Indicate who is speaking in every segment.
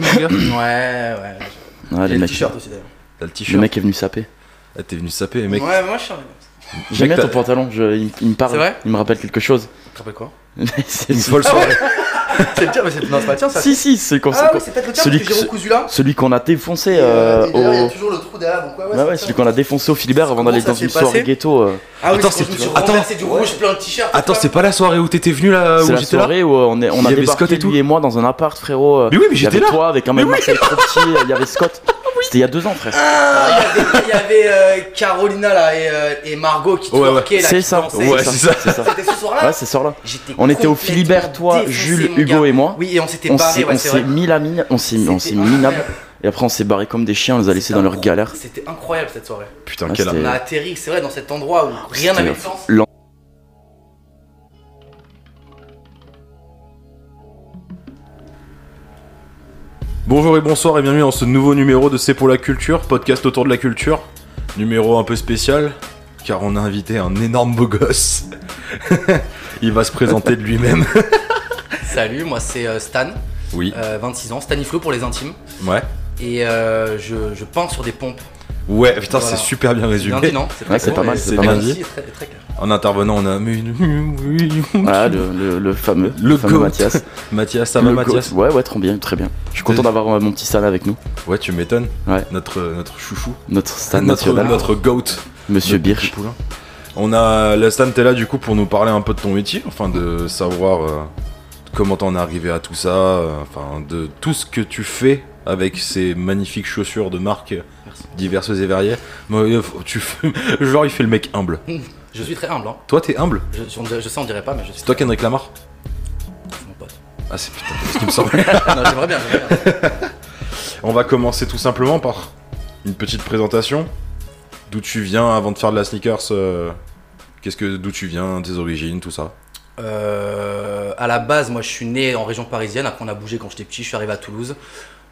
Speaker 1: manga
Speaker 2: Ouais, ouais.
Speaker 3: Ouais,
Speaker 2: J'ai
Speaker 3: le,
Speaker 2: le
Speaker 3: mec,
Speaker 2: t-shirt aussi d'ailleurs.
Speaker 1: T'as le
Speaker 3: le
Speaker 1: t-shirt.
Speaker 3: mec est venu saper.
Speaker 1: Ah, t'es venu saper, mec.
Speaker 2: Ouais, moi je suis arrivé.
Speaker 3: J'aime bien
Speaker 1: t'as-
Speaker 3: ton pantalon, je- il, il me parle.
Speaker 2: C'est vrai
Speaker 3: il me rappelle quelque chose.
Speaker 2: Tu te rappelles quoi
Speaker 3: C'est-
Speaker 1: Une folle soirée.
Speaker 2: C'est le tien, mais c'est non, c'est pas le tien ça.
Speaker 3: si, si, c'est quand,
Speaker 2: Ah
Speaker 3: c'est
Speaker 2: oui,
Speaker 3: quand-
Speaker 2: c'est peut-être le tien
Speaker 3: celui
Speaker 2: parce que
Speaker 3: que-
Speaker 2: j'ai recousu là.
Speaker 3: celui qu'on a défoncé
Speaker 2: Et, euh,
Speaker 3: euh,
Speaker 2: et derrière, il y a
Speaker 3: au.
Speaker 2: toujours le trou derrière, donc ouais, ouais.
Speaker 3: Bah
Speaker 2: c'est
Speaker 3: ouais,
Speaker 2: ça.
Speaker 3: celui qu'on a défoncé au Philibert avant
Speaker 2: Comment
Speaker 3: d'aller
Speaker 2: ça
Speaker 3: dans
Speaker 2: s'est
Speaker 3: une soirée
Speaker 2: passé
Speaker 3: ghetto. euh.
Speaker 2: Ah oui,
Speaker 1: Attends,
Speaker 2: Attends, c'est
Speaker 1: c'est-
Speaker 2: quand je me suis
Speaker 1: Attends.
Speaker 2: renversé du rouge plein de t-shirt.
Speaker 1: Attends, c'est pas la soirée où t'étais venu
Speaker 2: Ah,
Speaker 1: là,
Speaker 3: C'est
Speaker 1: où
Speaker 3: la
Speaker 1: j'étais là
Speaker 3: soirée où euh, on, est, on
Speaker 1: Il y
Speaker 3: a
Speaker 1: avait
Speaker 3: débarqué
Speaker 1: Scott et tout.
Speaker 3: lui et moi dans un appart, frérot. euh,
Speaker 1: Mais oui, mais
Speaker 3: il y
Speaker 1: j'étais
Speaker 3: avait
Speaker 1: là.
Speaker 3: toi avec un
Speaker 1: Mais
Speaker 3: mec marseillais trop petit, euh, il y avait Scott. C'était il y a deux ans, frère.
Speaker 2: Ah, il y avait, il y avait, euh, Carolina là et, euh, et Margot qui
Speaker 1: Ouais, ouais.
Speaker 2: twerkaient là.
Speaker 3: C'est
Speaker 2: qui
Speaker 3: ça.
Speaker 2: dansaient.
Speaker 1: Ouais, c'est ça.
Speaker 3: C'est ça.
Speaker 2: C'était ce soir-là
Speaker 3: Ouais, c'est ça là.
Speaker 2: J'étais
Speaker 3: On était au
Speaker 2: complètement
Speaker 3: Philibert, toi,
Speaker 2: défoncé,
Speaker 3: Jules,
Speaker 2: mon
Speaker 3: Hugo
Speaker 2: gars.
Speaker 3: et moi.
Speaker 2: Oui, et on s'était
Speaker 3: On
Speaker 2: barré,
Speaker 3: s'est
Speaker 2: ouais,
Speaker 3: on
Speaker 2: c'est
Speaker 3: s'est
Speaker 2: vrai.
Speaker 3: mis la mine, on s'est on s'est
Speaker 2: C'était Ah,
Speaker 3: minable.
Speaker 2: incroyable.
Speaker 3: Et après on s'est barré comme des chiens, on les a laissés dans leur galère.
Speaker 2: C'était incroyable cette soirée.
Speaker 1: Putain,
Speaker 3: Ah,
Speaker 1: quel
Speaker 3: c'était-
Speaker 1: arnaque.
Speaker 2: On a atterri, c'est vrai, dans cet endroit où rien
Speaker 3: C'était
Speaker 2: n'avait de sens.
Speaker 3: l'en-
Speaker 1: Bonjour et bonsoir et bienvenue dans ce nouveau numéro de C'est pour la culture, podcast autour de la culture. Numéro un peu spécial, car on a invité un énorme beau gosse. Il va se présenter de lui-même.
Speaker 2: Salut, moi c'est euh, Stan,
Speaker 1: Oui,
Speaker 2: euh, 26 ans, Staniflo pour les intimes.
Speaker 1: ouais.
Speaker 2: Et euh, je, je peins sur des pompes.
Speaker 1: Ouais, putain,
Speaker 2: Voilà.
Speaker 1: c'est super bien
Speaker 2: Bien
Speaker 1: résumé.
Speaker 2: dit, non C'est
Speaker 3: Ouais, c'est
Speaker 2: cool,
Speaker 3: pas mal,
Speaker 2: mais
Speaker 3: c'est
Speaker 2: la
Speaker 3: pas mal.
Speaker 2: poésie est très- est très claire.
Speaker 1: En intervenant, on a.
Speaker 3: Voilà, le, le, le fameux,
Speaker 1: Le
Speaker 3: fameux
Speaker 1: goat.
Speaker 3: Mathias.
Speaker 1: Mathias, ça va,
Speaker 3: Le
Speaker 1: Mathias
Speaker 3: goat. Ouais, ouais, trop bien, très bien. Je suis content d'avoir euh, mon petit Stan avec nous,
Speaker 1: Ouais, tu m'étonnes.
Speaker 3: Ouais.
Speaker 1: Notre, euh, notre chouchou.
Speaker 3: notre Stan
Speaker 1: notre,
Speaker 3: national,
Speaker 1: notre goat. Notre petit
Speaker 3: Monsieur Birch.
Speaker 1: poulain. On a la Stan, t'es là du coup pour nous parler un peu de ton métier, enfin de savoir euh, comment t'en es arrivé à tout ça, euh, enfin de tout ce que tu fais avec ces magnifiques chaussures de marque diverses et variées. Moi, euh, faut- tu fais- Genre, il fait le mec humble.
Speaker 2: Je suis très humble, hein.
Speaker 1: Toi, t'es humble
Speaker 2: Je, je, on dirait- je sais, on dirait pas, mais je suis
Speaker 1: C'est toi qu'Henrik Lamar
Speaker 2: mon pote. Ah,
Speaker 1: Ah, c'est putain, c'est ce qui me semblait.
Speaker 2: Non, j'aimerais bien, j'aimerais bien.
Speaker 1: On va commencer tout simplement par une petite présentation. D'où tu viens avant de faire de la sneakers euh, Qu'est-ce que d'où tu viens, tes origines, tout ça
Speaker 2: Euh, à la base, moi, je suis né en région parisienne. Après, on a bougé quand j'étais petit. Je suis arrivé à Toulouse.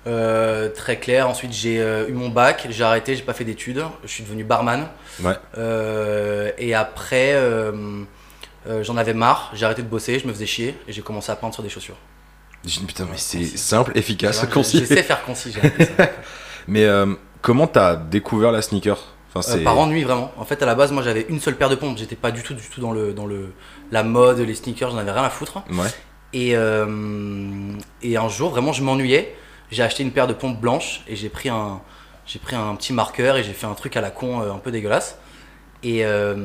Speaker 2: Euh, très clair. Ensuite, j'ai euh, eu mon bac. J'ai arrêté. J'ai pas fait d'études. Je suis devenu barman.
Speaker 1: Ouais.
Speaker 2: Euh, et après, euh, euh, j'en avais marre. J'ai arrêté de bosser. Je me faisais chier. Et j'ai commencé à peindre sur des chaussures.
Speaker 1: J'ai dit, putain, mais c'est simple, efficace,
Speaker 2: Je-
Speaker 1: concis.
Speaker 2: Je sais faire concis. j'ai appris ça.
Speaker 1: Mais euh, comment t'as découvert la sneaker enfin,
Speaker 2: Euh,
Speaker 1: c'est...
Speaker 2: par ennui vraiment. En fait à la base moi j'avais une seule paire de pompes, j'étais pas du tout du tout dans le dans le la mode, les sneakers, j'en avais rien à foutre.
Speaker 1: Ouais.
Speaker 2: Et, euh, et un jour, vraiment, je m'ennuyais. J'ai acheté une paire de pompes blanches et j'ai pris un, j'ai pris un petit marqueur et j'ai fait un truc à la con euh, un peu dégueulasse. Et, euh,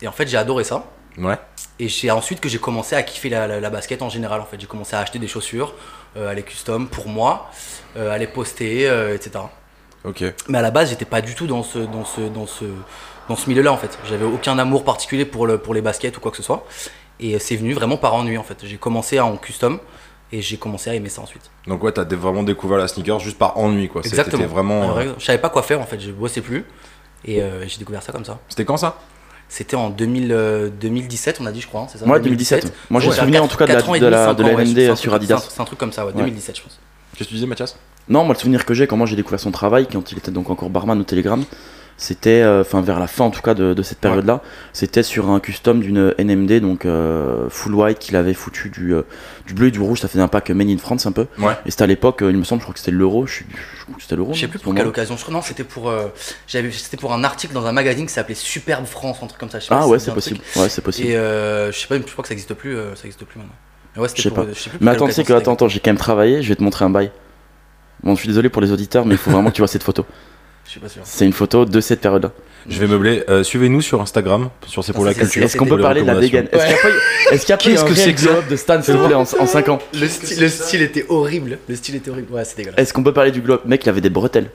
Speaker 2: et en fait, j'ai adoré ça.
Speaker 1: Ouais.
Speaker 2: Et c'est ensuite que j'ai commencé à kiffer la, la- la basket en général. En fait, j'ai commencé à acheter des chaussures, euh, à les custom pour moi, euh, à les poster, euh, etc.
Speaker 1: Ok.
Speaker 2: Mais à la base, j'étais pas du tout dans ce, dans ce, dans ce, dans ce milieu-là en fait. J'avais aucun amour particulier pour, le, pour les baskets ou quoi que ce soit. Et euh, c'est venu vraiment par ennui en fait. J'ai commencé à en custom et j'ai commencé à aimer ça ensuite.
Speaker 1: Donc ouais, t'as dé- vraiment découvert la sneaker juste par ennui, quoi. C'était- C'était
Speaker 2: En
Speaker 1: vraiment... euh,
Speaker 2: vrai, Je savais pas quoi faire en fait. Je bossais plus et euh, j'ai découvert ça comme ça.
Speaker 1: C'était quand ça
Speaker 2: C'était en 2000, euh, 2017, on a dit, je crois. hein, c'est ça
Speaker 3: Ouais, 2017. Moi, j'ai
Speaker 2: Ouais.
Speaker 3: souvenir, en tout cas, de la-
Speaker 2: Quatre ans et
Speaker 3: de la-
Speaker 2: demi, cinq
Speaker 3: de la
Speaker 2: ans, ouais,
Speaker 3: LND
Speaker 2: c'est un truc
Speaker 3: sur
Speaker 2: comme-
Speaker 3: Adidas.
Speaker 2: c'est un- C'est un truc comme ça, ouais,
Speaker 3: Ouais.
Speaker 2: 2017, je pense.
Speaker 1: Qu'est-ce que tu disais, Mathias
Speaker 3: Non, moi, le souvenir que j'ai quand moi j'ai découvert son travail, quand il était donc encore barman au Telegram, c'était, euh, enfin, vers la fin en tout cas de, de cette période-là, c'était sur un custom d'une NMD, donc euh, full white, qu'il avait foutu du, euh, du bleu et du rouge, ça faisait un pack Made in France un peu.
Speaker 1: Ouais.
Speaker 3: Et c'était à l'époque, euh, il me semble, je crois que c'était l'euro, je, suis- je crois que c'était l'euro.
Speaker 2: Je sais
Speaker 3: non,
Speaker 2: plus
Speaker 3: ce
Speaker 2: pour
Speaker 3: moment-là.
Speaker 2: quelle occasion. Je crois non, c'était pour euh, j'avais c'était pour un article dans un magazine qui s'appelait Superbe France, un truc comme ça. Je sais pas
Speaker 3: Ah
Speaker 2: si
Speaker 3: ouais,
Speaker 2: dit
Speaker 3: c'est
Speaker 2: un
Speaker 3: possible.
Speaker 2: truc.
Speaker 3: Ouais, c'est possible.
Speaker 2: Et euh, je sais pas, je crois que ça existe plus, euh, ça existe plus maintenant. Mais ouais, c'était
Speaker 3: Je sais
Speaker 2: pour-
Speaker 3: pas.
Speaker 2: sais plus pour
Speaker 3: Mais
Speaker 2: quelle
Speaker 3: attends, tu sais que,
Speaker 2: occasion
Speaker 3: attends, attends, j'ai quand même travaillé, je vais te montrer un bail. Bon, je suis désolé pour les auditeurs, mais il faut vraiment que tu vois cette photo.
Speaker 2: c'était. Je suis pas sûr.
Speaker 3: C'est une photo de cette période-là.
Speaker 1: Je vais meubler. Euh, Suivez-nous sur Instagram, sur C'est pour
Speaker 2: Ça,
Speaker 1: la
Speaker 2: c'est-
Speaker 1: culture.
Speaker 3: Est-ce qu'on peut
Speaker 1: Les
Speaker 3: parler de la
Speaker 1: recommandations.
Speaker 3: dégaine Est-ce qu'il y a pas eu- est-ce qu'il y a pas eu
Speaker 1: Qu'est-ce
Speaker 3: un
Speaker 1: que
Speaker 3: réel
Speaker 1: c'est que ça
Speaker 3: globe de Stan, s'il vous plaît, en, 5 ans
Speaker 2: Le style, le style était horrible. Le style était horrible. Ouais, c'est dégueulasse.
Speaker 3: Est-ce qu'on peut parler du globe Mec, il avait des bretelles.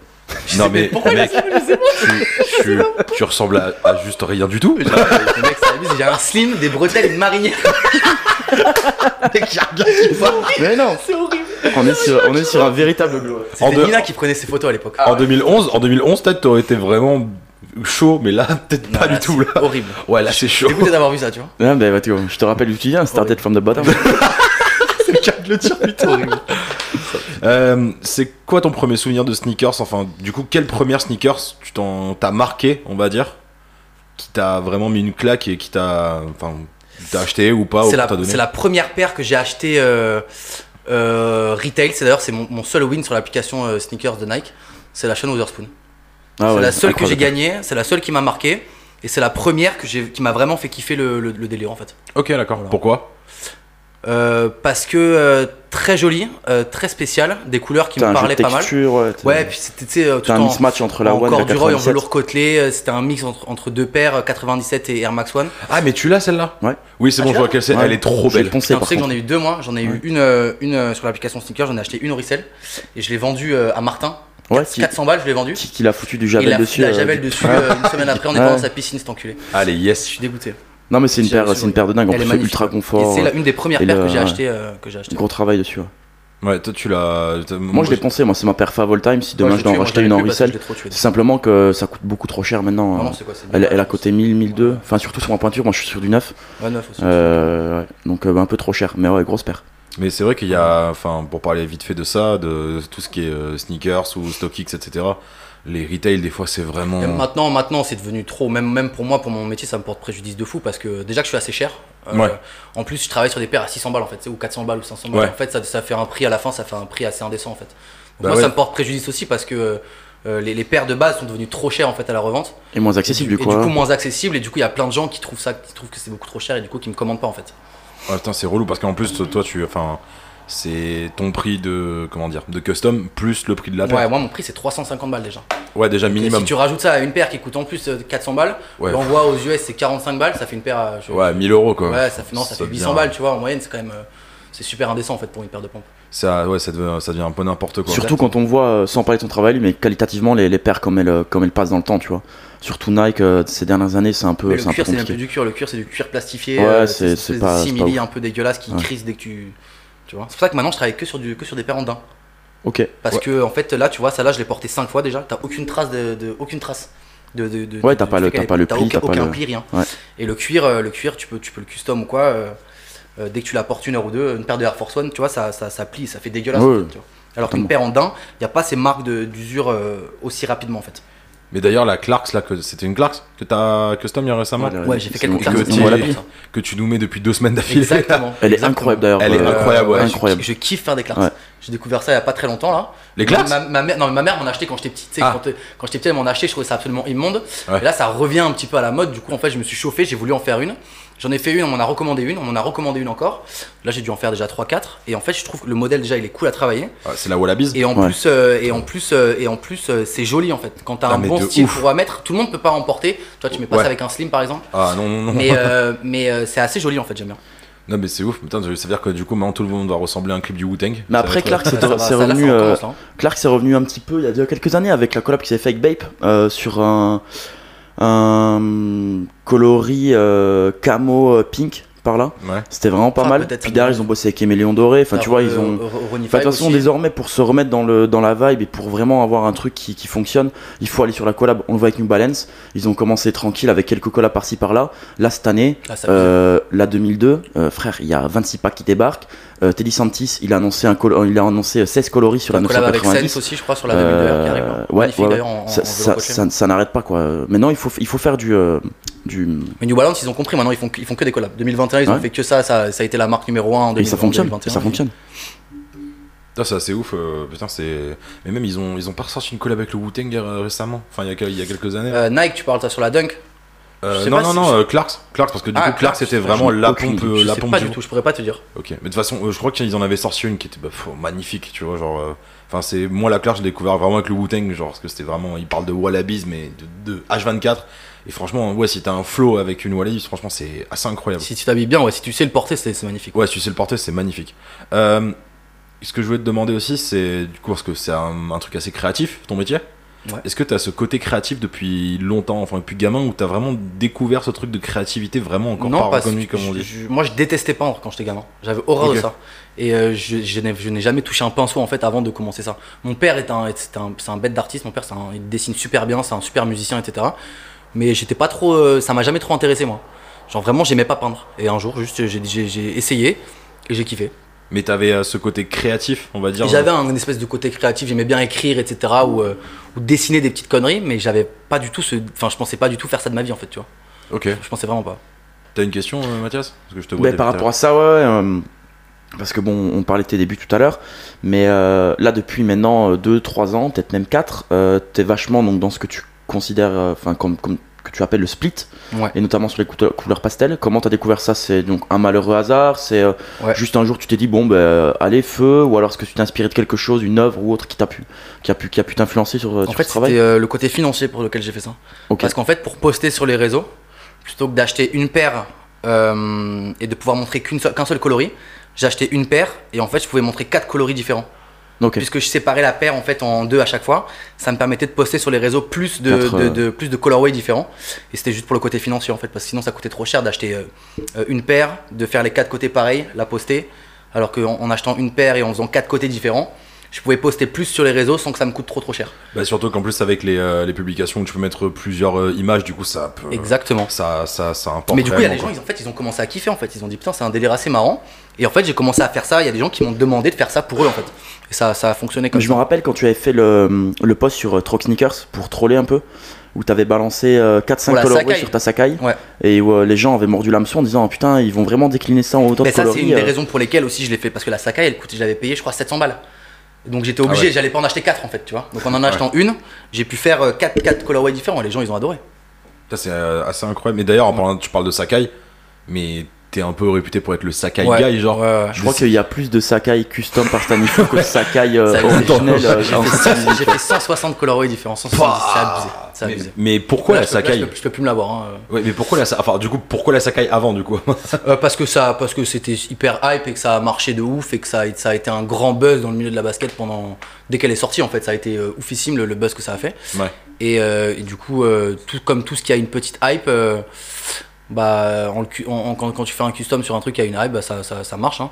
Speaker 3: Eh,
Speaker 1: Non mais, mec, tu, tu- tu ressembles à, à juste rien du tout.
Speaker 2: Le mec, ça abuse. J'ai un slim, des bretelles, et une marinière. Dès que j'ai un gars qui voit,
Speaker 3: Mais non
Speaker 2: c'est horrible.
Speaker 3: On est sur, on est sur un véritable globe.
Speaker 1: En
Speaker 2: C'était
Speaker 1: deux-
Speaker 2: Nina qui prenait ses photos à l'époque.
Speaker 3: Ah,
Speaker 1: En 2011, en peut-être t'aurais été vraiment chaud, mais là, peut-être
Speaker 2: Non,
Speaker 1: pas
Speaker 2: là,
Speaker 1: du tout.
Speaker 2: c'est
Speaker 1: Là.
Speaker 2: Horrible.
Speaker 1: Ouais, là c'est chaud.
Speaker 2: Dégoûté d'avoir vu ça, tu vois.
Speaker 3: Ah, bah, bah, tu vois, je te rappelle d'où tu viens, started from the bottom.
Speaker 1: C'est le cas de le dire, putain. Euh, c'est quoi ton premier souvenir de sneakers Enfin, du coup, quelle première sneakers tu t'en t'as marqué, on va dire, qui t'a vraiment mis une claque et qui t'a, enfin, t'a acheté ou pas ou
Speaker 2: c'est
Speaker 3: Ah,
Speaker 1: qu'on
Speaker 2: la,
Speaker 1: t'a donné
Speaker 2: c'est la première paire que j'ai achetée euh, Euh, retail, c'est d'ailleurs c'est mon, mon seul win sur l'application euh, Sneakers de Nike, c'est la chaîne Witherspoon.
Speaker 3: Ah
Speaker 2: c'est
Speaker 3: ouais,
Speaker 2: la seule que j'ai
Speaker 3: incroyable.
Speaker 2: gagnée, c'est la seule qui m'a marqué, et c'est la première que j'ai- qui m'a vraiment fait kiffer le, le- le délire en fait.
Speaker 1: Ok, d'accord.
Speaker 2: Voilà.
Speaker 1: Pourquoi
Speaker 2: Euh, parce que euh, très jolie, euh, très spéciale, des couleurs qui
Speaker 3: T'as
Speaker 2: me
Speaker 3: un jeu
Speaker 2: parlaient
Speaker 3: de
Speaker 2: pas mal.
Speaker 3: texture, ouais. t'as-
Speaker 2: Ouais, puis c'était tu sais, euh, tout
Speaker 3: T'as un
Speaker 2: en,
Speaker 3: mismatch entre la
Speaker 2: en
Speaker 3: One et la
Speaker 2: corduroy, en
Speaker 3: 97.
Speaker 2: velours côtelé, euh, c'était un mix entre, entre deux paires, euh, 97 et Air Max One.
Speaker 1: Ah, mais tu l'as celle-là
Speaker 3: Ouais.
Speaker 1: Oui, c'est
Speaker 2: Ah,
Speaker 1: bon, je
Speaker 2: tu l'as
Speaker 1: vois qu'elle c'est.
Speaker 3: Ouais.
Speaker 1: Elle est trop
Speaker 3: Je l'ai
Speaker 1: belle.
Speaker 3: poncé,
Speaker 2: Putain, tu
Speaker 3: par
Speaker 2: sais que j'en
Speaker 3: contre.
Speaker 2: ai eu deux moi, j'en ai eu
Speaker 3: Ouais.
Speaker 2: une, euh, une euh, sur l'application Sneaker, j'en ai acheté une au resell et je l'ai vendue euh, à Martin.
Speaker 3: Ouais, qui-
Speaker 2: 400 balles, je l'ai vendue.
Speaker 3: qui, qui l'a foutu du
Speaker 2: Et
Speaker 3: javel
Speaker 2: la,
Speaker 3: dessus.
Speaker 2: la
Speaker 3: euh,
Speaker 2: javel
Speaker 3: du-
Speaker 2: dessus euh, une semaine après en étant
Speaker 3: Ouais.
Speaker 2: dans sa piscine, cet enculé.
Speaker 1: Allez,
Speaker 2: Je
Speaker 1: yes.
Speaker 2: suis dégoûté.
Speaker 3: Non, mais c'est une
Speaker 2: J'ai
Speaker 3: paire,
Speaker 2: reçu,
Speaker 3: c'est une paire de dingue. En
Speaker 2: Elle est
Speaker 3: plus, c'est
Speaker 2: magnifique.
Speaker 3: ultra
Speaker 2: Et
Speaker 3: confort. euh,
Speaker 2: c'est la- une des premières
Speaker 3: Et
Speaker 2: paires
Speaker 3: le-
Speaker 2: que j'ai
Speaker 3: ouais.
Speaker 2: acheté. euh, que j'ai acheté.
Speaker 3: Gros travail dessus. ouais.
Speaker 1: Ouais, toi, tu l'as. t'as-
Speaker 3: Moi, je l'ai poncé. Moi, c'est ma paire fav all time. Si
Speaker 2: Moi,
Speaker 3: demain
Speaker 2: l'ai
Speaker 3: je dois en
Speaker 2: tué, moi,
Speaker 3: racheter
Speaker 2: l'ai
Speaker 3: une en
Speaker 2: plus parce que
Speaker 3: resell,
Speaker 2: je l'ai trop tué.
Speaker 3: c'est simplement que ça coûte beaucoup trop cher maintenant.
Speaker 2: Ah
Speaker 3: euh,
Speaker 2: non, c'est quoi, c'est
Speaker 3: Elle,
Speaker 2: mille
Speaker 3: elle a
Speaker 2: balles.
Speaker 3: coté 1000, 1002, enfin surtout sur ma pointure, moi je suis sur du 9,
Speaker 2: Ouais, neuf aussi.
Speaker 3: euh, ouais. donc euh, bah, un peu trop cher, mais ouais, grosse paire.
Speaker 1: Mais c'est vrai qu'il y a, enfin, pour parler vite fait de ça, de tout ce qui est euh, sneakers ou StockX, etc. Les retail, des fois, c'est vraiment.
Speaker 2: Et Maintenant, maintenant, c'est devenu trop. Même, même pour moi, pour mon métier, ça me porte préjudice de fou parce que déjà que je suis assez cher. euh,
Speaker 1: Ouais.
Speaker 2: En plus, je travaille sur des paires à 600 balles en fait, c'est- ou 400 balles ou 500 balles.
Speaker 1: Ouais.
Speaker 2: En fait, ça, ça fait un prix à la fin, ça fait un prix assez indécent en fait. Donc
Speaker 1: Bah
Speaker 2: moi,
Speaker 1: ouais.
Speaker 2: ça me porte préjudice aussi parce que euh, les, les paires de base sont devenues trop chères en fait à la revente.
Speaker 3: Et moins
Speaker 2: Et
Speaker 3: accessible
Speaker 2: du,
Speaker 3: du coup.
Speaker 2: et
Speaker 3: hein.
Speaker 2: moins accessible. Et du coup, il y a plein de gens qui trouvent ça, qui trouvent que c'est beaucoup trop cher et du coup qui me commandent pas en fait.
Speaker 1: Ah, putain, c'est relou parce qu'en plus, toi, tu, enfin, c'est ton prix de, comment dire, de custom plus le prix de la
Speaker 2: Ouais,
Speaker 1: paire.
Speaker 2: moi, mon prix c'est 350 balles déjà.
Speaker 1: Ouais, déjà
Speaker 2: Et
Speaker 1: minimum.
Speaker 2: si tu rajoutes ça à une paire qui coûte en plus euh, 400 balles,
Speaker 1: Ouais.
Speaker 2: l'envoi aux US c'est 45 balles, ça fait une paire. à- je-
Speaker 1: Ouais, 1000 euros quoi.
Speaker 2: Ouais, ça fait, non, ça fait
Speaker 1: devient-
Speaker 2: 800 balles, tu vois, en moyenne, c'est quand même. euh, c'est super indécent en fait pour une paire de pompes.
Speaker 1: Ça, ouais, ça devient, ça devient un peu n'importe quoi.
Speaker 3: Surtout quand on voit, euh, sans parler de ton travail, mais qualitativement les, les paires comme elles, euh, comme elles passent dans le temps, tu vois. Surtout Nike, euh, ces dernières années, c'est un peu,
Speaker 2: Mais
Speaker 3: c'est
Speaker 2: le
Speaker 3: un peu
Speaker 2: cuir, c'est même
Speaker 3: compliqué.
Speaker 2: plus du cuir, le cuir, c'est du cuir plastifié.
Speaker 3: Ouais,
Speaker 2: euh,
Speaker 3: c'est- c'est
Speaker 2: espèce
Speaker 3: pas-
Speaker 2: de
Speaker 3: c'est pas
Speaker 2: simili
Speaker 3: ouf.
Speaker 2: un peu dégueulasse qui
Speaker 3: Ouais.
Speaker 2: crisse dès que tu. Tu vois C'est pour ça que maintenant je travaille que sur, du, que sur des paires en daim.
Speaker 3: Ok.
Speaker 2: Parce
Speaker 1: Ouais.
Speaker 2: que en fait, là, tu vois, ça là, je l'ai porté 5 fois déjà. T'as aucune trace de. de- aucune trace. De, de, de-
Speaker 3: Ouais,
Speaker 2: de-
Speaker 3: t'as
Speaker 2: du
Speaker 3: pas le-
Speaker 2: fait qu'elle
Speaker 3: t'as
Speaker 2: est-
Speaker 3: pas le pli,
Speaker 2: aucun,
Speaker 3: t'as pas
Speaker 2: aucun
Speaker 3: le-
Speaker 2: pli, rien.
Speaker 3: Ouais.
Speaker 2: Et le cuir, euh, le cuir, tu peux, tu peux le custom ou quoi. euh, euh, dès que tu la portes une heure ou deux, une paire de Air Force One, tu vois, ça, ça, ça plie, ça fait dégueulasse.
Speaker 3: Ouais,
Speaker 2: en fait,
Speaker 3: ouais.
Speaker 2: tu vois. Alors qu'une paire en daim, il n'y a pas ces marques de- d'usure euh, aussi rapidement en fait.
Speaker 1: Mais d'ailleurs, la Clarks, là, que c'était une Clarks que t'as custom il y a récemment,
Speaker 3: Ouais,
Speaker 2: Ouais, j'ai fait
Speaker 3: Sinon,
Speaker 2: quelques classes
Speaker 1: que
Speaker 2: de
Speaker 1: tu-
Speaker 2: sport pour ça.
Speaker 1: que tu nous mets depuis deux semaines d'affilée.
Speaker 2: Exactement.
Speaker 3: Elle est
Speaker 2: exactement.
Speaker 3: incroyable d'ailleurs.
Speaker 1: Elle est
Speaker 3: euh,
Speaker 1: incroyable, ouais.
Speaker 3: incroyable.
Speaker 2: Je, je kiffe faire des classes.
Speaker 3: Ouais.
Speaker 2: J'ai découvert ça il n'y a pas très longtemps là.
Speaker 1: Les Clarks
Speaker 2: ma, ma mère, Non, mais ma mère m'en achetait quand j'étais petit. Tu sais,
Speaker 1: Ah.
Speaker 2: Quand, euh, quand j'étais petit, elle m'en achetait, je trouvais ça absolument immonde.
Speaker 1: Ouais.
Speaker 2: Et là, ça revient un petit peu à la mode. Du coup, en fait, je me suis chauffé, j'ai voulu en faire une. J'en ai fait une, on m'en a recommandé une, on m'en a recommandé une encore. Là, j'ai dû en faire déjà 3-4. Et en fait, je trouve que le modèle déjà, il est cool à travailler.
Speaker 1: Ah, c'est la Wallabies.
Speaker 2: Et en
Speaker 3: Ouais.
Speaker 2: plus, euh, et en plus, euh, et en plus, euh, c'est joli en fait. Quand t'as
Speaker 1: Ah,
Speaker 2: un
Speaker 1: mais
Speaker 2: bon
Speaker 1: de
Speaker 2: style
Speaker 1: ouf.
Speaker 2: pour à mettre, tout le monde peut pas en porter. Toi, tu mets pas
Speaker 1: Ouais.
Speaker 2: ça avec un slim par exemple.
Speaker 1: Ah non non non.
Speaker 2: Mais, euh, mais euh, c'est assez joli en fait, j'aime bien.
Speaker 1: Non mais c'est ouf. Putain, ça veut dire que du coup, maintenant tout le monde va ressembler à un clip du Wu Tang.
Speaker 3: Mais après, Clark, c'est
Speaker 2: Ça va,
Speaker 3: c'est
Speaker 2: ça, là,
Speaker 3: revenu.
Speaker 2: ça
Speaker 3: euh,
Speaker 2: recommence, là, hein.
Speaker 3: Clark s'est revenu un petit peu il y a déjà quelques années avec la collab qui s'est fait avec Bape euh, sur un, un coloris euh, camo euh, pink par là.
Speaker 1: Ouais.
Speaker 3: C'était vraiment pas
Speaker 2: Ah,
Speaker 3: mal.
Speaker 2: peut-être,
Speaker 3: Puis derrière,
Speaker 2: ouais.
Speaker 3: ils ont bossé avec Éméléon Doré. Enfin, tu
Speaker 2: Alors,
Speaker 3: vois, ils
Speaker 2: euh,
Speaker 3: ont.
Speaker 2: Ro- Ro- Ronnie
Speaker 3: Enfin,
Speaker 2: Five
Speaker 3: de toute façon,
Speaker 2: aussi.
Speaker 3: désormais, pour se remettre dans, le, dans la vibe et pour vraiment avoir un truc qui, qui fonctionne, il faut aller sur la collab. On le voit avec New Balance. Ils ont commencé tranquille avec quelques collabs par-ci par-là. Là, cette année,
Speaker 2: Ah, ça
Speaker 3: euh, la 2002, euh, frère, il y a 26 packs qui débarquent. Euh, Teddy Santis, il a annoncé, un col- il a annoncé 16 coloris sur la
Speaker 2: Un collab avec
Speaker 3: 990.
Speaker 2: Sense aussi, je crois, sur la 2002 qui arrive.
Speaker 3: Euh,
Speaker 2: là.
Speaker 3: ouais,
Speaker 2: Magnifique
Speaker 3: ouais,
Speaker 2: d'ailleurs en, en
Speaker 3: ça,
Speaker 2: vélo
Speaker 3: ça-
Speaker 2: coaché.
Speaker 3: ça- ça n'arrête pas quoi. Maintenant il faut il faut faire du euh, du
Speaker 2: Mais New Balance, ils ont compris maintenant, ils font, ils font que des collabs. 2021, ils ont
Speaker 3: Ouais.
Speaker 2: fait que ça, ça, ça a été la marque numéro 1 en
Speaker 3: et
Speaker 2: 2020,
Speaker 3: ça fonctionne,
Speaker 2: 2021,
Speaker 3: ça fonctionne.
Speaker 1: Putain, c'est assez ouf. euh, putain, c'est. Mais même ils ont ils ont pas ressorti une collab avec le Wu Tang euh, récemment. Enfin, il y a, quel- il y a quelques années.
Speaker 2: Euh, Nike, tu parles ça sur la Dunk
Speaker 1: Euh,
Speaker 2: je sais
Speaker 1: non
Speaker 2: pas
Speaker 1: non
Speaker 2: si-
Speaker 1: non, euh, Clarks, Clarks parce que du
Speaker 2: Ah,
Speaker 1: coup Clarks
Speaker 2: Clarks,
Speaker 1: c'était vraiment
Speaker 3: j'en ai
Speaker 1: la
Speaker 3: aucune
Speaker 1: pompe
Speaker 3: idée.
Speaker 1: euh,
Speaker 2: Je
Speaker 1: la
Speaker 2: sais
Speaker 1: pompe
Speaker 2: pas
Speaker 1: du
Speaker 2: du tout, je pourrais pas te dire.
Speaker 1: Ok, mais de toute façon, euh, je crois qu'ils en avaient sorti une qui était bah, pff, magnifique, tu vois, genre. euh, Enfin, c'est moi la Clark, je l'ai découvert vraiment avec le Wu-Tang, genre parce que c'était vraiment, il parle de Wallabies, mais de, de H24. Et franchement, ouais, si t'as un flow avec une Wallabies, franchement, c'est assez incroyable.
Speaker 2: Si tu t'habilles bien, ouais, si tu sais le porter, c'est c'est magnifique.
Speaker 1: Ouais, si tu sais le porter, c'est magnifique. Euh, ce que je voulais te demander aussi, c'est du coup parce que c'est un, un truc assez créatif, ton métier.
Speaker 2: Ouais.
Speaker 1: Est-ce que t'as ce côté créatif depuis longtemps, enfin depuis gamin, où t'as vraiment découvert ce truc de créativité vraiment encore
Speaker 2: non,
Speaker 1: pas
Speaker 2: parce que
Speaker 1: reconnu, comme on
Speaker 2: je-
Speaker 1: dit
Speaker 2: je- moi je détestais peindre quand j'étais gamin. J'avais horreur
Speaker 1: Ok.
Speaker 2: de ça. Et euh, je, je n'ai, je n'ai jamais touché un pinceau en fait avant de commencer ça. Mon père est un, c'est un, c'est un bête d'artiste. Mon père, c'est un- il dessine super bien, c'est un super musicien, etc. Mais j'étais pas trop, euh, ça m'a jamais trop intéressé moi. Genre vraiment, j'aimais pas peindre. Et un jour, juste, j'ai, j'ai- j'ai essayé et j'ai kiffé.
Speaker 1: Mais t'avais euh, ce côté créatif, on va dire.
Speaker 2: Et J'avais un une espèce de côté créatif, j'aimais bien écrire, etc. Ou, euh, ou dessiner des petites conneries, mais j'avais pas du tout ce, enfin, je pensais pas du tout faire ça de ma vie en fait, tu vois.
Speaker 1: Ok.
Speaker 2: Je pensais vraiment pas.
Speaker 1: T'as une question, euh, Mathias Parce que je te vois
Speaker 3: Ben,
Speaker 1: depuis
Speaker 3: par
Speaker 1: tout à
Speaker 3: rapport à ça, ouais, ouais, euh, Parce que bon, on parlait de tes débuts tout à l'heure, mais euh, là depuis maintenant 2-3 ans, peut-être même 4, t'es vachement donc, dans ce que tu considères, euh, enfin comme, comme que tu appelles le split,
Speaker 2: Ouais.
Speaker 3: et notamment sur les cou- couleurs pastel. Comment t'as découvert ça C'est donc un malheureux hasard C'est euh,
Speaker 2: Ouais.
Speaker 3: juste un jour tu t'es dit bon ben euh, allez feu ou alors est-ce que tu t'es inspiré de quelque chose, une œuvre ou autre qui t'a pu qui a pu qui a pu t'influencer sur, euh,
Speaker 2: En
Speaker 3: sur
Speaker 2: fait,
Speaker 3: ce travail
Speaker 2: c'était euh, le côté financier pour lequel j'ai fait ça.
Speaker 3: Ok.
Speaker 2: Parce qu'en fait, pour poster sur les réseaux, plutôt que d'acheter une paire euh, et de pouvoir montrer qu'une seule- qu'un seul coloris, j'ai acheté une paire et en fait, je pouvais montrer quatre coloris différents.
Speaker 3: Ok.
Speaker 2: Puisque je séparais la paire en fait en deux à chaque fois, ça me permettait de poster sur les réseaux plus de,
Speaker 3: Quatre,
Speaker 2: de-
Speaker 3: euh,
Speaker 2: de- plus de colorways différents. Et c'était juste pour le côté financier en fait, parce que sinon ça coûtait trop cher d'acheter euh, euh, une paire, de faire les quatre côtés pareils, la poster. Alors qu'en en achetant une paire et en faisant quatre côtés différents, je pouvais poster plus sur les réseaux sans que ça me coûte trop trop cher.
Speaker 1: Bah, surtout qu'en plus, avec les, euh, les publications où tu peux mettre plusieurs euh, images, du coup, ça peut.
Speaker 2: Exactement.
Speaker 1: Ça, ça, ça importe.
Speaker 2: Mais du coup, il y a des gens,
Speaker 1: réellement,
Speaker 2: ils, en fait, ils ont commencé à kiffer, en fait. Ils ont dit, putain, c'est un délire assez marrant. Et en fait, j'ai commencé à faire ça. Il y a des gens qui m'ont demandé de faire ça pour eux, en fait. Et ça, ça a fonctionné comme
Speaker 3: Je me rappelle quand tu avais fait le, le post sur euh, Troc Sneakers pour troller un peu, où tu avais balancé
Speaker 2: Pour
Speaker 3: 4-5
Speaker 2: la
Speaker 3: colorways
Speaker 2: Sakai.
Speaker 3: sur ta Sakai,
Speaker 2: Ouais.
Speaker 3: et où euh, les gens avaient mordu l'hameçon en disant Ah, putain, ils vont vraiment décliner ça en autant
Speaker 2: Mais
Speaker 3: de
Speaker 2: ça, c'est une
Speaker 3: coloris.
Speaker 2: des
Speaker 3: euh.
Speaker 2: raisons pour lesquelles aussi je l'ai fait. Parce que la Sakai, elle coûtait, je l'avais payée, je crois, 700 balles. Donc j'étais obligé,
Speaker 1: Ah ouais.
Speaker 2: j'allais pas en acheter 4 en fait, tu vois. Donc en en achetant une, j'ai pu faire 4, quatre colorways différents. Les gens, ils ont adoré.
Speaker 1: Ça, c'est euh, assez incroyable. Mais d'ailleurs, en parlant, tu parles de Sakai, mais t'es un peu réputé pour être le Sakai
Speaker 2: Ouais.
Speaker 1: guy, genre.
Speaker 3: Je crois qu'il y a plus de Sakai custom par Stanislav que de Sakai
Speaker 2: Ça,
Speaker 3: euh,
Speaker 2: c'est-
Speaker 3: originel. euh,
Speaker 2: J'ai fait, cent- j'ai fait 160 colorways différents. 170, c'est abusé. C'est
Speaker 1: mais,
Speaker 2: abusé.
Speaker 1: mais pourquoi
Speaker 2: Là,
Speaker 1: la
Speaker 2: je peux- là,
Speaker 1: Sakai
Speaker 2: je peux, je peux plus me l'avoir. hein.
Speaker 1: Ouais, mais pourquoi la Sa- enfin du coup pourquoi la Sakai avant du coup
Speaker 2: Euh, parce que ça, parce que c'était hyper hype et que ça a marché de ouf et que ça, a- ça a été un grand buzz dans le milieu de la basket pendant dès qu'elle est sortie en fait, ça a été euh, oufissime le, le buzz que ça a fait.
Speaker 1: Ouais.
Speaker 2: Et, euh, et du coup, euh, tout comme tout ce qui a une petite hype, euh, bah en le cu- en- en- quand, quand tu fais un custom sur un truc qui a une hype, bah, ça, ça, ça marche. hein.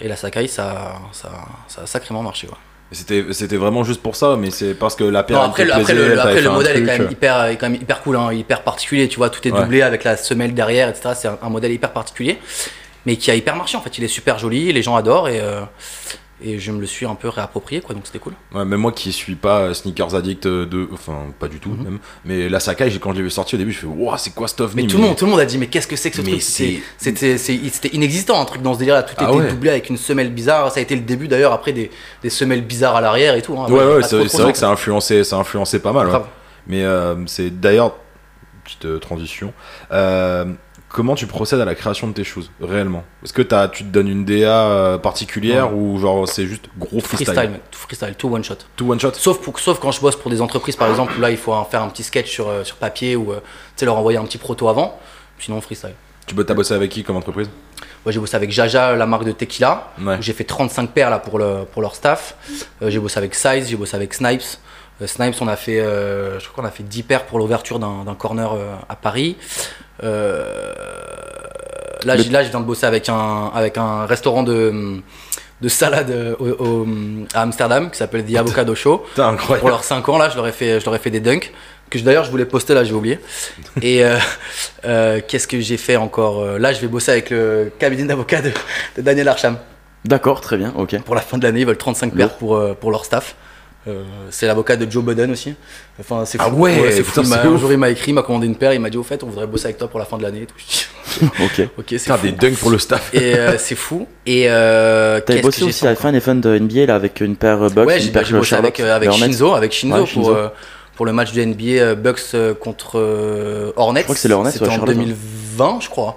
Speaker 2: Et la Sakai, ça, ça, ça a sacrément marché. ouais.
Speaker 1: C'était c'était vraiment juste pour ça mais c'est parce que la paire
Speaker 2: Non,
Speaker 1: elle
Speaker 2: après,
Speaker 1: te
Speaker 2: le- après,
Speaker 1: plaisait,
Speaker 2: le,
Speaker 1: t'avais
Speaker 2: après, le
Speaker 1: fait un
Speaker 2: modèle est
Speaker 1: truc. euh.
Speaker 2: quand, même hyper, est quand même hyper cool, hein, hyper particulier, tu vois, tout est
Speaker 1: Ouais.
Speaker 2: doublé avec la semelle derrière, etc. C'est un, un modèle hyper particulier, mais qui a hyper marché en fait. Il est super joli, les gens adorent et, euh, et je me le suis un peu réapproprié, quoi, donc c'était cool.
Speaker 1: euh, Ouais, même moi qui suis pas euh, sneakers addict euh, de enfin pas du tout
Speaker 2: Mhm.
Speaker 1: même mais la Sakai j'ai- quand je l'ai vu sortir au début je fais waouh c'est quoi cette ovni
Speaker 2: Mais, tout, le monde, tout le monde a dit, mais qu'est-ce que c'est que ce
Speaker 1: mais
Speaker 2: truc
Speaker 1: c'est-
Speaker 2: C'est- C'était c'est- c'était inexistant un truc dans ce délire là, tout
Speaker 1: Ah
Speaker 2: était
Speaker 1: ouais.
Speaker 2: doublé avec une semelle bizarre. Ça a été le début d'ailleurs, après des, des semelles bizarres à l'arrière et tout. hein.
Speaker 1: Ouais, ouais,
Speaker 2: pas trop
Speaker 1: c'est
Speaker 2: trop
Speaker 1: c'est vrai
Speaker 2: genre.
Speaker 1: que ça a influencé, ça a influencé pas mal. hein. ouais.
Speaker 2: Grave.
Speaker 1: Mais euh, c'est d'ailleurs, petite euh, transition, euh, comment tu procèdes à la création de tes choses, réellement Est-ce que t'as- tu te donnes une DA euh, particulière ou genre c'est juste gros freestyle,
Speaker 2: Freestyle, mec, tout freestyle, tout one shot.
Speaker 1: Tout one shot
Speaker 2: Sauf, pour, sauf quand je bosse pour des entreprises, par exemple, où là, il faut en faire un petit sketch sur, euh, sur papier ou euh, tu sais, leur envoyer un petit proto avant. Sinon, freestyle.
Speaker 1: Tu peux t'as bossé avec qui comme entreprise
Speaker 2: Moi, j'ai bossé avec Jaja, la marque de tequila.
Speaker 1: Ouais.
Speaker 2: où J'ai fait 35 paires là, pour, le, pour leur staff. Euh, j'ai bossé avec Size, j'ai bossé avec Snipes. Euh, Snipes, on a fait, euh, je crois qu'on a fait 10 paires pour l'ouverture d'un d'un corner euh, à Paris. Euh, là,
Speaker 3: Le-
Speaker 2: j'ai- là, je viens de bosser avec un, avec un restaurant de, de salade euh, au- au- à Amsterdam qui s'appelle The Avocado Show
Speaker 1: Putain, incroyable.
Speaker 2: pour leurs 5 ans là je leur ai fait je leur ai fait des dunks que je- d'ailleurs je voulais poster là j'ai oublié et euh, euh, qu'est-ce que j'ai fait encore Euh, là je vais bosser avec le cabinet d'avocats de, de Daniel Archam
Speaker 3: D'accord, très bien, ok.
Speaker 2: pour la fin de l'année ils veulent 35 paires
Speaker 3: Lourd.
Speaker 2: pour euh, pour leur staff Euh, c'est l'avocat de Joe Budden aussi. Enfin, c'est fou.
Speaker 1: Ah ouais,
Speaker 2: c'est
Speaker 1: putain,
Speaker 2: fou. Il m'a-
Speaker 1: c'est
Speaker 2: un
Speaker 1: ouf.
Speaker 2: jour, il m'a écrit, il m'a commandé une paire. Il m'a dit, au fait, on voudrait bosser avec toi pour la fin de l'année. et tout. Je dis,
Speaker 3: ok.
Speaker 2: Ok, c'est
Speaker 1: Putain,
Speaker 2: fou.
Speaker 1: des dunks pour le staff.
Speaker 2: Et euh, c'est fou. Et euh, qu'est-ce
Speaker 3: T'avais
Speaker 2: que
Speaker 3: bossé
Speaker 2: j'ai
Speaker 3: aussi
Speaker 2: fait
Speaker 3: à FN FN de NBA là, avec une paire euh, Bucks,
Speaker 2: Ouais,
Speaker 3: une
Speaker 2: j'ai
Speaker 3: paire
Speaker 2: j'ai bossé
Speaker 3: Charlotte,
Speaker 2: avec, euh, avec
Speaker 3: les Hornets.
Speaker 2: Shinzo, avec Shinzo
Speaker 3: Ouais,
Speaker 2: pour,
Speaker 3: Shinzo.
Speaker 2: euh, pour le match du NBA euh, Bucks euh, contre euh, Hornets.
Speaker 3: Je crois que c'est les Hornets,
Speaker 2: C'était
Speaker 3: ouais,
Speaker 2: en
Speaker 3: Charlotte,
Speaker 2: 2020, je crois.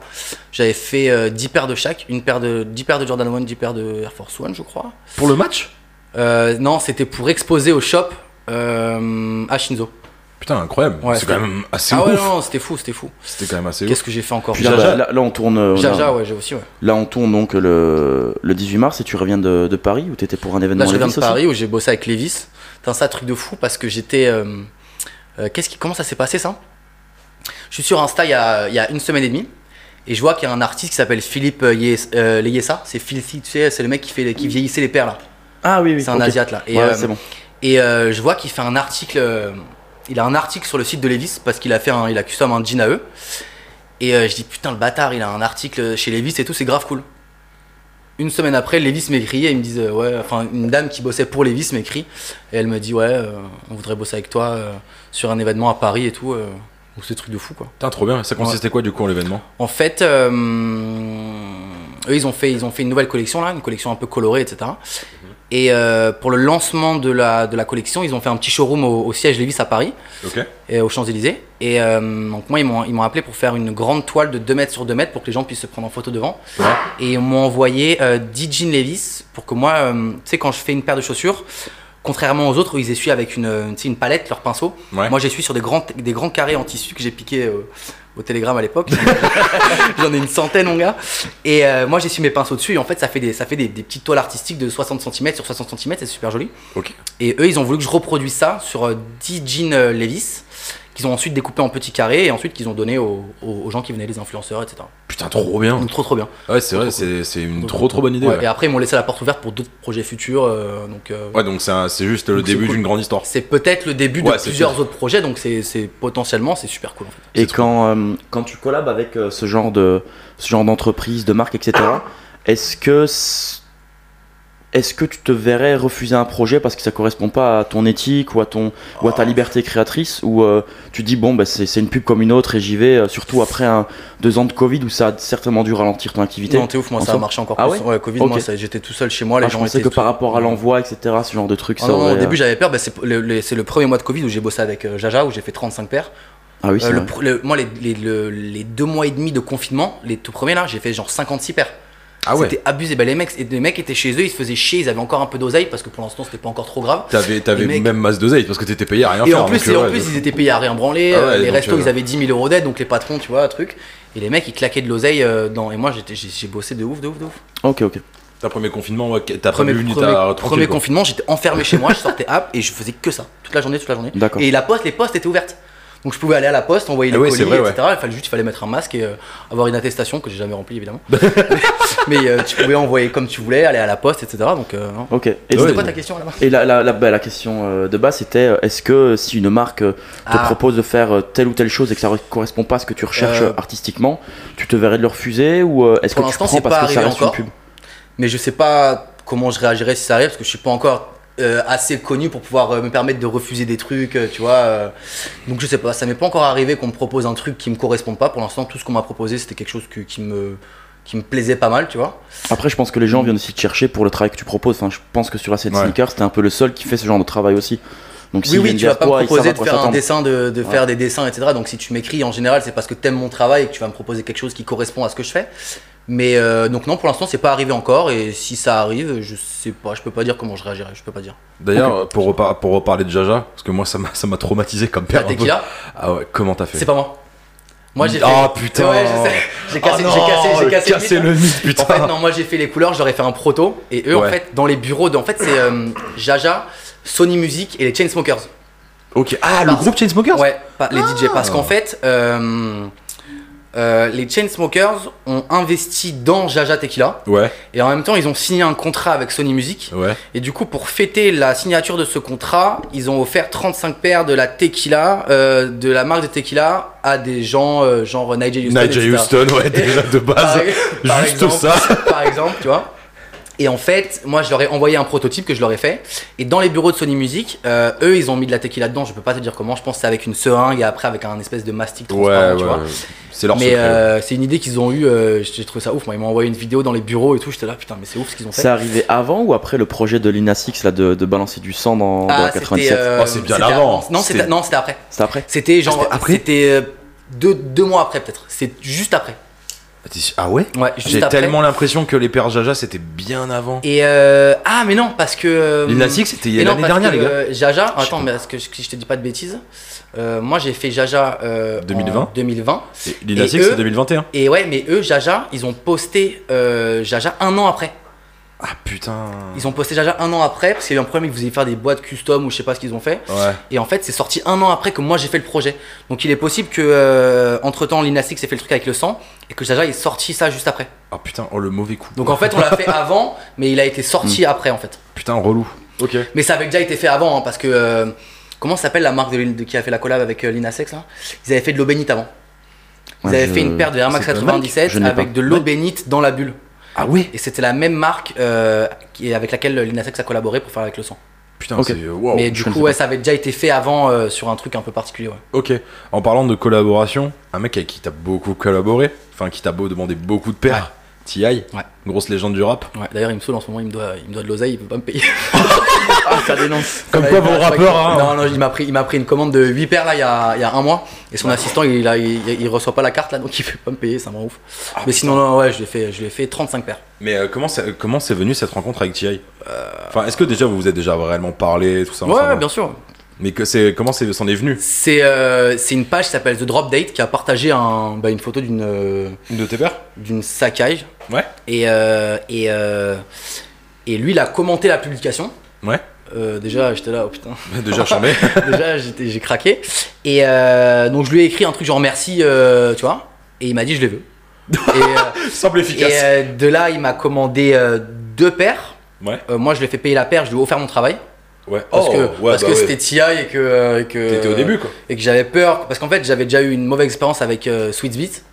Speaker 2: J'avais fait euh, 10 paires de chaque, une paire de 10 paires de Jordan 1, 10 paires de Air Force One, je crois.
Speaker 1: pour le match
Speaker 2: Euh, non, c'était pour exposer au shop euh, à Shinzo.
Speaker 1: Putain, incroyable.
Speaker 2: Ouais,
Speaker 1: c'est quand
Speaker 2: c'était-
Speaker 1: même assez
Speaker 2: Ah ouais,
Speaker 1: ouf.
Speaker 2: non, non, c'était fou, c'était fou.
Speaker 1: C'était quand même assez ouf.
Speaker 2: Qu'est-ce que j'ai fait encore
Speaker 3: Puis là,
Speaker 1: Jaja.
Speaker 3: bah, là- là, on tourne. euh, on a-
Speaker 2: Jaja, ouais, j'ai aussi, ouais.
Speaker 3: Là, on tourne donc euh, le, le 18 mars et tu reviens de, de Paris où t'étais pour un événement
Speaker 2: Là, je
Speaker 3: à
Speaker 2: reviens de
Speaker 3: Levis aussi
Speaker 2: Paris où j'ai bossé avec Lévis. Putain, ça, truc de fou parce que j'étais. euh, euh, qu'est-ce qui, comment ça s'est passé ça Je suis sur Insta il y, a, il y a une semaine et demie et je vois qu'il y a un artiste qui s'appelle Philippe euh, Yes- euh, Leyesa. C'est Filthy, tu sais, c'est le mec qui, fait, les- qui vieillissait les pères là.
Speaker 3: Ah oui, oui.
Speaker 2: C'est un
Speaker 3: ok.
Speaker 2: asiate là. Et,
Speaker 3: ouais,
Speaker 2: euh,
Speaker 3: c'est bon.
Speaker 2: et euh, je vois qu'il fait un article. euh, il a un article sur le site de Levis parce qu'il a fait un, il a custom un jean à eux. Et euh, je dis putain le bâtard, il a un article chez Levis et tout, c'est grave cool. Une semaine après, Levis m'écrit et ils me disent euh, ouais, enfin une dame qui bossait pour Levis m'écrit et elle me dit ouais, euh, on voudrait bosser avec toi euh, sur un événement à Paris et tout. euh. donc c'est truc de fou quoi.
Speaker 1: Putain, trop bien. Ça consistait quoi du coup en l'événement
Speaker 2: En fait, euh, Eux, ils ont fait, ils ont fait une nouvelle collection là, une collection un peu colorée, etc. Et euh, pour le lancement de la, de la collection, ils ont fait un petit showroom au, au siège Lévis à Paris,
Speaker 1: Ok.
Speaker 2: et aux Champs-Élysées. Et euh, donc, moi, ils m'ont ils m'ont appelé pour faire une grande toile de 2 mètres sur 2 mètres pour que les gens puissent se prendre en photo devant.
Speaker 1: Ouais.
Speaker 2: Et ils m'ont envoyé euh, 10 jeans Levis pour que moi, euh, tu sais, quand je fais une paire de chaussures, contrairement aux autres où ils essuient avec une, euh, tu sais, une palette, leur pinceau,
Speaker 1: Ouais.
Speaker 2: moi j'essuie sur des grands, des grands carrés en tissu que j'ai piqué euh, au Telegram à l'époque. J'en ai une centaine, mon gars. Et euh, moi j'essuie mes pinceaux dessus et en fait ça fait des, ça fait des, des petites toiles artistiques de 60 cm sur 60 cm, c'est super joli.
Speaker 1: Ok.
Speaker 2: Et eux, ils ont voulu que je reproduise ça sur euh, 10 jeans euh, Levis qu'ils ont ensuite découpé en petits carrés et ensuite qu'ils ont donné aux, aux- aux gens qui venaient, les influenceurs, etc.
Speaker 1: Putain, trop bien.
Speaker 2: Donc trop trop bien.
Speaker 1: Ouais, c'est vrai, c'est c'est une trop trop bonne idée.
Speaker 2: Ouais,
Speaker 1: Ouais,
Speaker 2: Et après, ils m'ont laissé la porte ouverte pour d'autres projets futurs. euh, donc, euh,
Speaker 1: Ouais, donc c'est un- c'est juste le
Speaker 2: Donc, c'est
Speaker 1: début
Speaker 2: cool.
Speaker 1: d'une grande histoire.
Speaker 2: c'est peut-être le début
Speaker 1: Ouais,
Speaker 2: de
Speaker 1: c'est
Speaker 2: plusieurs
Speaker 1: cool.
Speaker 2: autres projets. Donc, c'est c'est- potentiellement, c'est super cool. En fait.
Speaker 3: Et quand, euh, quand tu collabes avec euh, ce genre de ce genre d'entreprise, de marque, etc., est-ce que c- est-ce que tu te verrais refuser un projet parce que ça correspond pas à ton éthique ou à ton
Speaker 2: Ah.
Speaker 3: ou à ta liberté créatrice ou euh, tu dis bon bah c'est c'est une pub comme une autre et j'y vais euh, surtout après un, deux ans de Covid où ça a certainement dû ralentir ton activité.
Speaker 2: Non, t'es ouf, moi,
Speaker 3: en
Speaker 2: ça a
Speaker 3: soi-
Speaker 2: marché encore
Speaker 3: Ah
Speaker 2: plus. Ouais, Covid,
Speaker 3: Ok.
Speaker 2: moi, ça- j'étais tout seul chez moi.
Speaker 3: Ah,
Speaker 2: les
Speaker 3: je
Speaker 2: gens
Speaker 3: pensais
Speaker 2: étaient
Speaker 3: que par
Speaker 2: tout-
Speaker 3: rapport à l'envoi, etc., ce genre de truc,
Speaker 2: Ah
Speaker 3: ça
Speaker 2: non, non,
Speaker 3: aurait,
Speaker 2: au début
Speaker 3: euh,
Speaker 2: j'avais peur, bah, c'est le, le- c'est le premier mois de Covid où j'ai bossé avec euh, Jaja, où j'ai fait 35 paires.
Speaker 3: ah oui,
Speaker 2: Euh,
Speaker 3: c'est
Speaker 2: le
Speaker 3: vrai.
Speaker 2: pr- le- moi les, les- le- les deux mois et demi de confinement, les tout premiers là, j'ai fait genre 56 paires.
Speaker 1: Ah ouais.
Speaker 2: C'était abusé. Bah, les, mecs, les mecs étaient chez eux, ils se faisaient chier, ils avaient encore un peu d'oseille parce que pour l'instant c'était pas encore trop grave.
Speaker 1: T'avais
Speaker 2: Les
Speaker 1: t'avais
Speaker 2: mecs-
Speaker 1: même masse d'oseille parce que t'étais payé à rien
Speaker 2: Et
Speaker 1: faire.
Speaker 2: en plus,
Speaker 1: donc,
Speaker 3: euh,
Speaker 2: et en
Speaker 1: ouais,
Speaker 2: plus
Speaker 1: de-
Speaker 2: ils étaient payés à rien branler.
Speaker 1: Ah
Speaker 2: euh,
Speaker 1: ouais,
Speaker 2: les
Speaker 1: donc,
Speaker 2: restos,
Speaker 1: euh,
Speaker 2: ils avaient 10 000 euros d'aide, donc les patrons, tu vois, truc. Et les mecs, ils claquaient de l'oseille euh, dans. Et moi, j'étais- j'ai j'ai bossé de ouf, de ouf, de ouf.
Speaker 3: Ok, ok.
Speaker 1: T'as premier confinement, ouais, t'as pas
Speaker 2: Premier,
Speaker 1: bu ni
Speaker 2: premier-
Speaker 1: t'as
Speaker 2: premier
Speaker 1: euh, tranquille, quoi.
Speaker 2: confinement, j'étais enfermé chez moi, je sortais app et je faisais que ça. Toute la journée, toute la journée.
Speaker 3: D'accord.
Speaker 2: Et la poste, les postes étaient ouvertes. Donc je pouvais aller à la poste, envoyer
Speaker 1: Ah
Speaker 2: les
Speaker 1: ouais,
Speaker 2: colis,
Speaker 1: c'est vrai, ouais.
Speaker 2: etc. Il fallait juste, il fallait mettre un masque et euh, avoir une attestation que j'ai jamais remplie évidemment. mais euh, tu pouvais envoyer comme tu voulais, aller à la poste, etc. Donc euh, non.
Speaker 3: Ok. Et
Speaker 1: Ouais,
Speaker 2: c'était
Speaker 3: c'était-
Speaker 2: quoi ta question là-bas
Speaker 3: Et la, la, la, bah, la question euh, de base, c'était euh, est-ce que euh, si une marque euh, te
Speaker 2: Ah.
Speaker 3: propose de faire euh, telle ou telle chose et que ça ne correspond pas à ce que tu recherches
Speaker 2: Euh.
Speaker 3: euh, artistiquement, tu te verrais de le refuser ou euh, est-ce que
Speaker 2: Pour
Speaker 3: tu
Speaker 2: l'instant,
Speaker 3: prends
Speaker 2: c'est
Speaker 3: parce
Speaker 2: pas
Speaker 3: que ça
Speaker 2: arrivé
Speaker 3: reste une
Speaker 2: encore.
Speaker 3: pub
Speaker 2: Mais je sais pas comment je réagirais si ça arrive parce que je suis pas encore euh, assez connu pour pouvoir euh, me permettre de refuser des trucs, euh, tu vois. euh. donc je sais pas, ça m'est pas encore arrivé qu'on me propose un truc qui me correspond pas. Pour l'instant, tout ce qu'on m'a proposé, c'était quelque chose que- qui me qui me plaisait pas mal, tu vois.
Speaker 3: Après, je pense que les gens viennent aussi te chercher pour le travail que tu proposes. Enfin, je pense que sur la scène
Speaker 1: Ouais.
Speaker 3: sneakers, t'es un peu le seul qui fait ce genre de travail aussi. Donc,
Speaker 2: Oui,
Speaker 3: s'ils
Speaker 2: oui,
Speaker 3: viennent
Speaker 2: tu vas
Speaker 3: vers
Speaker 2: pas
Speaker 3: toi,
Speaker 2: me
Speaker 3: ils savent
Speaker 2: proposer
Speaker 3: à
Speaker 2: de
Speaker 3: quoi
Speaker 2: faire un
Speaker 3: s'attendre.
Speaker 2: dessin, de, de
Speaker 3: Ouais.
Speaker 2: faire des dessins, etc. Donc si tu m'écris, en général, c'est parce que t'aimes mon travail et que tu vas me proposer quelque chose qui correspond à ce que je fais. Mais euh, donc non, pour l'instant, c'est pas arrivé encore. Et si ça arrive, je sais pas, je peux pas dire comment je réagirai, je peux pas dire.
Speaker 1: D'ailleurs, pour, repar- pour reparler de Jaja, parce que moi ça m'a ça m'a traumatisé comme père.
Speaker 2: La
Speaker 1: un peu.
Speaker 2: tequila,
Speaker 1: Ah ouais, comment t'as fait
Speaker 2: c'est pas moi. Moi, j'ai fait.
Speaker 1: Ah putain
Speaker 2: Ouais, je sais. J'ai
Speaker 1: Ah
Speaker 2: cassé,
Speaker 1: non,
Speaker 2: j'ai cassé, j'ai cassé,
Speaker 1: cassé
Speaker 2: mythe.
Speaker 1: le mythe, putain
Speaker 2: En fait, non, moi j'ai fait les couleurs, j'aurais fait un proto. Et eux,
Speaker 1: Ouais.
Speaker 2: en fait, dans les bureaux, de, en fait, c'est euh, Jaja, Sony Music et les Chainsmokers.
Speaker 1: Ok, ah, le
Speaker 2: Parce-
Speaker 1: groupe Chainsmokers
Speaker 2: Ouais, pas- les
Speaker 1: Ah.
Speaker 2: DJ. Parce qu'en fait, euh, euh, les Chainsmokers ont investi dans Jaja Tequila
Speaker 1: Ouais,
Speaker 2: et en même temps, ils ont signé un contrat avec Sony Music.
Speaker 1: ouais.
Speaker 2: Et du coup, pour fêter la signature de ce contrat, ils ont offert 35 paires de la tequila, euh, de la marque de tequila, à des gens euh, genre Nigel Houston.
Speaker 1: Nigel
Speaker 2: etc.
Speaker 1: Houston, ouais, déjà de
Speaker 2: Par-
Speaker 1: base.
Speaker 2: par
Speaker 1: Ah, Juste
Speaker 2: exemple,
Speaker 1: ça.
Speaker 2: Par exemple, tu vois. Et en fait, moi, je leur ai envoyé un prototype que je leur ai fait. Et dans les bureaux de Sony Music, euh, eux, ils ont mis de la tequila dedans. Je peux pas te dire comment. Je pense que c'est avec une seringue et après avec un espèce de mastic transparent,
Speaker 1: Ouais,
Speaker 2: tu
Speaker 1: ouais.
Speaker 2: vois.
Speaker 1: C'est leur
Speaker 2: Mais
Speaker 1: secret. ouais.
Speaker 2: euh, c'est une idée qu'ils ont eue. euh, J'ai trouvé ça ouf. Moi, ils m'ont envoyé une vidéo dans les bureaux et tout. J'étais là, putain, mais c'est ouf ce qu'ils ont fait.
Speaker 3: C'est arrivé avant ou après le projet de Lina Six là, de, de balancer du sang dans,
Speaker 2: Ah,
Speaker 3: dans
Speaker 2: c'était,
Speaker 3: 97
Speaker 2: euh,
Speaker 1: Oh, c'est bien
Speaker 2: c'était
Speaker 1: avant.
Speaker 2: avant. Non, c'était
Speaker 1: C'était-
Speaker 2: non, c'était après.
Speaker 3: C'est après
Speaker 2: C'était genre.
Speaker 1: c'était après
Speaker 2: C'était euh, deux, deux mois après, peut-être. C'est juste après.
Speaker 1: T'es- Ah ouais
Speaker 2: Ouais, juste
Speaker 1: J'ai
Speaker 2: après.
Speaker 1: tellement l'impression que les pères Jaja c'était bien avant.
Speaker 2: Et euh, ah, mais non, parce que. euh,
Speaker 1: Lil Nas X, c'était
Speaker 2: Mais non,
Speaker 1: l'année
Speaker 2: parce
Speaker 1: dernière,
Speaker 2: que,
Speaker 1: les gars.
Speaker 2: euh, Jaja,
Speaker 1: Je sais
Speaker 2: attends,
Speaker 1: pas.
Speaker 2: mais est-ce que je- si je te dis pas de bêtises, euh, moi j'ai fait Jaja euh,
Speaker 1: 2020.
Speaker 2: en 2020.
Speaker 1: Et Lil Nas X,
Speaker 2: euh, et
Speaker 1: c'est
Speaker 2: eux-
Speaker 1: 2021.
Speaker 2: Et ouais, mais eux, Jaja, ils ont posté euh, Jaja un an après.
Speaker 1: Ah putain.
Speaker 2: Ils ont posté Jaja un an après parce qu'il y a eu un problème, ils voulaient faire des boîtes custom ou je sais pas ce qu'ils ont fait.
Speaker 1: Ouais.
Speaker 2: Et en fait, c'est sorti un an après que moi j'ai fait le projet. Donc il est possible que euh, entre temps, Linasix ait fait le truc avec le sang et que Jaja ait sorti ça juste après.
Speaker 1: Ah putain, oh le mauvais coup.
Speaker 2: Donc en fait, on l'a fait avant, mais il a été
Speaker 1: Hmm.
Speaker 2: sorti après en fait.
Speaker 1: Putain, relou. Ok.
Speaker 2: Mais ça avait déjà été fait avant, hein, parce que. euh, comment s'appelle la marque de, l'île de- qui a fait la collab avec euh, Lina Sex là Ils avaient fait de l'eau bénite avant. Ils
Speaker 3: Ouais,
Speaker 2: avaient
Speaker 3: je-
Speaker 2: fait une paire de Air Max
Speaker 3: c'est pas
Speaker 2: 97
Speaker 3: Je n'ai
Speaker 2: avec
Speaker 3: pas.
Speaker 2: de l'eau
Speaker 3: Ouais.
Speaker 2: bénite dans la bulle.
Speaker 1: Ah ouais
Speaker 2: Et c'était la même marque euh, qui, avec laquelle Lina Sex a collaboré pour faire avec le sang.
Speaker 1: Putain,
Speaker 3: Ok.
Speaker 1: c'est. Wow.
Speaker 2: Mais du
Speaker 3: Oh, je ne
Speaker 2: coup,
Speaker 3: sais
Speaker 2: ouais, ça avait déjà été fait avant euh, sur un truc un peu particulier. ouais.
Speaker 1: Ok. En parlant de collaboration, un mec avec qui t'as beaucoup collaboré, enfin qui t'a beau demandé beaucoup de paires, TI, grosse légende du rap.
Speaker 2: Ouais, D'ailleurs, il me saoule en ce moment, il me doit, il me doit de l'oseille, il peut pas me payer.
Speaker 3: Ah, ça dénonce.
Speaker 1: Comme
Speaker 2: Ça
Speaker 1: quoi,
Speaker 2: va,
Speaker 1: vos
Speaker 2: il m'a-
Speaker 1: rappeurs, hein.
Speaker 2: Non, non, il m'a pris, il m'a pris une commande de 8 paires là, il y a, il y a un mois. Et son assistant, il, a, il, il reçoit pas la carte là, donc il peut pas me payer, ça me rend ouf.
Speaker 1: Ah,
Speaker 2: Mais sinon, non, ouais, je lui ai fait, je lui ai fait 35 paires.
Speaker 1: Mais euh, comment c'est comment c'est venu cette rencontre avec TI Enfin, est-ce que déjà vous vous êtes déjà réellement parlé tout ça
Speaker 2: Ouais,
Speaker 1: ensemble
Speaker 2: ouais, bien sûr.
Speaker 1: Mais que c'est comment c'est s'en est venu
Speaker 2: C'est, euh, c'est une page qui s'appelle The Drop Date qui a partagé un, bah, une photo d'une, euh,
Speaker 1: de tes pères
Speaker 2: d'une Sakai.
Speaker 1: Ouais.
Speaker 2: Et, euh, et, euh, et lui, il a commenté la publication.
Speaker 1: Ouais.
Speaker 2: Euh, déjà, j'étais là, oh putain.
Speaker 1: Déjà chambé.
Speaker 2: Déjà, j'étais- j'ai craqué. Et euh, donc, je lui ai écrit un truc genre merci, euh, tu vois. Et il m'a dit, je les veux. Et, euh,
Speaker 1: Simple
Speaker 2: et, euh, de là, il m'a commandé euh, deux paires.
Speaker 1: Ouais.
Speaker 2: Euh, moi, je lui ai fait payer la paire, je lui ai offert mon travail.
Speaker 1: Ouais.
Speaker 2: euh, Parce
Speaker 1: Oh,
Speaker 2: que
Speaker 1: ouais,
Speaker 2: parce
Speaker 1: bah
Speaker 2: que
Speaker 1: ouais.
Speaker 2: c'était TI et que. euh, et que
Speaker 1: T'étais au début quoi.
Speaker 2: Et que j'avais peur. Parce qu'en fait, j'avais déjà eu une mauvaise expérience avec euh, Sweetsbeat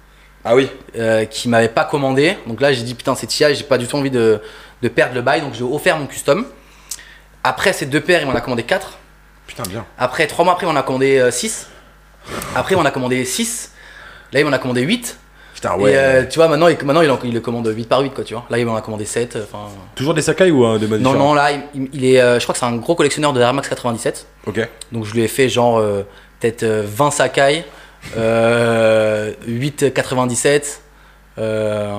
Speaker 1: Ah oui.
Speaker 2: euh, qui m'avait pas commandé. Donc là, j'ai dit putain, c'est TI, j'ai pas du tout envie de, de perdre le bail. Donc, j'ai offert mon custom. Après ces deux paires, il m'en a commandé quatre.
Speaker 1: Putain bien.
Speaker 2: Après, trois mois après, on a commandé 6. Après, on a commandé 6. Là, il m'en a commandé 8.
Speaker 1: Putain Ah ouais.
Speaker 2: Et euh, tu vois, maintenant, il, maintenant il, en- il le commande 8 par 8, quoi, tu vois. Là, il m'en a commandé 7. Enfin,
Speaker 1: Toujours des Sakai ou euh, des Madison
Speaker 2: non, non, là, il, il est, euh, je crois que c'est un gros collectionneur de Air Max 97.
Speaker 1: Ok.
Speaker 2: Donc, je lui ai fait genre euh, peut-être euh, 20 Sakai, euh, 8 97. euh,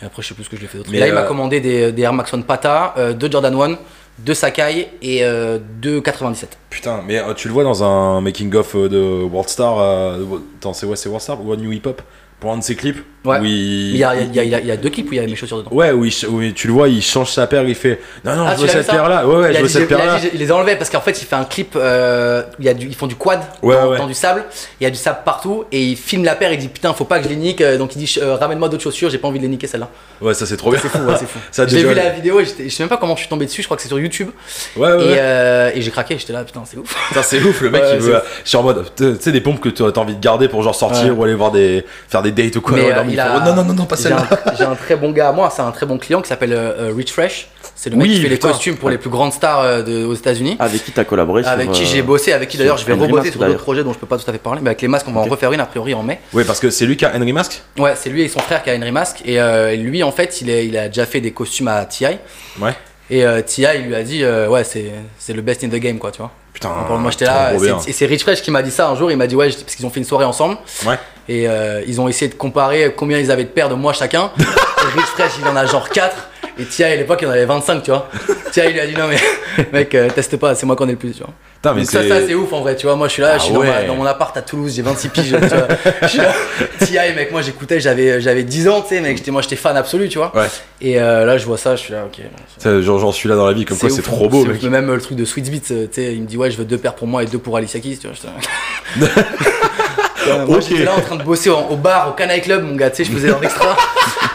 Speaker 2: et après, je sais plus ce que je lui ai fait d'autre.
Speaker 1: Mais,
Speaker 2: Là, il m'a
Speaker 1: euh,
Speaker 2: commandé des, des Air Max One Pata, euh, deux Jordan 1, deux Sakai et euh, deux 97.
Speaker 1: Putain mais euh, tu le vois dans un making of euh, de World Star. euh, attends c'est ouais c'est World Star ou New Hip Hop pour un de ses clips.
Speaker 2: Ouais.
Speaker 1: où il-
Speaker 2: Il y a, il y a- il y a- il y a deux clips où il y a mes chaussures dedans.
Speaker 1: Ouais, où, il ch- où il- tu le vois, il change sa paire, il fait Non, non,
Speaker 2: Ah,
Speaker 1: je
Speaker 2: tu
Speaker 1: veux
Speaker 2: l'as
Speaker 1: cette
Speaker 2: vu, ça
Speaker 1: paire-là. Ouais, ouais,
Speaker 2: il,
Speaker 1: je
Speaker 2: a
Speaker 1: veux
Speaker 2: dit-
Speaker 1: cette
Speaker 2: il a
Speaker 1: paire-là.
Speaker 2: dit- il les a enlevés parce qu'en fait, il fait un clip. euh, il y a du, ils font du quad
Speaker 1: Ouais,
Speaker 2: dans,
Speaker 1: ouais.
Speaker 2: dans du sable. Il y a du sable partout et il filme la paire. Il dit putain, faut pas que je les nique. euh, Donc il dit euh, ramène-moi d'autres chaussures. J'ai pas envie de les niquer celle-là.
Speaker 1: Ouais, ça c'est trop bien.
Speaker 2: C'est fou, ouais, c'est fou.
Speaker 1: Ça
Speaker 2: J'ai vu
Speaker 1: dégueule.
Speaker 2: la vidéo. et j'étais- Je sais même pas comment je suis tombé dessus. Je crois que c'est sur YouTube.
Speaker 1: Ouais, ouais.
Speaker 2: Et,
Speaker 1: ouais.
Speaker 2: euh, et j'ai craqué. J'étais là putain, c'est ouf.
Speaker 1: Putain, c'est ouf, le mec,
Speaker 2: Ouais,
Speaker 1: il
Speaker 2: c'est
Speaker 1: veut. Je suis en mode, tu sais, des pompes que t'as t'as envie de garder pour genre sortir
Speaker 2: Ouais.
Speaker 1: ou aller voir des. faire des dates ou quoi.
Speaker 2: Mais,
Speaker 1: ouais,
Speaker 2: euh,
Speaker 1: non, mais
Speaker 2: il
Speaker 1: il
Speaker 2: a-
Speaker 1: faut- non, non, non, non, pas
Speaker 2: J'ai un,
Speaker 1: celle-là.
Speaker 2: j'ai un très bon gars à moi. C'est un très bon client qui s'appelle euh, euh, Rich Fresh. C'est le mec
Speaker 1: Oui,
Speaker 2: qui fait les
Speaker 1: putain. Ah,
Speaker 2: costumes pour les plus grandes stars euh, de- aux États-Unis.
Speaker 3: Avec qui t'as collaboré
Speaker 2: Avec
Speaker 3: sur,
Speaker 2: qui
Speaker 3: euh,
Speaker 2: j'ai bossé, avec qui d'ailleurs je vais
Speaker 3: sur Henry
Speaker 2: rebosser
Speaker 3: Mask,
Speaker 2: sur d'autres
Speaker 3: d'ailleurs.
Speaker 2: projets dont je peux pas tout à fait parler, mais avec les masques on va
Speaker 3: Ok.
Speaker 2: en refaire une a priori en mai.
Speaker 1: Ouais, parce que c'est lui qui a Henry Mask
Speaker 2: Ouais, c'est lui et son frère qui a Henry Mask. Et euh, lui, en fait, il, est, il a déjà fait des costumes à T.I.
Speaker 1: Ouais.
Speaker 2: Et euh, T.I. il lui a dit, euh, ouais, c'est c'est le best in the game, quoi, tu vois.
Speaker 1: Putain.
Speaker 2: Ah, Pour moi, j'étais là.
Speaker 1: Ah, trop bien.
Speaker 2: c'est- Et c'est Rich Fresh qui m'a dit ça un jour. Il m'a dit, ouais, j'étais- parce qu'ils ont fait une soirée ensemble.
Speaker 1: Ouais.
Speaker 2: Et euh, ils ont essayé de comparer combien ils avaient de paires de moi chacun. Et Rich Fresh, il en a genre 4. Et T.I. à l'époque, il en avait 25, tu vois. T.I. il lui a dit, non, mais mec, euh, teste pas, c'est moi qui en ai le plus, tu vois.
Speaker 1: Putain, mais
Speaker 2: Donc ça,
Speaker 1: c'est.
Speaker 2: ça c'est ouf en vrai, tu vois. Moi je suis là,
Speaker 1: Ah
Speaker 2: je suis dans ma-
Speaker 1: ouais.
Speaker 2: dans, mon appart à Toulouse, j'ai 26 piges. tu vois. Je suis là, TI, mec, moi j'écoutais, j'avais j'avais 10 ans, tu sais, mec, j'étais- moi j'étais fan absolu, tu vois.
Speaker 1: Ouais,
Speaker 2: Et euh, là je vois ça, je suis là, ok.
Speaker 1: Ça, genre, j'en suis là dans la vie, comme quoi c'est
Speaker 2: ouf.
Speaker 1: trop beau,
Speaker 2: C'est
Speaker 1: mec.
Speaker 2: ouf. Même euh, le truc de Sweet Beats, euh, tu sais, il me dit, ouais, je veux deux paires pour moi et deux pour Alicia Keys, tu vois. j'étais là. Ouais, Moi
Speaker 1: Ok.
Speaker 2: j'étais là en train de bosser en- au bar, au Canaille Club, mon gars, tu sais, je faisais un extra.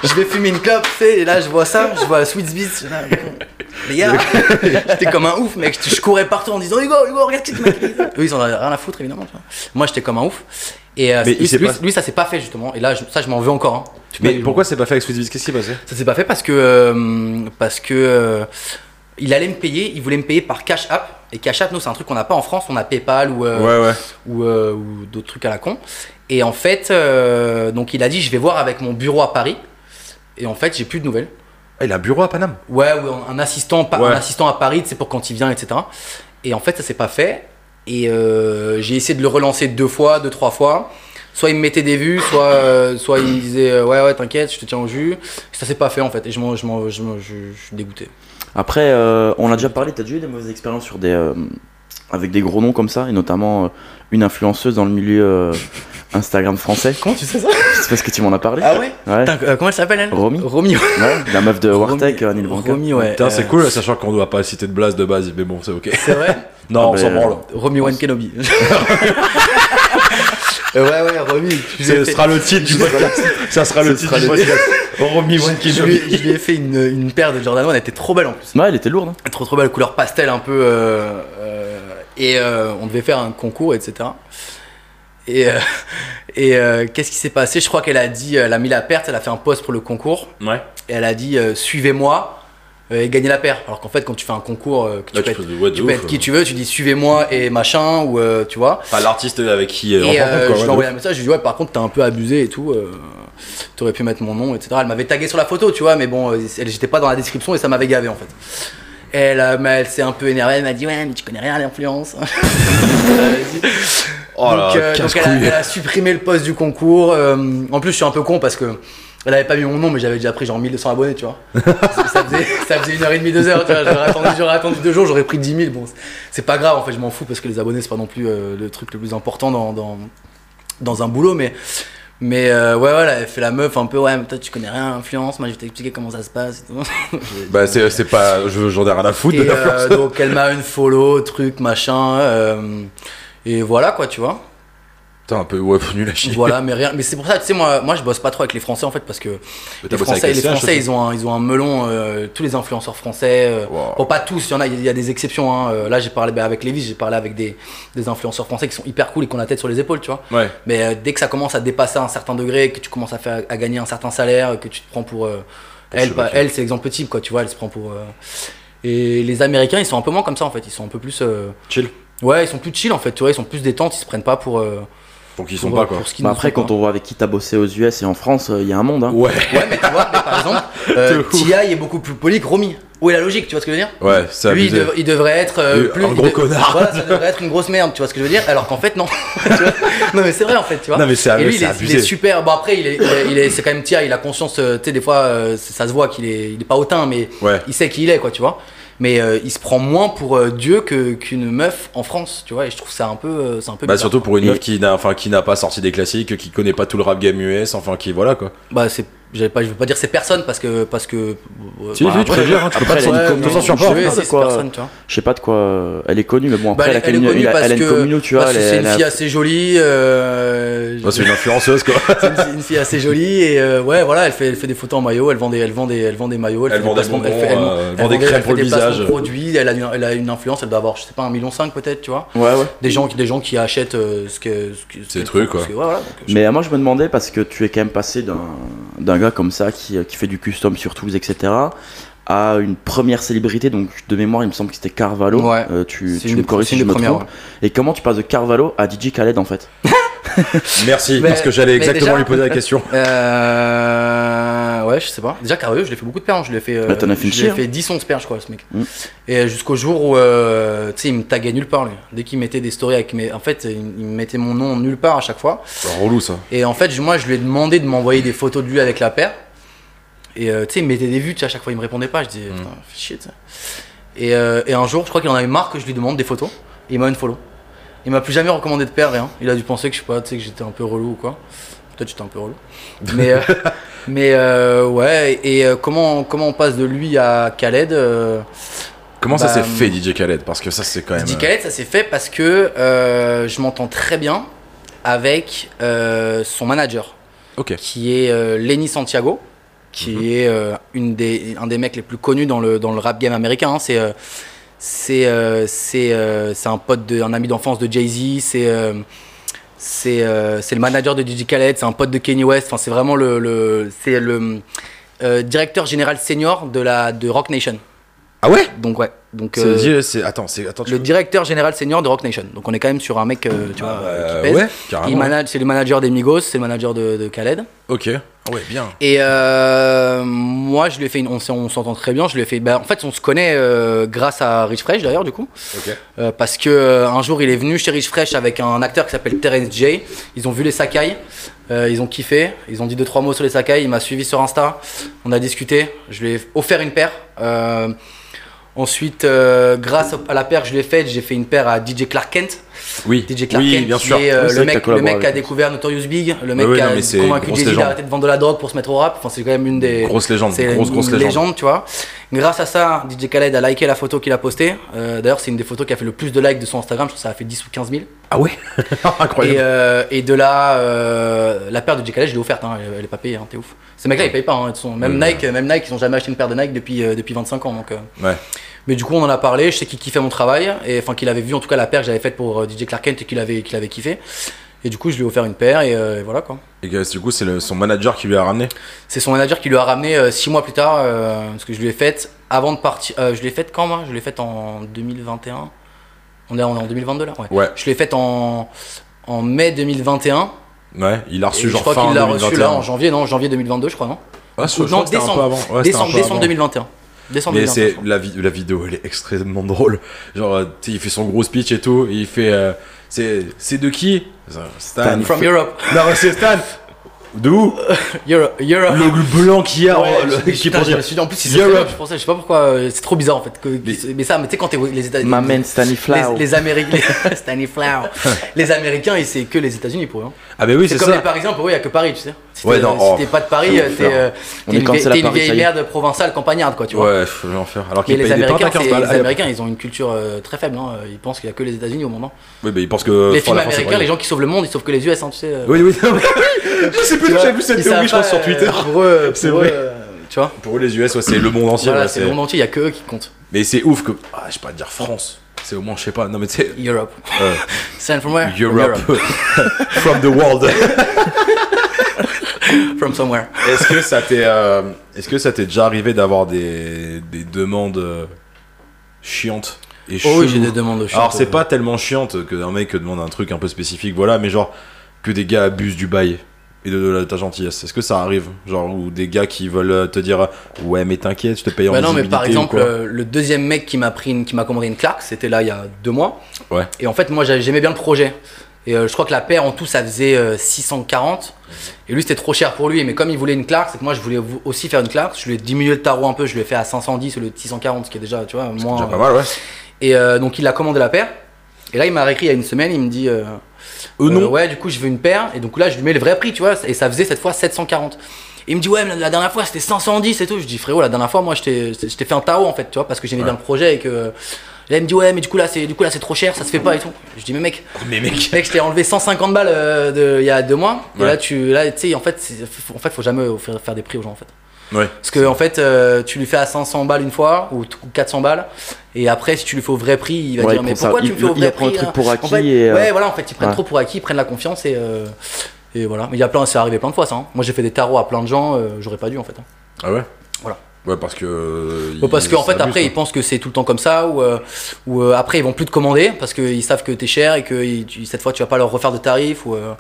Speaker 2: je vais fumer une clope, tu sais, et là je vois ça, je vois Sweet Beats, je suis là, bon, les gars, j'étais comme un ouf, mec, je courais partout en disant Hugo, Hugo, regarde ce que tu m'as dit. Eux, ils en ont rien à foutre, évidemment. tu vois. Moi, j'étais comme un ouf. Et euh,
Speaker 1: Mais il
Speaker 2: lui,
Speaker 1: s'est
Speaker 2: lui-
Speaker 1: pas-
Speaker 2: lui, ça s'est pas fait, justement. Et là, je- ça, je m'en veux encore. hein. Tu
Speaker 1: Mais
Speaker 2: peux-
Speaker 1: pourquoi c'est pas fait avec Sweet Beats Qu'est-ce qui hein s'est passé
Speaker 2: Ça s'est pas fait parce que. euh, parce que. euh, il allait me payer, il voulait me payer par Cash App. Et Cash App, nous, c'est un truc qu'on n'a pas en France, on a PayPal ou. euh,
Speaker 1: Ouais, ouais.
Speaker 2: ou, euh, ou d'autres trucs à la con. Et en fait, euh, donc il a dit je vais voir avec mon bureau à Paris. Et en fait, j'ai plus de nouvelles.
Speaker 1: Ah, il a un bureau à Paname.
Speaker 2: Ouais, ou un- un assistant, pa-
Speaker 1: Ouais.
Speaker 2: un assistant à Paris, c'est pour quand il vient, etc. Et en fait, ça s'est pas fait. Et euh, j'ai essayé de le relancer deux fois, deux, trois fois. Soit il me mettait des vues, soit, euh, soit il me disait euh, ouais, ouais, t'inquiète, je te tiens au jus. Ça s'est pas fait en fait. Et je, m'en- je, m'en- je, m'en- je- je suis dégoûté.
Speaker 3: Après, euh, on a déjà parlé, t'as déjà eu des mauvaises expériences sur des, euh, avec des gros noms comme ça, et notamment euh, une influenceuse dans le milieu euh, Instagram français.
Speaker 2: Comment tu sais ça
Speaker 3: C'est parce que tu m'en as parlé
Speaker 2: Ah ouais,
Speaker 3: Ouais,
Speaker 2: Putain, euh, Comment elle s'appelle elle
Speaker 3: Romy.
Speaker 2: Romy, ouais.
Speaker 3: ouais, la meuf de Wartek, euh,
Speaker 2: Romy,
Speaker 3: Neil Blanca.
Speaker 2: Romy, ouais.
Speaker 1: Putain, c'est
Speaker 2: Euh,
Speaker 1: cool, sachant qu'on doit pas citer de blase de base, mais bon, c'est ok.
Speaker 2: C'est vrai
Speaker 1: Non,
Speaker 3: Ah,
Speaker 1: on
Speaker 3: bah,
Speaker 1: s'en branle.
Speaker 2: Romy One Kenobi. ouais, ouais, Romy. je lui ai
Speaker 1: Ce
Speaker 2: fait-
Speaker 1: sera le titre du podcast. Ça sera le
Speaker 3: Ce
Speaker 1: titre
Speaker 3: sera
Speaker 1: du
Speaker 3: le
Speaker 1: podcast. Romy One
Speaker 2: je lui ai- je lui ai fait une, une paire de Jordan 1, elle était trop belle en plus.
Speaker 3: Ouais, elle était lourde. hein.
Speaker 2: Trop trop belle, couleur pastel un peu. euh, euh, et euh, on devait faire un concours, etc. Et, euh, et euh, qu'est-ce qui s'est passé Je crois qu'elle a dit, euh, elle a mis la perte, elle a fait un post pour le concours.
Speaker 1: Ouais.
Speaker 2: Et elle a dit, euh, suivez-moi euh, et gagnez la paire. Alors qu'en fait, quand tu fais un concours, euh, que tu,
Speaker 1: Là,
Speaker 2: peux
Speaker 1: tu
Speaker 2: être,
Speaker 1: peux, ouais, de
Speaker 2: tu
Speaker 1: ouf,
Speaker 2: peux être
Speaker 1: euh.
Speaker 2: qui tu veux, tu dis suivez-moi et machin, ou euh, tu vois.
Speaker 1: Enfin, l'artiste avec qui euh,
Speaker 2: Et
Speaker 1: on prend compte, quoi,
Speaker 2: euh, je
Speaker 1: ouais,
Speaker 2: lui ai
Speaker 1: de
Speaker 2: envoyé un message, je lui ai dit ouais par contre t'as un peu abusé et tout. euh, t'aurais pu mettre mon nom, etc. Elle m'avait tagué sur la photo, tu vois, mais bon, euh, elle- j'étais pas dans la description et ça m'avait gavé en fait. Elle, euh, m'a- elle s'est un peu énervée, elle m'a dit ouais mais tu connais rien à l'influence. Euh, Vas-y.
Speaker 1: Oh là,
Speaker 2: donc, euh, donc elle, a,
Speaker 1: casse-couille.
Speaker 2: elle a supprimé le poste du concours. euh, en plus je suis un peu con parce que elle avait pas mis mon nom mais j'avais déjà pris genre 1200 abonnés tu vois. ça, ça faisait, ça faisait une heure et demie, deux heures, tu vois. J'aurais attendu, j'aurais attendu deux jours, j'aurais pris 10 000. Bon, c'est- c'est pas grave en fait, je m'en fous parce que les abonnés c'est pas non plus euh, le truc le plus important dans, dans, dans un boulot mais. Mais euh, ouais, voilà, elle fait la meuf un peu, ouais, mais toi tu connais rien à l'influence, moi je vais t'expliquer comment ça se passe. et tout.
Speaker 1: Bah, c'est c'est pas. je- J'en ai rien à foutre de
Speaker 2: Et,
Speaker 1: la
Speaker 2: euh,
Speaker 1: personne.
Speaker 2: donc elle m'a une follow, truc, machin. euh, et voilà quoi, tu vois.
Speaker 1: T'es un peu ouais, nul à chier.
Speaker 2: Voilà, mais rien. Mais c'est pour ça, tu sais, moi, moi je bosse pas trop avec les Français en fait, parce que
Speaker 1: Mais t'as
Speaker 2: les
Speaker 1: bossé avec
Speaker 2: Français, les
Speaker 1: SCH
Speaker 2: Français
Speaker 1: aussi.
Speaker 2: ils, ont un, ils ont un melon, euh, tous les influenceurs français. euh,
Speaker 1: Wow.
Speaker 2: Bon, pas tous, il y en a, il y a des exceptions. hein, euh, là, j'ai parlé bah, avec Lévis, j'ai parlé avec des, des influenceurs français qui sont hyper cool et qui ont la tête sur les épaules, tu vois.
Speaker 1: Ouais.
Speaker 2: Mais euh, dès que ça commence à dépasser un certain degré, que tu commences à, faire, à gagner un certain salaire, que tu te prends pour. euh,
Speaker 1: Pour
Speaker 2: elle,
Speaker 1: Chewbacca.
Speaker 2: bah, elle c'est l'exemple type, quoi, tu vois, elle se prend pour. euh, Et les Américains, ils sont un peu moins comme ça, en fait. Ils sont un peu plus. euh,
Speaker 1: Chill.
Speaker 2: Ouais, ils sont plus chill, en fait, tu vois, ils sont plus détentes, ils se prennent pas pour. euh,
Speaker 1: Donc ils
Speaker 2: pour,
Speaker 1: sont pas quoi.
Speaker 2: pour ce qu'ils
Speaker 3: Bah
Speaker 2: ne
Speaker 3: après,
Speaker 2: sont
Speaker 3: quand
Speaker 2: pas.
Speaker 3: on voit avec qui t'as bossé aux US et en France, il y a un monde. Hein.
Speaker 1: Ouais.
Speaker 2: Ouais, mais tu vois, mais par exemple, euh,
Speaker 1: De ouf.
Speaker 2: T.I. est beaucoup plus poli que Romy. Où est la logique, tu vois ce que je veux dire
Speaker 1: Ouais, c'est
Speaker 2: Lui, il,
Speaker 1: abusé.
Speaker 2: dev- il devrait être euh,
Speaker 1: Lui,
Speaker 2: plus.
Speaker 1: un
Speaker 2: il
Speaker 1: gros connard.
Speaker 2: Voilà, ça devrait être une grosse merde, tu vois ce que je veux dire Alors qu'en fait, non. Tu vois non, mais c'est vrai, en fait, tu vois.
Speaker 1: Non, mais c'est
Speaker 2: Et lui,
Speaker 1: c'est
Speaker 2: il est, il
Speaker 1: abusé.
Speaker 2: est super. Bon, après, il est, il est- il est- c'est quand même Tia, il a conscience. euh, Tu sais, des fois, euh, c'est- ça se voit qu'il est, il est pas hautain, mais
Speaker 1: Ouais.
Speaker 2: il sait qui il est, quoi, tu vois. Mais euh, il se prend moins pour euh, Dieu que, qu'une meuf en France, tu vois. Et je trouve ça un peu. euh, c'est un peu
Speaker 1: Bah
Speaker 2: bizarre,
Speaker 1: surtout
Speaker 2: quoi.
Speaker 1: pour une
Speaker 3: Et-
Speaker 1: meuf qui n'a enfin qui n'a pas sorti des classiques, qui connaît pas tout le rap game US, enfin qui voilà quoi.
Speaker 2: Bah, c'est. j'allais Pas, je veux pas dire c'est personne parce que. Parce que euh,
Speaker 1: Si, si, tu peux dire, hein, tu peux
Speaker 3: après,
Speaker 1: pas
Speaker 3: elle a
Speaker 1: te-
Speaker 3: une
Speaker 1: te
Speaker 3: communauté
Speaker 1: censures
Speaker 3: de
Speaker 1: pas,
Speaker 3: jeux,
Speaker 1: hein.
Speaker 3: c'est
Speaker 2: c'est
Speaker 3: quoi
Speaker 2: personne, tu vois.
Speaker 3: Je sais pas de quoi. euh, Elle est connue, mais bon,
Speaker 2: Bah,
Speaker 3: après, elle,
Speaker 2: elle est
Speaker 3: a,
Speaker 2: connue
Speaker 3: elle, a-
Speaker 2: parce
Speaker 3: elle a une
Speaker 2: que-
Speaker 3: communauté, tu vois. Oh,
Speaker 2: Parce que
Speaker 3: elle-
Speaker 2: c'est une
Speaker 3: elle a-
Speaker 2: fille assez jolie. euh,
Speaker 1: Ouais, c'est une influenceuse quoi.
Speaker 2: C'est une, une fille assez jolie et euh, ouais voilà elle fait elle fait des photos en maillot elle vend des elle vend des elle vend des maillots
Speaker 1: Elle
Speaker 2: fait
Speaker 1: vend des
Speaker 2: placements-
Speaker 1: bonbons,
Speaker 2: fait-
Speaker 1: euh, elle vend des
Speaker 2: elle
Speaker 1: crèmes
Speaker 2: fait
Speaker 1: pour le
Speaker 2: des placements de
Speaker 1: visage.
Speaker 2: produits elle a une, elle a une influence elle doit avoir je sais pas un million cinq peut-être tu vois
Speaker 3: Ouais, ouais.
Speaker 2: des gens qui des gens qui achètent euh, ce que ce que ce
Speaker 1: Ces
Speaker 2: qu'elle
Speaker 1: trucs,
Speaker 2: propose,
Speaker 1: quoi.
Speaker 2: parce que, ouais, voilà, donc, je-
Speaker 3: Mais euh, moi je me demandais parce que tu es quand même passé d'un d'un gars comme ça qui, euh, qui fait du custom sur Tools etc à une première célébrité donc de mémoire il me semble que c'était Carvalho.
Speaker 2: Ouais.
Speaker 3: Euh, tu
Speaker 2: c'est
Speaker 3: tu
Speaker 2: une
Speaker 3: me
Speaker 2: des-
Speaker 3: corriges
Speaker 2: c'est une
Speaker 3: si je
Speaker 2: des
Speaker 3: me
Speaker 2: premières,
Speaker 3: trompe. Et comment tu passes de Carvalho à DJ Khaled en fait
Speaker 1: Merci
Speaker 2: Mais-
Speaker 1: parce que j'allais
Speaker 2: mais
Speaker 1: exactement
Speaker 2: déjà-
Speaker 1: lui poser la question.
Speaker 2: ouais. Euh, ouais je sais pas déjà Cario je l'ai fait beaucoup de paires hein, je l'ai fait euh,
Speaker 3: Bah, t'en as fait une
Speaker 2: je l'ai
Speaker 3: chier,
Speaker 2: fait 10 11 paires je crois ce mec
Speaker 3: Mm.
Speaker 2: et jusqu'au jour où euh, tu sais il me taguait nulle part lui dès qu'il mettait des stories avec mes en fait il il me mettait mon nom nulle part à chaque fois
Speaker 1: C'est relou ça.
Speaker 2: Et en fait, je- moi, je lui ai demandé de m'envoyer des photos de lui avec la paire. Et euh, tu sais, il me mettait des vues, tu sais, à chaque fois, il me répondait pas. Je disais, putain, fais chier, tu sais. Et, euh, et un jour, je crois qu'il en avait marre que je lui demande des photos. Et il m'a une follow. Il m'a plus jamais recommandé de paire, rien. Il a dû penser que je sais pas, tu sais, que j'étais un peu relou ou quoi. Peut-être que j'étais un peu relou. Mais, euh, mais euh, ouais, et euh, comment, comment on passe de lui à Khaled euh,
Speaker 1: Comment ça
Speaker 2: Bah,
Speaker 1: s'est fait DJ Khaled Parce que ça c'est quand même. euh,
Speaker 2: Didi Khaled, ça s'est fait parce que euh, je m'entends très bien avec euh, son manager.
Speaker 1: Ok. Mhm.
Speaker 2: qui est euh, Lenny Santiago, qui est euh, une des, un des mecs les plus connus dans le, dans le rap game américain. hein. C'est euh, c'est euh, c'est euh, c'est un pote, de, un ami d'enfance de Jay-Z, c'est euh, c'est euh, c'est le manager de DJ Khaled, c'est un pote de Kanye West, enfin, c'est vraiment le, le, c'est le euh, directeur général senior de, la, de Rock Nation.
Speaker 1: Ah ouais
Speaker 2: Donc, ouais. Donc,
Speaker 1: C'est
Speaker 2: euh,
Speaker 1: DJ, c'est attends, c'est attends. tu-
Speaker 2: le directeur général senior de Rock Nation. Donc, on est quand même sur un mec, euh, tu vois,
Speaker 1: Euh,
Speaker 2: qui pèse.
Speaker 1: ouais,
Speaker 2: Il
Speaker 1: carrément.
Speaker 2: manage, c'est le manager des Migos, c'est le manager de, de Khaled.
Speaker 1: Ok. Ah ouais, bien.
Speaker 2: Et euh, moi, je lui ai fait une, on s'est- on s'entend très bien. Je lui ai fait, bah, en fait, on se connaît euh, grâce à Rich Fresh d'ailleurs, du coup,
Speaker 1: Ok.
Speaker 2: Euh, parce que euh, un jour, il est venu chez Rich Fresh avec un acteur qui s'appelle Terence J. Ils ont vu les Sakai, euh, ils ont kiffé, ils ont dit deux trois mots sur les Sakai. Il m'a suivi sur Insta, on a discuté. Je lui ai offert une paire. Euh, ensuite, euh, grâce à la paire que je lui ai faite, j'ai fait une paire à DJ Clark Kent.
Speaker 1: Oui.
Speaker 2: DJ Clark
Speaker 1: oui,
Speaker 2: Kent,
Speaker 1: bien
Speaker 2: qui
Speaker 1: sûr.
Speaker 2: est, euh,
Speaker 3: Oui, c'est
Speaker 2: le
Speaker 3: vrai que t'as
Speaker 2: mec, le
Speaker 3: collaboré
Speaker 2: mec qui a
Speaker 3: avec lui.
Speaker 2: découvert Notorious Big, le mec
Speaker 1: Ouais,
Speaker 2: qui
Speaker 1: non, mais c'est
Speaker 2: a
Speaker 1: une
Speaker 2: convaincu
Speaker 1: grosse
Speaker 2: Jay-Z
Speaker 1: légende.
Speaker 2: d'arrêter de vendre de la drogue pour se mettre au rap. Enfin, c'est quand même une des.
Speaker 1: Grosse légende,
Speaker 2: c'est
Speaker 1: grosse
Speaker 2: une
Speaker 1: grosse légende.
Speaker 2: tu vois. Grâce à ça, DJ Khaled a liké la photo qu'il a postée. Euh, D'ailleurs, c'est une des photos qui a fait le plus de likes de son Instagram. Je trouve que ça a fait 10 ou 15 000.
Speaker 1: Ah ouais.
Speaker 2: Et,
Speaker 1: Incroyable.
Speaker 2: euh, et de là, euh, la paire de DJ Khaled, je l'ai offerte. hein. Elle- Elle est pas payée, hein, t'es ouf. Ces mecs-là, ils payent pas. hein. Ils sont- même,
Speaker 1: Ouais.
Speaker 2: Nike, même Nike, ils ont jamais acheté une paire de Nike depuis, euh, depuis 25 ans. Donc, euh,
Speaker 1: Ouais.
Speaker 2: mais du coup, on en a parlé. Je sais qu'il kiffait mon travail, et enfin qu'il avait vu en tout cas la paire que j'avais faite pour euh, DJ Clark Kent et qu'il avait, qu'il avait kiffé. Et du coup, je lui ai offert une paire, et, euh, et voilà quoi.
Speaker 1: Et que, du coup, c'est le- son manager qui lui a ramené.
Speaker 2: C'est son manager qui lui a ramené euh, six mois plus tard, euh, parce que je lui ai faite avant de partir. euh, je l'ai faite quand moi Je l'ai faite en 2021. On est, on est en 2022 là Ouais.
Speaker 1: Ouais.
Speaker 2: Je l'ai faite en, en mai 2021.
Speaker 1: Ouais, il a reçu
Speaker 2: Et je
Speaker 1: genre
Speaker 2: crois
Speaker 1: fin
Speaker 2: qu'il l'a reçu
Speaker 1: 2021.
Speaker 2: là en janvier, non, janvier 2022, je crois, non
Speaker 1: Ouais, je
Speaker 2: Ou
Speaker 1: crois
Speaker 2: non,
Speaker 1: que c'était un peu
Speaker 2: décembre.
Speaker 1: avant. Ouais, c'était un
Speaker 2: Décembre,
Speaker 1: peu
Speaker 2: décembre
Speaker 1: avant.
Speaker 2: 2021. Décembre
Speaker 1: Mais
Speaker 2: 2021. je
Speaker 1: c'est
Speaker 2: crois.
Speaker 1: la, vi- la vidéo, elle est extrêmement drôle. Genre, euh, tu sais, il fait son gros speech et tout, et il fait. euh, c'est c'est de qui Stan.
Speaker 3: Stan.
Speaker 2: From Europe.
Speaker 1: Non, mais c'est Stan. D'où
Speaker 2: Europe. Europe.
Speaker 1: Le blanc qu'il y a,
Speaker 2: Ouais,
Speaker 1: oh,
Speaker 2: je-
Speaker 1: le-
Speaker 2: je-
Speaker 1: qui est
Speaker 2: putain,
Speaker 1: pour
Speaker 2: je
Speaker 1: dire-
Speaker 2: me suis dit, en plus, ils
Speaker 1: Europe.
Speaker 2: sont français, je sais pas pourquoi, euh, c'est trop bizarre en fait. que-
Speaker 1: Mais-
Speaker 2: mais ça, mais tu sais, quand t'es aux- les États-Unis.
Speaker 3: Ma man
Speaker 2: les,
Speaker 3: Stanislaw.
Speaker 2: les Américains, Stanislaw. les Américains, et c'est que les États-Unis pour eux. hein.
Speaker 1: Ah, mais oui,
Speaker 2: C'est
Speaker 1: c'est
Speaker 2: comme les
Speaker 1: ça.
Speaker 2: Parisiens, pour eux, il n'y a que Paris, tu sais. Si
Speaker 1: Ouais,
Speaker 2: t'es
Speaker 1: non,
Speaker 2: si
Speaker 1: oh,
Speaker 2: t'es pas de Paris,
Speaker 3: c'est
Speaker 2: euh,
Speaker 3: ouf,
Speaker 2: t'es
Speaker 3: là.
Speaker 2: euh,
Speaker 3: On
Speaker 2: t'es
Speaker 3: est
Speaker 2: une,
Speaker 3: cancel
Speaker 2: vieille-
Speaker 3: à
Speaker 2: t'es une
Speaker 3: Paris, ça
Speaker 2: vieille
Speaker 3: y est.
Speaker 2: merde provençale, campagnarde, quoi, tu vois.
Speaker 1: Ouais, je vais en faire. Alors
Speaker 2: Mais
Speaker 1: qu'il
Speaker 2: les
Speaker 1: paye des pâtes
Speaker 2: Américains,
Speaker 1: à
Speaker 2: c'est-
Speaker 1: 15
Speaker 2: les
Speaker 1: balles. Ah, Allez, hop.
Speaker 2: Américains, ils ont une culture euh, très faible. hein. Ils pensent qu'il n'y a que les États-Unis au moment.
Speaker 1: Oui, mais il pense que.
Speaker 2: les
Speaker 1: enfin,
Speaker 2: films
Speaker 1: euh, la France, c'est
Speaker 2: américains,
Speaker 1: pas
Speaker 2: les gens qui sauvent le monde, ils sauvent que les US, hein, tu sais. euh.
Speaker 1: Oui, oui, je sais
Speaker 2: Tu
Speaker 1: plus,
Speaker 2: vois,
Speaker 1: j'ai vu cette
Speaker 2: ils savent
Speaker 1: théorie, je
Speaker 2: pas,
Speaker 1: pense, sur
Speaker 2: euh,
Speaker 1: Twitter.
Speaker 2: Pour eux,
Speaker 1: C'est
Speaker 2: pour
Speaker 1: vrai.
Speaker 2: eux, euh, tu vois.
Speaker 1: Pour eux, les US, ouais, c'est le monde entier.
Speaker 2: Voilà,
Speaker 1: ouais,
Speaker 2: c'est
Speaker 1: c'est-
Speaker 2: le monde entier, il n'y a que eux qui comptent.
Speaker 1: Mais c'est ouf que. Ah, je sais pas dire France. C'est au moins, je sais pas. Non, mais tu sais.
Speaker 2: Europe.
Speaker 1: euh,
Speaker 2: Send from where? From
Speaker 1: Europe. From the world.
Speaker 2: From somewhere.
Speaker 1: Est-ce que ça t'est. euh, Est-ce que ça t'est déjà arrivé d'avoir des... des demandes euh, chiantes et
Speaker 2: Oh oui,
Speaker 1: cheloues
Speaker 2: j'ai des demandes de
Speaker 1: Alors, c'est pas tellement chiante qu'un mec demande un truc un peu spécifique, voilà, mais genre que des gars abusent du bail et de, de la- ta gentillesse. Est-ce que ça arrive Genre, ou des gars qui veulent euh, te dire Ouais, mais t'inquiète, je te paye en
Speaker 2: Bah non, mais
Speaker 1: visibilité
Speaker 2: par
Speaker 1: ou
Speaker 2: exemple,
Speaker 1: quoi.
Speaker 2: euh, le deuxième mec qui m'a pris, une- qui m'a commandé une Clark, c'était là il y a deux mois.
Speaker 1: Ouais.
Speaker 2: Et en fait, moi, j'a- j'aimais bien le projet. Et euh, je crois que la paire en tout, ça faisait euh, 640. Et lui, c'était trop cher pour lui. Mais comme il voulait une Clark, c'est que moi, je voulais vou- aussi faire une Clark. Je lui ai diminué le tarot un peu. Je lui ai fait à 510 au lieu de 640, ce qui est déjà, tu vois, moins.
Speaker 1: Déjà pas mal, ouais.
Speaker 2: Et euh, donc, il a commandé la paire. Et là, il m'a réécrit il y a une semaine. Il me dit. euh,
Speaker 1: Eux, non.
Speaker 2: euh, ouais, du coup, je veux une paire. Et donc là, je lui mets le vrai prix, tu vois. Et ça faisait cette fois 740. Et il me dit, ouais, mais la dernière fois, c'était 510 et tout. Je dis, frérot, la dernière fois, moi, je t'ai je t'ai fait un tarot, en fait, tu vois, parce que j'aimais bien le projet et que. Là, il me dit, ouais, mais du coup, là, c'est du coup, là, c'est trop cher, ça se fait pas et tout. Je dis, mais mec,
Speaker 1: Mais mec.
Speaker 2: mec, je t'ai enlevé 150 balles euh, de- il y a deux mois. Et
Speaker 1: Ouais.
Speaker 2: là, tu là, tu sais, en fait, c'est- faut- en fait, faut jamais offrir- faire des prix aux gens, en fait.
Speaker 1: Ouais.
Speaker 2: Parce que en fait, euh, tu lui fais à 500 balles une fois ou t- ou 400 balles, et après, si tu lui fais au vrai prix, il va
Speaker 3: Ouais,
Speaker 2: dire
Speaker 3: il
Speaker 2: mais
Speaker 3: prend ça-
Speaker 2: pourquoi tu
Speaker 3: il-
Speaker 2: me fais au
Speaker 3: il
Speaker 2: vrai
Speaker 3: prend
Speaker 2: prix
Speaker 3: le truc
Speaker 2: hein
Speaker 3: pour
Speaker 2: En
Speaker 3: acquis
Speaker 2: fait,
Speaker 3: et, euh,
Speaker 2: Ouais, voilà, en fait, ils prennent
Speaker 3: ouais.
Speaker 2: trop pour acquis, ils prennent la confiance et euh, et voilà. Mais il y a plein, c'est arrivé plein de fois ça. hein. Moi, j'ai fait des tarots à plein de gens, euh, j'aurais pas dû en fait. hein.
Speaker 1: Ah ouais
Speaker 2: Voilà.
Speaker 1: Ouais, parce que. euh,
Speaker 2: Bon, parce
Speaker 1: ils
Speaker 2: qu'en fait,
Speaker 1: s'abusent,
Speaker 2: après, ils
Speaker 1: quoi.
Speaker 2: pensent que c'est tout le temps comme ça, ou, euh, ou euh, après, ils vont plus te commander parce qu'ils savent que t'es cher et que ils- tu- cette fois, tu vas pas leur refaire de tarif. Ou, euh,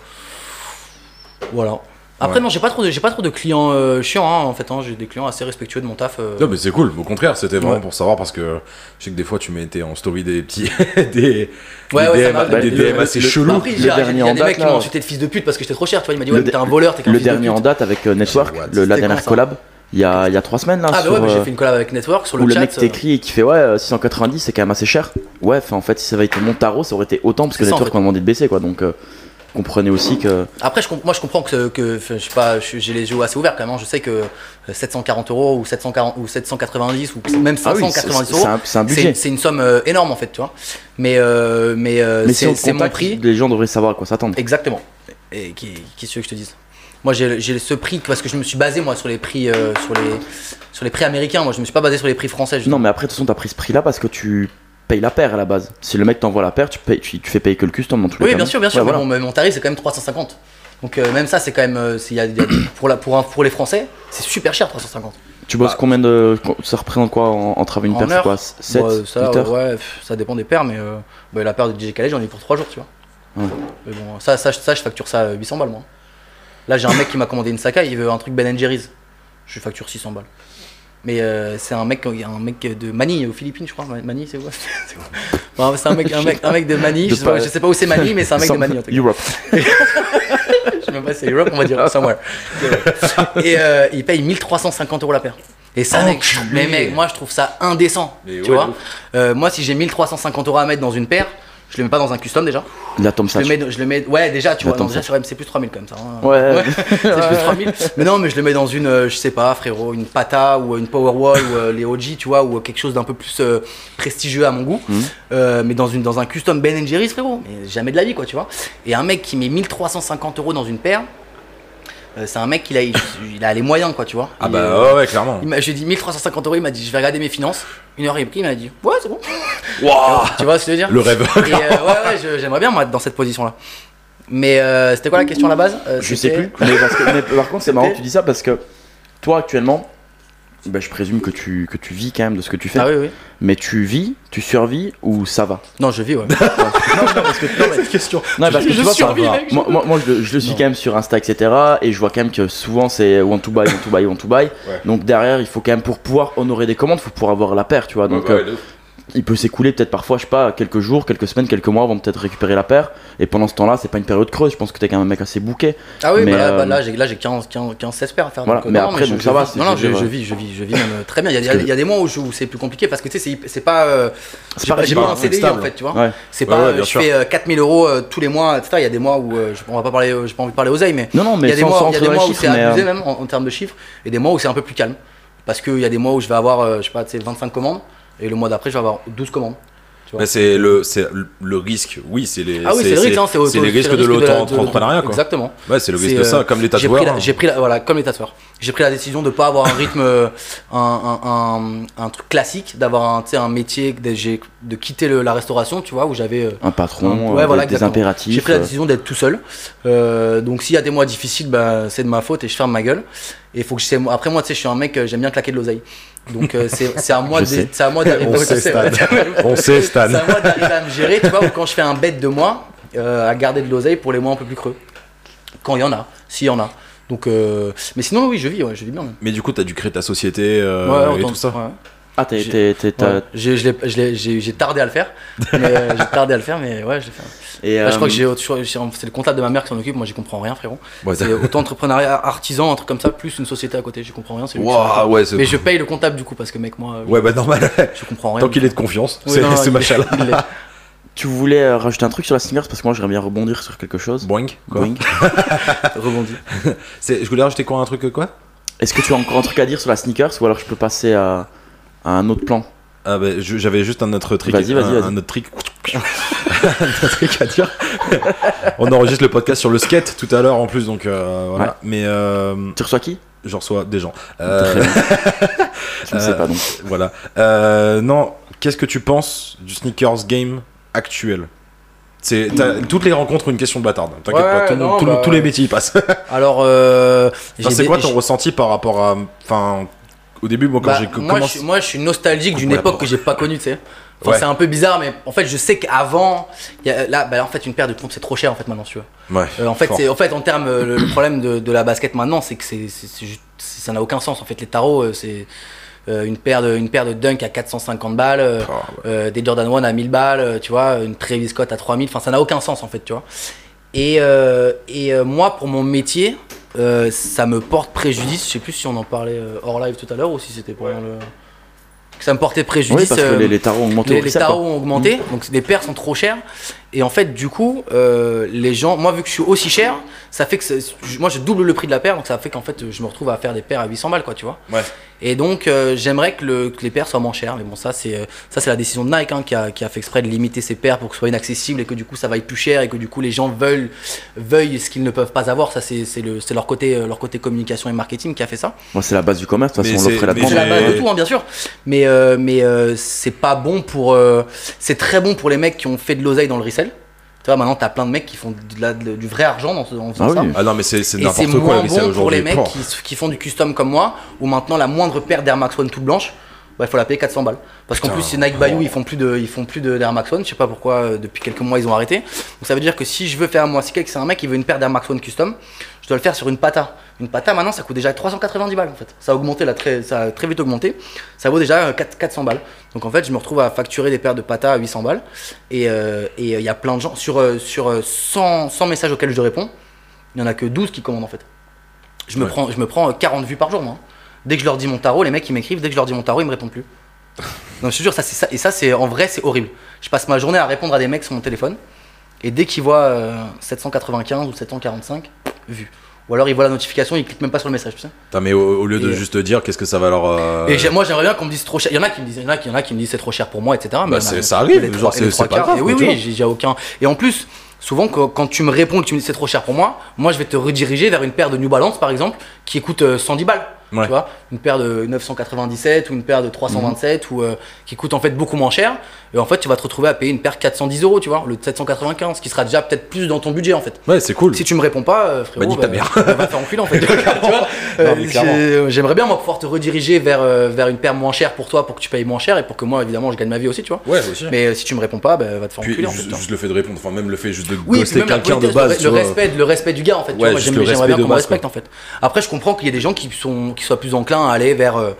Speaker 2: voilà. Après,
Speaker 1: Ouais.
Speaker 2: non, j'ai pas, trop de- j'ai pas trop de clients euh, chiants hein, en fait. hein. J'ai des clients assez respectueux de mon taf. euh.
Speaker 1: Non, mais c'est cool, au contraire, c'était vraiment
Speaker 2: Ouais.
Speaker 1: pour savoir parce que je sais que des fois tu mettais en story des petits. des,
Speaker 2: Ouais,
Speaker 1: des
Speaker 2: ouais, ça
Speaker 1: DM,
Speaker 2: m'a-
Speaker 1: des
Speaker 3: le-
Speaker 1: DM
Speaker 3: le-
Speaker 1: assez
Speaker 3: le-
Speaker 2: Bah,
Speaker 1: chelous.
Speaker 2: Après,
Speaker 3: Le
Speaker 2: j'ai- j'ai- il
Speaker 3: dernier
Speaker 2: y a des
Speaker 3: en
Speaker 2: mecs
Speaker 3: date,
Speaker 2: qui m'ont
Speaker 3: là.
Speaker 2: insulté de fils de pute parce que j'étais trop cher, tu vois. Il m'a dit,
Speaker 3: Le
Speaker 2: ouais, mais
Speaker 3: de-
Speaker 2: t'es un voleur, t'es qu'un
Speaker 3: Le
Speaker 2: fils de
Speaker 3: dernier en
Speaker 2: pute.
Speaker 3: date avec euh, Network,
Speaker 1: what
Speaker 3: le- la
Speaker 2: C'était
Speaker 3: dernière
Speaker 2: quand, ça
Speaker 3: collab, il y a, il y a trois semaines là.
Speaker 2: Ah, bah
Speaker 3: sur,
Speaker 2: ouais, mais j'ai
Speaker 3: euh,
Speaker 2: fait une collab avec Network sur
Speaker 3: où
Speaker 2: le
Speaker 3: le
Speaker 2: chat.
Speaker 3: mec t'écrit et qui fait ouais euh, 690 c'est quand même assez cher. Ouais, enfin, en fait si ça avait été mon tarot ça aurait été autant parce que
Speaker 2: C'est
Speaker 3: les
Speaker 2: ça, en
Speaker 3: Turcs
Speaker 2: fait.
Speaker 3: ont demandé de baisser quoi donc euh, comprenez aussi que
Speaker 2: Après, je comp- moi, je comprends que, que je sais pas, je- j'ai les yeux assez ouverts quand même. hein. Je sais que 740 euros ou 740 ou 790 ou même
Speaker 3: ah oui
Speaker 2: 590
Speaker 3: c'est- c'est
Speaker 2: euros.
Speaker 3: un, c'est un budget.
Speaker 2: C'est c'est une somme euh, énorme en fait, tu vois. Mais, euh, mais, euh,
Speaker 3: Mais si on
Speaker 2: c'est
Speaker 3: le
Speaker 2: c'est mon
Speaker 3: contacte,
Speaker 2: prix.
Speaker 3: les gens devraient savoir à quoi s'attendre.
Speaker 2: Exactement. Et qui, qui ce que je te dise Moi, j'ai j'ai ce prix parce que je me suis basé moi sur les prix euh, sur les sur les prix américains. Moi, je me suis pas basé sur les prix français. je-
Speaker 3: Non mais après de toute façon t'as pris ce prix là parce que tu payes la paire à la base. Si le mec t'envoie la paire tu, payes, tu, tu fais payer que le custom dans tous les
Speaker 2: Oui,
Speaker 3: cas.
Speaker 2: bien
Speaker 3: non
Speaker 2: sûr, bien sûr.
Speaker 3: Ouais,
Speaker 2: mais
Speaker 3: voilà.
Speaker 2: bon, mais mon tarif, c'est quand même 350. Donc, euh, même ça, c'est quand même. euh, c'est- il y a- il y a- pour, la, pour, un- pour les Français, c'est super cher 350.
Speaker 3: Tu bosses combien de ça représente quoi en, en travail une
Speaker 2: Bah. En
Speaker 3: paire c'est
Speaker 2: heure
Speaker 3: quoi 7
Speaker 2: Bon, euh, ça,
Speaker 3: 8 heures
Speaker 2: ouais, pff, ça dépend des paires, mais euh, bah, la paire de DJ Khaled, j'en ai pour 3 jours, tu vois.
Speaker 3: Ouais.
Speaker 2: Mais bon, ça, ça, je- ça, je facture ça euh, 800 balles, moi. Là, j'ai un mec qui m'a commandé une Saka, il veut un truc Ben Jerry's. Je lui facture 600 balles. Mais euh, c'est un mec, un mec de Manille, aux Philippines, je crois. Manille, c'est quoi C'est quoi Bon, C'est un mec, un mec, un mec de Manille.
Speaker 3: De
Speaker 2: Je, sais pas,
Speaker 3: pas-
Speaker 2: je sais pas où c'est Manille, mais c'est un mec de Manille. en tout cas.
Speaker 3: Europe.
Speaker 2: Je sais même pas si c'est Europe, on va dire somewhere. Et euh, il paye 1350 euros la paire. Et ça, mec,
Speaker 1: Enculé.
Speaker 2: mais mec, moi je trouve ça indécent.
Speaker 1: Mais
Speaker 2: tu
Speaker 1: ouais, de
Speaker 2: vois,
Speaker 1: ouf.
Speaker 2: Euh, moi si j'ai 1350 euros à mettre dans une paire, je le mets pas dans un custom déjà.
Speaker 3: La tombe
Speaker 2: Je le mets, je le mets, ouais, déjà, tu
Speaker 3: Bah,
Speaker 2: vois, non,
Speaker 3: attends,
Speaker 2: déjà
Speaker 3: ça.
Speaker 2: sur MC, c'est plus 3000 quand même ça. hein.
Speaker 3: Ouais.
Speaker 2: c'est plus 3000. Mais non, mais je le mets dans une, euh, je sais pas, frérot, une Pata ou une Powerwall ou euh, les OG, tu vois, ou quelque chose d'un peu plus euh, prestigieux à mon goût. Euh, mais dans, une, dans un custom Ben Jerry's, frérot. Mais jamais de la vie, quoi, tu vois. Et un mec qui met 1350 euros dans une paire, euh, c'est un mec qui a, il, il a les moyens, quoi, tu vois.
Speaker 1: Ah
Speaker 2: Et,
Speaker 1: bah
Speaker 2: euh,
Speaker 1: ouais, ouais, clairement.
Speaker 2: il m'a- J'ai dit 1350 euros, il m'a dit je vais regarder mes finances. Une heure, il a pris, il m'a dit ouais, c'est bon.
Speaker 1: Wouah
Speaker 2: tu vois ce que je veux dire
Speaker 1: Le rêve.
Speaker 2: et euh, ouais, ouais, je- j'aimerais bien moi être dans cette position-là. Mais euh, c'était quoi la question à la base Euh,
Speaker 3: Je sais
Speaker 2: c'était-
Speaker 3: plus. Mais, parce que- mais par contre, c'est marrant que tu dis ça parce que toi, actuellement, Bah, je présume que tu, que tu vis quand même de ce que tu fais.
Speaker 2: Ah oui, oui.
Speaker 3: Mais tu vis, tu survis ou ça va
Speaker 2: Non, je vis, ouais.
Speaker 1: Cette question.
Speaker 3: Non, parce que
Speaker 2: Je
Speaker 3: tu vois, ça
Speaker 2: survis,
Speaker 3: va.
Speaker 2: mec, je-
Speaker 3: moi, moi, moi, je, le- je le suis
Speaker 2: Non.
Speaker 3: quand même sur Insta, etc. Et je vois quand même que souvent c'est want to buy, want to buy, want to buy. Donc derrière, il faut quand même pour pouvoir honorer des commandes, faut pouvoir avoir la paire, tu vois. Donc euh, il peut s'écouler peut-être parfois, je sais pas, quelques jours, quelques semaines, quelques mois avant de peut-être récupérer la paire. Et pendant ce temps-là, c'est pas une période creuse. Je pense que t'es quand même un mec assez bouquet.
Speaker 2: Ah oui,
Speaker 3: Mais,
Speaker 2: bah là,
Speaker 3: euh,
Speaker 2: bah là, j'ai là, j'ai 15, 15, 15, 16 paires à faire.
Speaker 3: Voilà,
Speaker 2: euh,
Speaker 3: mais
Speaker 2: non,
Speaker 3: après,
Speaker 2: je-
Speaker 3: donc
Speaker 2: je
Speaker 3: ça va,
Speaker 2: vis-
Speaker 3: c'est-
Speaker 2: Non, non,
Speaker 3: je
Speaker 2: je,
Speaker 3: veux dire,
Speaker 2: je
Speaker 3: ouais.
Speaker 2: vis, je vis, je vis même euh, très bien. Il y a- il y, a-
Speaker 3: Parce que-
Speaker 2: il y a des mois où, je- où c'est plus compliqué parce que tu sais, c'est- c'est pas. euh,
Speaker 3: C'est hein.
Speaker 2: j'ai pas,
Speaker 3: pareil,
Speaker 2: j'ai
Speaker 1: bah,
Speaker 2: pas un
Speaker 1: c'est
Speaker 2: CDI
Speaker 1: stable.
Speaker 2: en fait, tu vois.
Speaker 3: Ouais.
Speaker 2: C'est
Speaker 1: Ouais,
Speaker 2: pas,
Speaker 1: ouais,
Speaker 2: euh,
Speaker 1: bien
Speaker 2: je
Speaker 1: sûr.
Speaker 2: fais euh, 4000 euros euh, tous les mois, etc. Il y a des mois où, euh, je- on va pas parler, euh, j'ai pas envie de parler oseille, mais
Speaker 3: Non, non,
Speaker 2: il y
Speaker 3: mais
Speaker 2: a des
Speaker 3: sans,
Speaker 2: mois,
Speaker 3: sans
Speaker 2: il y a
Speaker 3: rentrer
Speaker 2: des
Speaker 3: dans les
Speaker 2: mois où
Speaker 3: chiffres,
Speaker 2: c'est
Speaker 3: mais, euh,
Speaker 2: abusé même en, en termes de chiffres, et des mois où c'est un peu plus calme. Parce qu'il y a des mois où je vais avoir, euh, je sais pas, tu sais, 25 commandes, et le mois d'après, je vais avoir 12 commandes.
Speaker 1: Bah, c'est le, c'est le- le risque, oui, c'est les,
Speaker 2: Ah oui, c'est le risque, hein,
Speaker 1: c'est
Speaker 2: auto-
Speaker 1: les risques
Speaker 2: le
Speaker 1: de
Speaker 2: risque la-
Speaker 1: l'auto-entrepreneuriat, quoi.
Speaker 2: Exactement.
Speaker 1: Ouais, c'est le risque
Speaker 2: C'est,
Speaker 1: de ça,
Speaker 2: euh,
Speaker 1: comme les
Speaker 2: J'ai pris, la-
Speaker 1: tatoueurs. hein.
Speaker 2: j'ai pris la- voilà, comme les tatoueurs. J'ai pris la décision de pas avoir un rythme, euh, un, un, un, un truc classique, d'avoir un, tu sais, un métier, que des- j'ai- de quitter le- la restauration, tu vois, où j'avais. euh,
Speaker 3: un patron,
Speaker 2: Ouais,
Speaker 3: euh,
Speaker 2: voilà,
Speaker 3: des- des
Speaker 2: exactement. j'ai
Speaker 3: impératifs.
Speaker 2: pris la
Speaker 3: euh,
Speaker 2: décision d'être tout seul. Euh, donc s'il y a des mois difficiles, bah, c'est de ma faute et je ferme ma gueule. Et faut que je sais, après moi, tu sais, je suis un mec, euh, j'aime bien claquer de l'oseille. Donc euh, c'est c'est à moi
Speaker 3: Je
Speaker 2: de-
Speaker 3: sais.
Speaker 2: c'est à moi d'arriver.
Speaker 1: On
Speaker 2: Ouais,
Speaker 1: sait,
Speaker 2: je sais,
Speaker 1: Stan.
Speaker 2: ouais.
Speaker 1: On sait, Stan.
Speaker 2: C'est à moi d'arriver à me gérer, tu vois, ou quand je fais un bête de moi, euh, à garder de l'oseille pour les mois un peu plus creux. Quand il y en a, s'il y en a. Donc, euh, mais sinon, oui, je vis, ouais, je vis bien.
Speaker 1: Mais du coup, t'as dû créer ta société euh,
Speaker 2: Ouais,
Speaker 1: et
Speaker 2: autant-
Speaker 1: tout ça.
Speaker 2: ouais.
Speaker 3: Ah, t'es-
Speaker 2: j'ai-
Speaker 3: t'es- t'es- t'as-
Speaker 2: Ouais. J'ai- je l'ai- je l'ai- J'ai j'ai tardé à le faire, mais euh, j'ai tardé à le faire, mais ouais, je l'ai fait.
Speaker 3: et,
Speaker 2: Là, je crois
Speaker 3: euh,
Speaker 2: que j'ai autre chose- c'est le comptable de ma mère qui s'en occupe, moi j'y comprends rien, frérot.
Speaker 1: Ouais,
Speaker 2: C'est autant entrepreneuriat artisan, un truc comme ça, plus une société à côté, je comprends rien. c'est lui qui s'en
Speaker 1: Waouh,
Speaker 2: occupe.
Speaker 1: ouais, c'est-
Speaker 2: Mais je paye le comptable du coup, parce que mec, moi,
Speaker 1: ouais, bah normal.
Speaker 2: je comprends rien.
Speaker 1: Tant qu'il est de confiance,
Speaker 2: Oui,
Speaker 1: c'est
Speaker 2: non,
Speaker 1: ce
Speaker 2: il-
Speaker 1: machin-là.
Speaker 2: il l'est.
Speaker 3: Tu voulais euh, rajouter un truc sur la sneakers parce que moi j'aimerais bien rebondir sur quelque chose.
Speaker 1: Boing, quoi.
Speaker 3: Boing.
Speaker 2: Rebondis.
Speaker 1: C'est- Je voulais rajouter quoi, un truc euh, quoi
Speaker 3: Est-ce que tu as encore un truc à dire sur la sneakers ou alors je peux passer à, à un autre plan
Speaker 1: Ah bah, je- j'avais juste un autre truc.
Speaker 3: Vas-y, vas-y,
Speaker 1: un-
Speaker 3: vas-y.
Speaker 1: Un autre truc. un autre truc à dire. On enregistre le podcast sur le skate tout à l'heure en plus, donc euh, voilà.
Speaker 3: Ouais.
Speaker 1: Mais euh,
Speaker 3: Tu reçois qui
Speaker 1: je reçois des gens.
Speaker 3: Très
Speaker 1: Euh,
Speaker 3: bien. Je ne sais
Speaker 1: euh,
Speaker 3: pas donc.
Speaker 1: voilà. Euh, non, qu'est-ce que tu penses du sneakers game actuel c'est t'as- toutes les rencontres une question de bâtarde. T'inquiète
Speaker 2: Ouais,
Speaker 1: pas, tout le
Speaker 2: non,
Speaker 1: monde- tout le-
Speaker 2: bah,
Speaker 1: tous les métiers y passent.
Speaker 2: Alors, euh,
Speaker 1: Enfin,
Speaker 2: j'ai
Speaker 1: c'est
Speaker 2: des-
Speaker 1: quoi ton
Speaker 2: j'ai-
Speaker 1: ressenti par rapport à, enfin, au début moi quand
Speaker 2: bah,
Speaker 1: j'ai co-
Speaker 2: moi, je,
Speaker 1: commencé.
Speaker 2: suis- moi, je suis nostalgique d'une
Speaker 1: Coupe-moi la
Speaker 2: époque
Speaker 1: porte.
Speaker 2: que j'ai pas connue, tu sais. Enfin,
Speaker 1: Ouais.
Speaker 2: C'est un peu bizarre, mais en fait, je sais qu'avant, il y a- là, bah, en fait, une paire de pompes, c'est trop cher en fait maintenant, tu vois.
Speaker 1: Ouais,
Speaker 2: Euh, en fait,
Speaker 1: fort.
Speaker 2: c'est en fait en termes euh, le, le problème de, de la basket maintenant, c'est que c'est c'est- c'est juste- c'est- ça n'a aucun sens. En fait, les tarots, euh, c'est euh, une paire de une paire de dunk à 450 balles, euh,
Speaker 1: Ah, ouais.
Speaker 2: euh, des Jordan 1 à 1000 balles, euh, tu vois, une Travis Scott à 3000. Enfin, ça n'a aucun sens en fait, tu vois. Et euh, et euh, moi, pour mon métier, euh, ça me porte préjudice. Je sais plus si on en parlait euh, hors live tout à l'heure ou si c'était pendant le. que Ça me portait préjudice.
Speaker 3: Oui, parce que
Speaker 2: euh,
Speaker 3: les, les tarots ont augmenté.
Speaker 2: les,
Speaker 3: au
Speaker 2: les
Speaker 3: Rissa, quoi. Mm.
Speaker 2: tarots ont augmenté, donc les paires sont trop chères. Et en fait, du coup, euh, les gens, moi vu que je suis aussi cher, ça fait que c'est- moi je double le prix de la paire, donc ça fait qu'en fait je me retrouve à faire des paires à 800 balles, quoi, tu vois.
Speaker 1: Ouais.
Speaker 2: Et donc euh, j'aimerais que, le- que les paires soient moins chères, mais bon ça c'est euh, ça c'est la décision de Nike hein, qui, a, qui a fait exprès de limiter ses paires pour que ce soit inaccessible et que du coup ça vaille plus cher et que du coup les gens veulent veuillent ce qu'ils ne peuvent pas avoir. Ça c'est c'est le- c'est leur côté euh, leur côté communication et marketing qui a fait ça.
Speaker 3: Moi, c'est la base du commerce. De toute
Speaker 1: Mais
Speaker 3: façon,
Speaker 1: c'est-
Speaker 3: l'offre et la
Speaker 1: mais
Speaker 2: Mais
Speaker 3: demande.
Speaker 2: c'est la
Speaker 1: Mais-
Speaker 2: base de tout, hein, bien sûr. Mais, euh, mais euh, c'est pas bon pour. euh, c'est très bon pour les mecs qui ont fait de l'oseille dans le resell. Tu vois, maintenant, t'as plein de mecs qui font de la- de- du vrai argent dans ce- en faisant
Speaker 3: Ah
Speaker 2: ça.
Speaker 3: oui.
Speaker 1: Ah non, mais c'est c'est
Speaker 2: Et c'est
Speaker 1: n'importe quoi
Speaker 2: moins
Speaker 1: la vaisselle
Speaker 2: bon pour
Speaker 1: aujourd'hui.
Speaker 2: les mecs
Speaker 1: Pouah.
Speaker 2: qui, qui font du custom comme moi, où maintenant la moindre paire d'Air Max One toute blanche, bah, il faut la payer 400 balles. Parce qu'en
Speaker 1: Putain.
Speaker 2: plus, c'est Nike Bayou, ils font plus de, ils font plus de d'Air Max One. Je sais pas pourquoi, euh, depuis quelques mois, ils ont arrêté. Donc ça veut dire que si je veux faire moi, si quelqu'un, c'est un mec qui veut une paire d'Air Max One custom, je dois le faire sur une pata. Une pata, maintenant, ça coûte déjà 390 balles en fait. Ça a augmenté, là, très, ça a très vite augmenté. Ça vaut déjà euh, 4 400 balles. Donc en fait, je me retrouve à facturer des paires de pata à 800 balles. Et euh, et, euh, il y a plein de gens. Sur, euh, sur euh, 100, 100 messages auxquels je réponds, il y en a que 12 qui commandent en fait. Je me,
Speaker 1: Ouais.
Speaker 2: prends, je me prends euh, 40 vues par jour, moi. Dès que je leur dis mon tarot, les mecs ils m'écrivent, dès que je leur dis mon tarot, ils me répondent plus. Non, je te jure, ça c'est ça. Et ça, c'est en vrai, c'est horrible. Je passe ma journée à répondre à des mecs sur mon téléphone. Et dès qu'ils voient euh, 795 ou 745, vues. Ou alors ils voient la notification, ils cliquent même pas sur le message, tu sais.
Speaker 1: Putain, mais au, au lieu de
Speaker 2: Et-
Speaker 1: juste te dire qu'est-ce que ça va leur. euh,
Speaker 2: Et j'ai- moi j'aimerais bien qu'on me dise trop cher. Il y en a qui me disent, il y en a qui, il y en a qui me disent c'est trop cher pour moi, etc. Mais
Speaker 1: Bah,
Speaker 2: il y en a-
Speaker 1: c'est- ça arrive,
Speaker 2: les
Speaker 1: genre,
Speaker 2: trois-
Speaker 1: c'est-
Speaker 2: les trois
Speaker 1: c'est pas
Speaker 2: quarts.
Speaker 1: grave,
Speaker 2: Et oui,
Speaker 1: mais tu vois.
Speaker 2: oui, j'ai j'ai aucun. Et en plus, souvent quand, quand tu me réponds et que tu me dis c'est trop cher pour moi, moi je vais te rediriger vers une paire de New Balance par exemple qui coûte euh, 110 balles.
Speaker 1: Ouais.
Speaker 2: tu vois, une paire de 997 ou une paire de 327 ou euh, qui coûte en fait beaucoup moins cher. Et en fait, tu vas te retrouver à payer une paire 410 euros, tu vois, le 795, qui sera déjà peut-être plus dans ton budget en fait.
Speaker 1: Ouais, c'est cool.
Speaker 2: Si tu me réponds pas, euh, frérot,
Speaker 1: Bah, nique ta mère.
Speaker 2: bah, va te faire enculer en fait. Tu vois, euh,
Speaker 3: Non, mais clairement.
Speaker 2: j'ai- J'aimerais bien moi pouvoir te rediriger vers, euh, vers une paire moins chère pour toi, pour que tu payes moins cher et pour que moi évidemment je gagne ma vie aussi, tu vois.
Speaker 1: Ouais, aussi.
Speaker 2: Mais euh, si tu me réponds pas, bah, va te faire
Speaker 1: Puis
Speaker 2: enculer en fait.
Speaker 1: juste,
Speaker 2: hein.
Speaker 1: juste le fait de répondre, enfin même le fait juste de
Speaker 2: Oui, et puis
Speaker 1: ghoster
Speaker 2: même la
Speaker 1: quelqu'un de
Speaker 2: politesse,
Speaker 1: base,
Speaker 2: le,
Speaker 1: tu
Speaker 2: le
Speaker 1: vois.
Speaker 2: respect, le respect du gars en fait. tu
Speaker 1: Ouais,
Speaker 2: vois, moi,
Speaker 1: juste
Speaker 2: j'aime-
Speaker 1: le
Speaker 2: j'aimerais bien
Speaker 1: respect de
Speaker 2: qu'on me
Speaker 1: base,
Speaker 2: respecte en fait. Après, je comprends qu'il y ait des gens qui sont qui soient plus enclins à aller vers euh,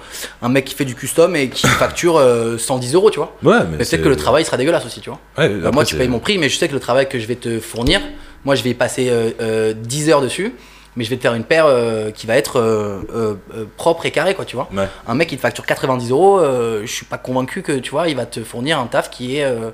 Speaker 2: un mec qui fait du custom et qui facture euh, 110 euros, tu vois.
Speaker 1: Ouais, mais
Speaker 2: Mais
Speaker 1: c'est-
Speaker 2: peut-être que le travail sera dégueulasse aussi, tu vois.
Speaker 1: Ouais,
Speaker 2: Bah,
Speaker 1: après,
Speaker 2: moi, tu
Speaker 1: c'est-
Speaker 2: payes mon prix, mais je sais que le travail que je vais te fournir, moi, je vais y passer euh, euh, 10 heures dessus, mais je vais te faire une paire euh, qui va être euh, euh, euh, propre et carrée, quoi, tu vois.
Speaker 1: Ouais.
Speaker 2: Un mec qui te facture 90 euros, euh, je suis pas convaincu que, tu vois, il va te fournir un taf qui est euh,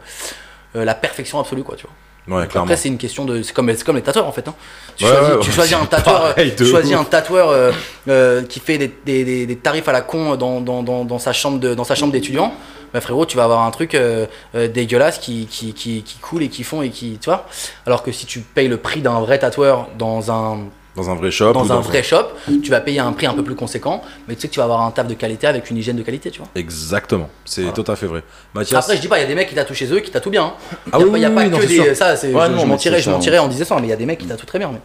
Speaker 2: euh, la perfection absolue, quoi, tu vois.
Speaker 1: Ouais,
Speaker 2: Donc
Speaker 1: clairement.
Speaker 2: Après, c'est une question de. C'est comme, c'est comme les tatoueurs en fait. hein. Tu,
Speaker 1: Ouais,
Speaker 2: choisis,
Speaker 1: ouais,
Speaker 2: tu
Speaker 1: ouais,
Speaker 2: choisis un
Speaker 1: c'est
Speaker 2: tatoueur,
Speaker 1: pareil de
Speaker 2: tu choisis
Speaker 1: ouf.
Speaker 2: un tatoueur euh, euh, qui fait des, des- des- des tarifs à la con dans, dans- dans- dans sa chambre de- dans sa chambre d'étudiant. Bah frérot, tu vas avoir un truc euh, euh, dégueulasse qui, qui, qui- qui coule et qui fond et qui. Tu vois Alors que si tu payes le prix d'un vrai tatoueur dans un,
Speaker 1: Dans un vrai shop. ou
Speaker 2: dans un vrai shop, tu vas payer un prix un peu plus conséquent, mais tu sais que tu vas avoir un taf de qualité avec une hygiène de qualité, tu vois.
Speaker 1: Exactement, c'est
Speaker 2: Voilà.
Speaker 1: tout à fait vrai. Mathias,
Speaker 2: Après, je dis pas, il y a des mecs qui tatouent chez eux qui tatouent bien. hein.
Speaker 1: Ah
Speaker 2: Il y a
Speaker 1: oui,
Speaker 2: pas- il y a
Speaker 1: oui,
Speaker 2: pas
Speaker 1: oui,
Speaker 2: que
Speaker 1: non, c'est
Speaker 2: des. euh,
Speaker 1: sûr.
Speaker 2: Ça, c'est-
Speaker 3: Ouais,
Speaker 2: je,
Speaker 3: non,
Speaker 2: je
Speaker 3: mais
Speaker 2: mentirais,
Speaker 3: c'est
Speaker 2: je
Speaker 3: ça.
Speaker 2: mentirais en disant ça, mais il y a des mecs qui tatouent très bien. mais-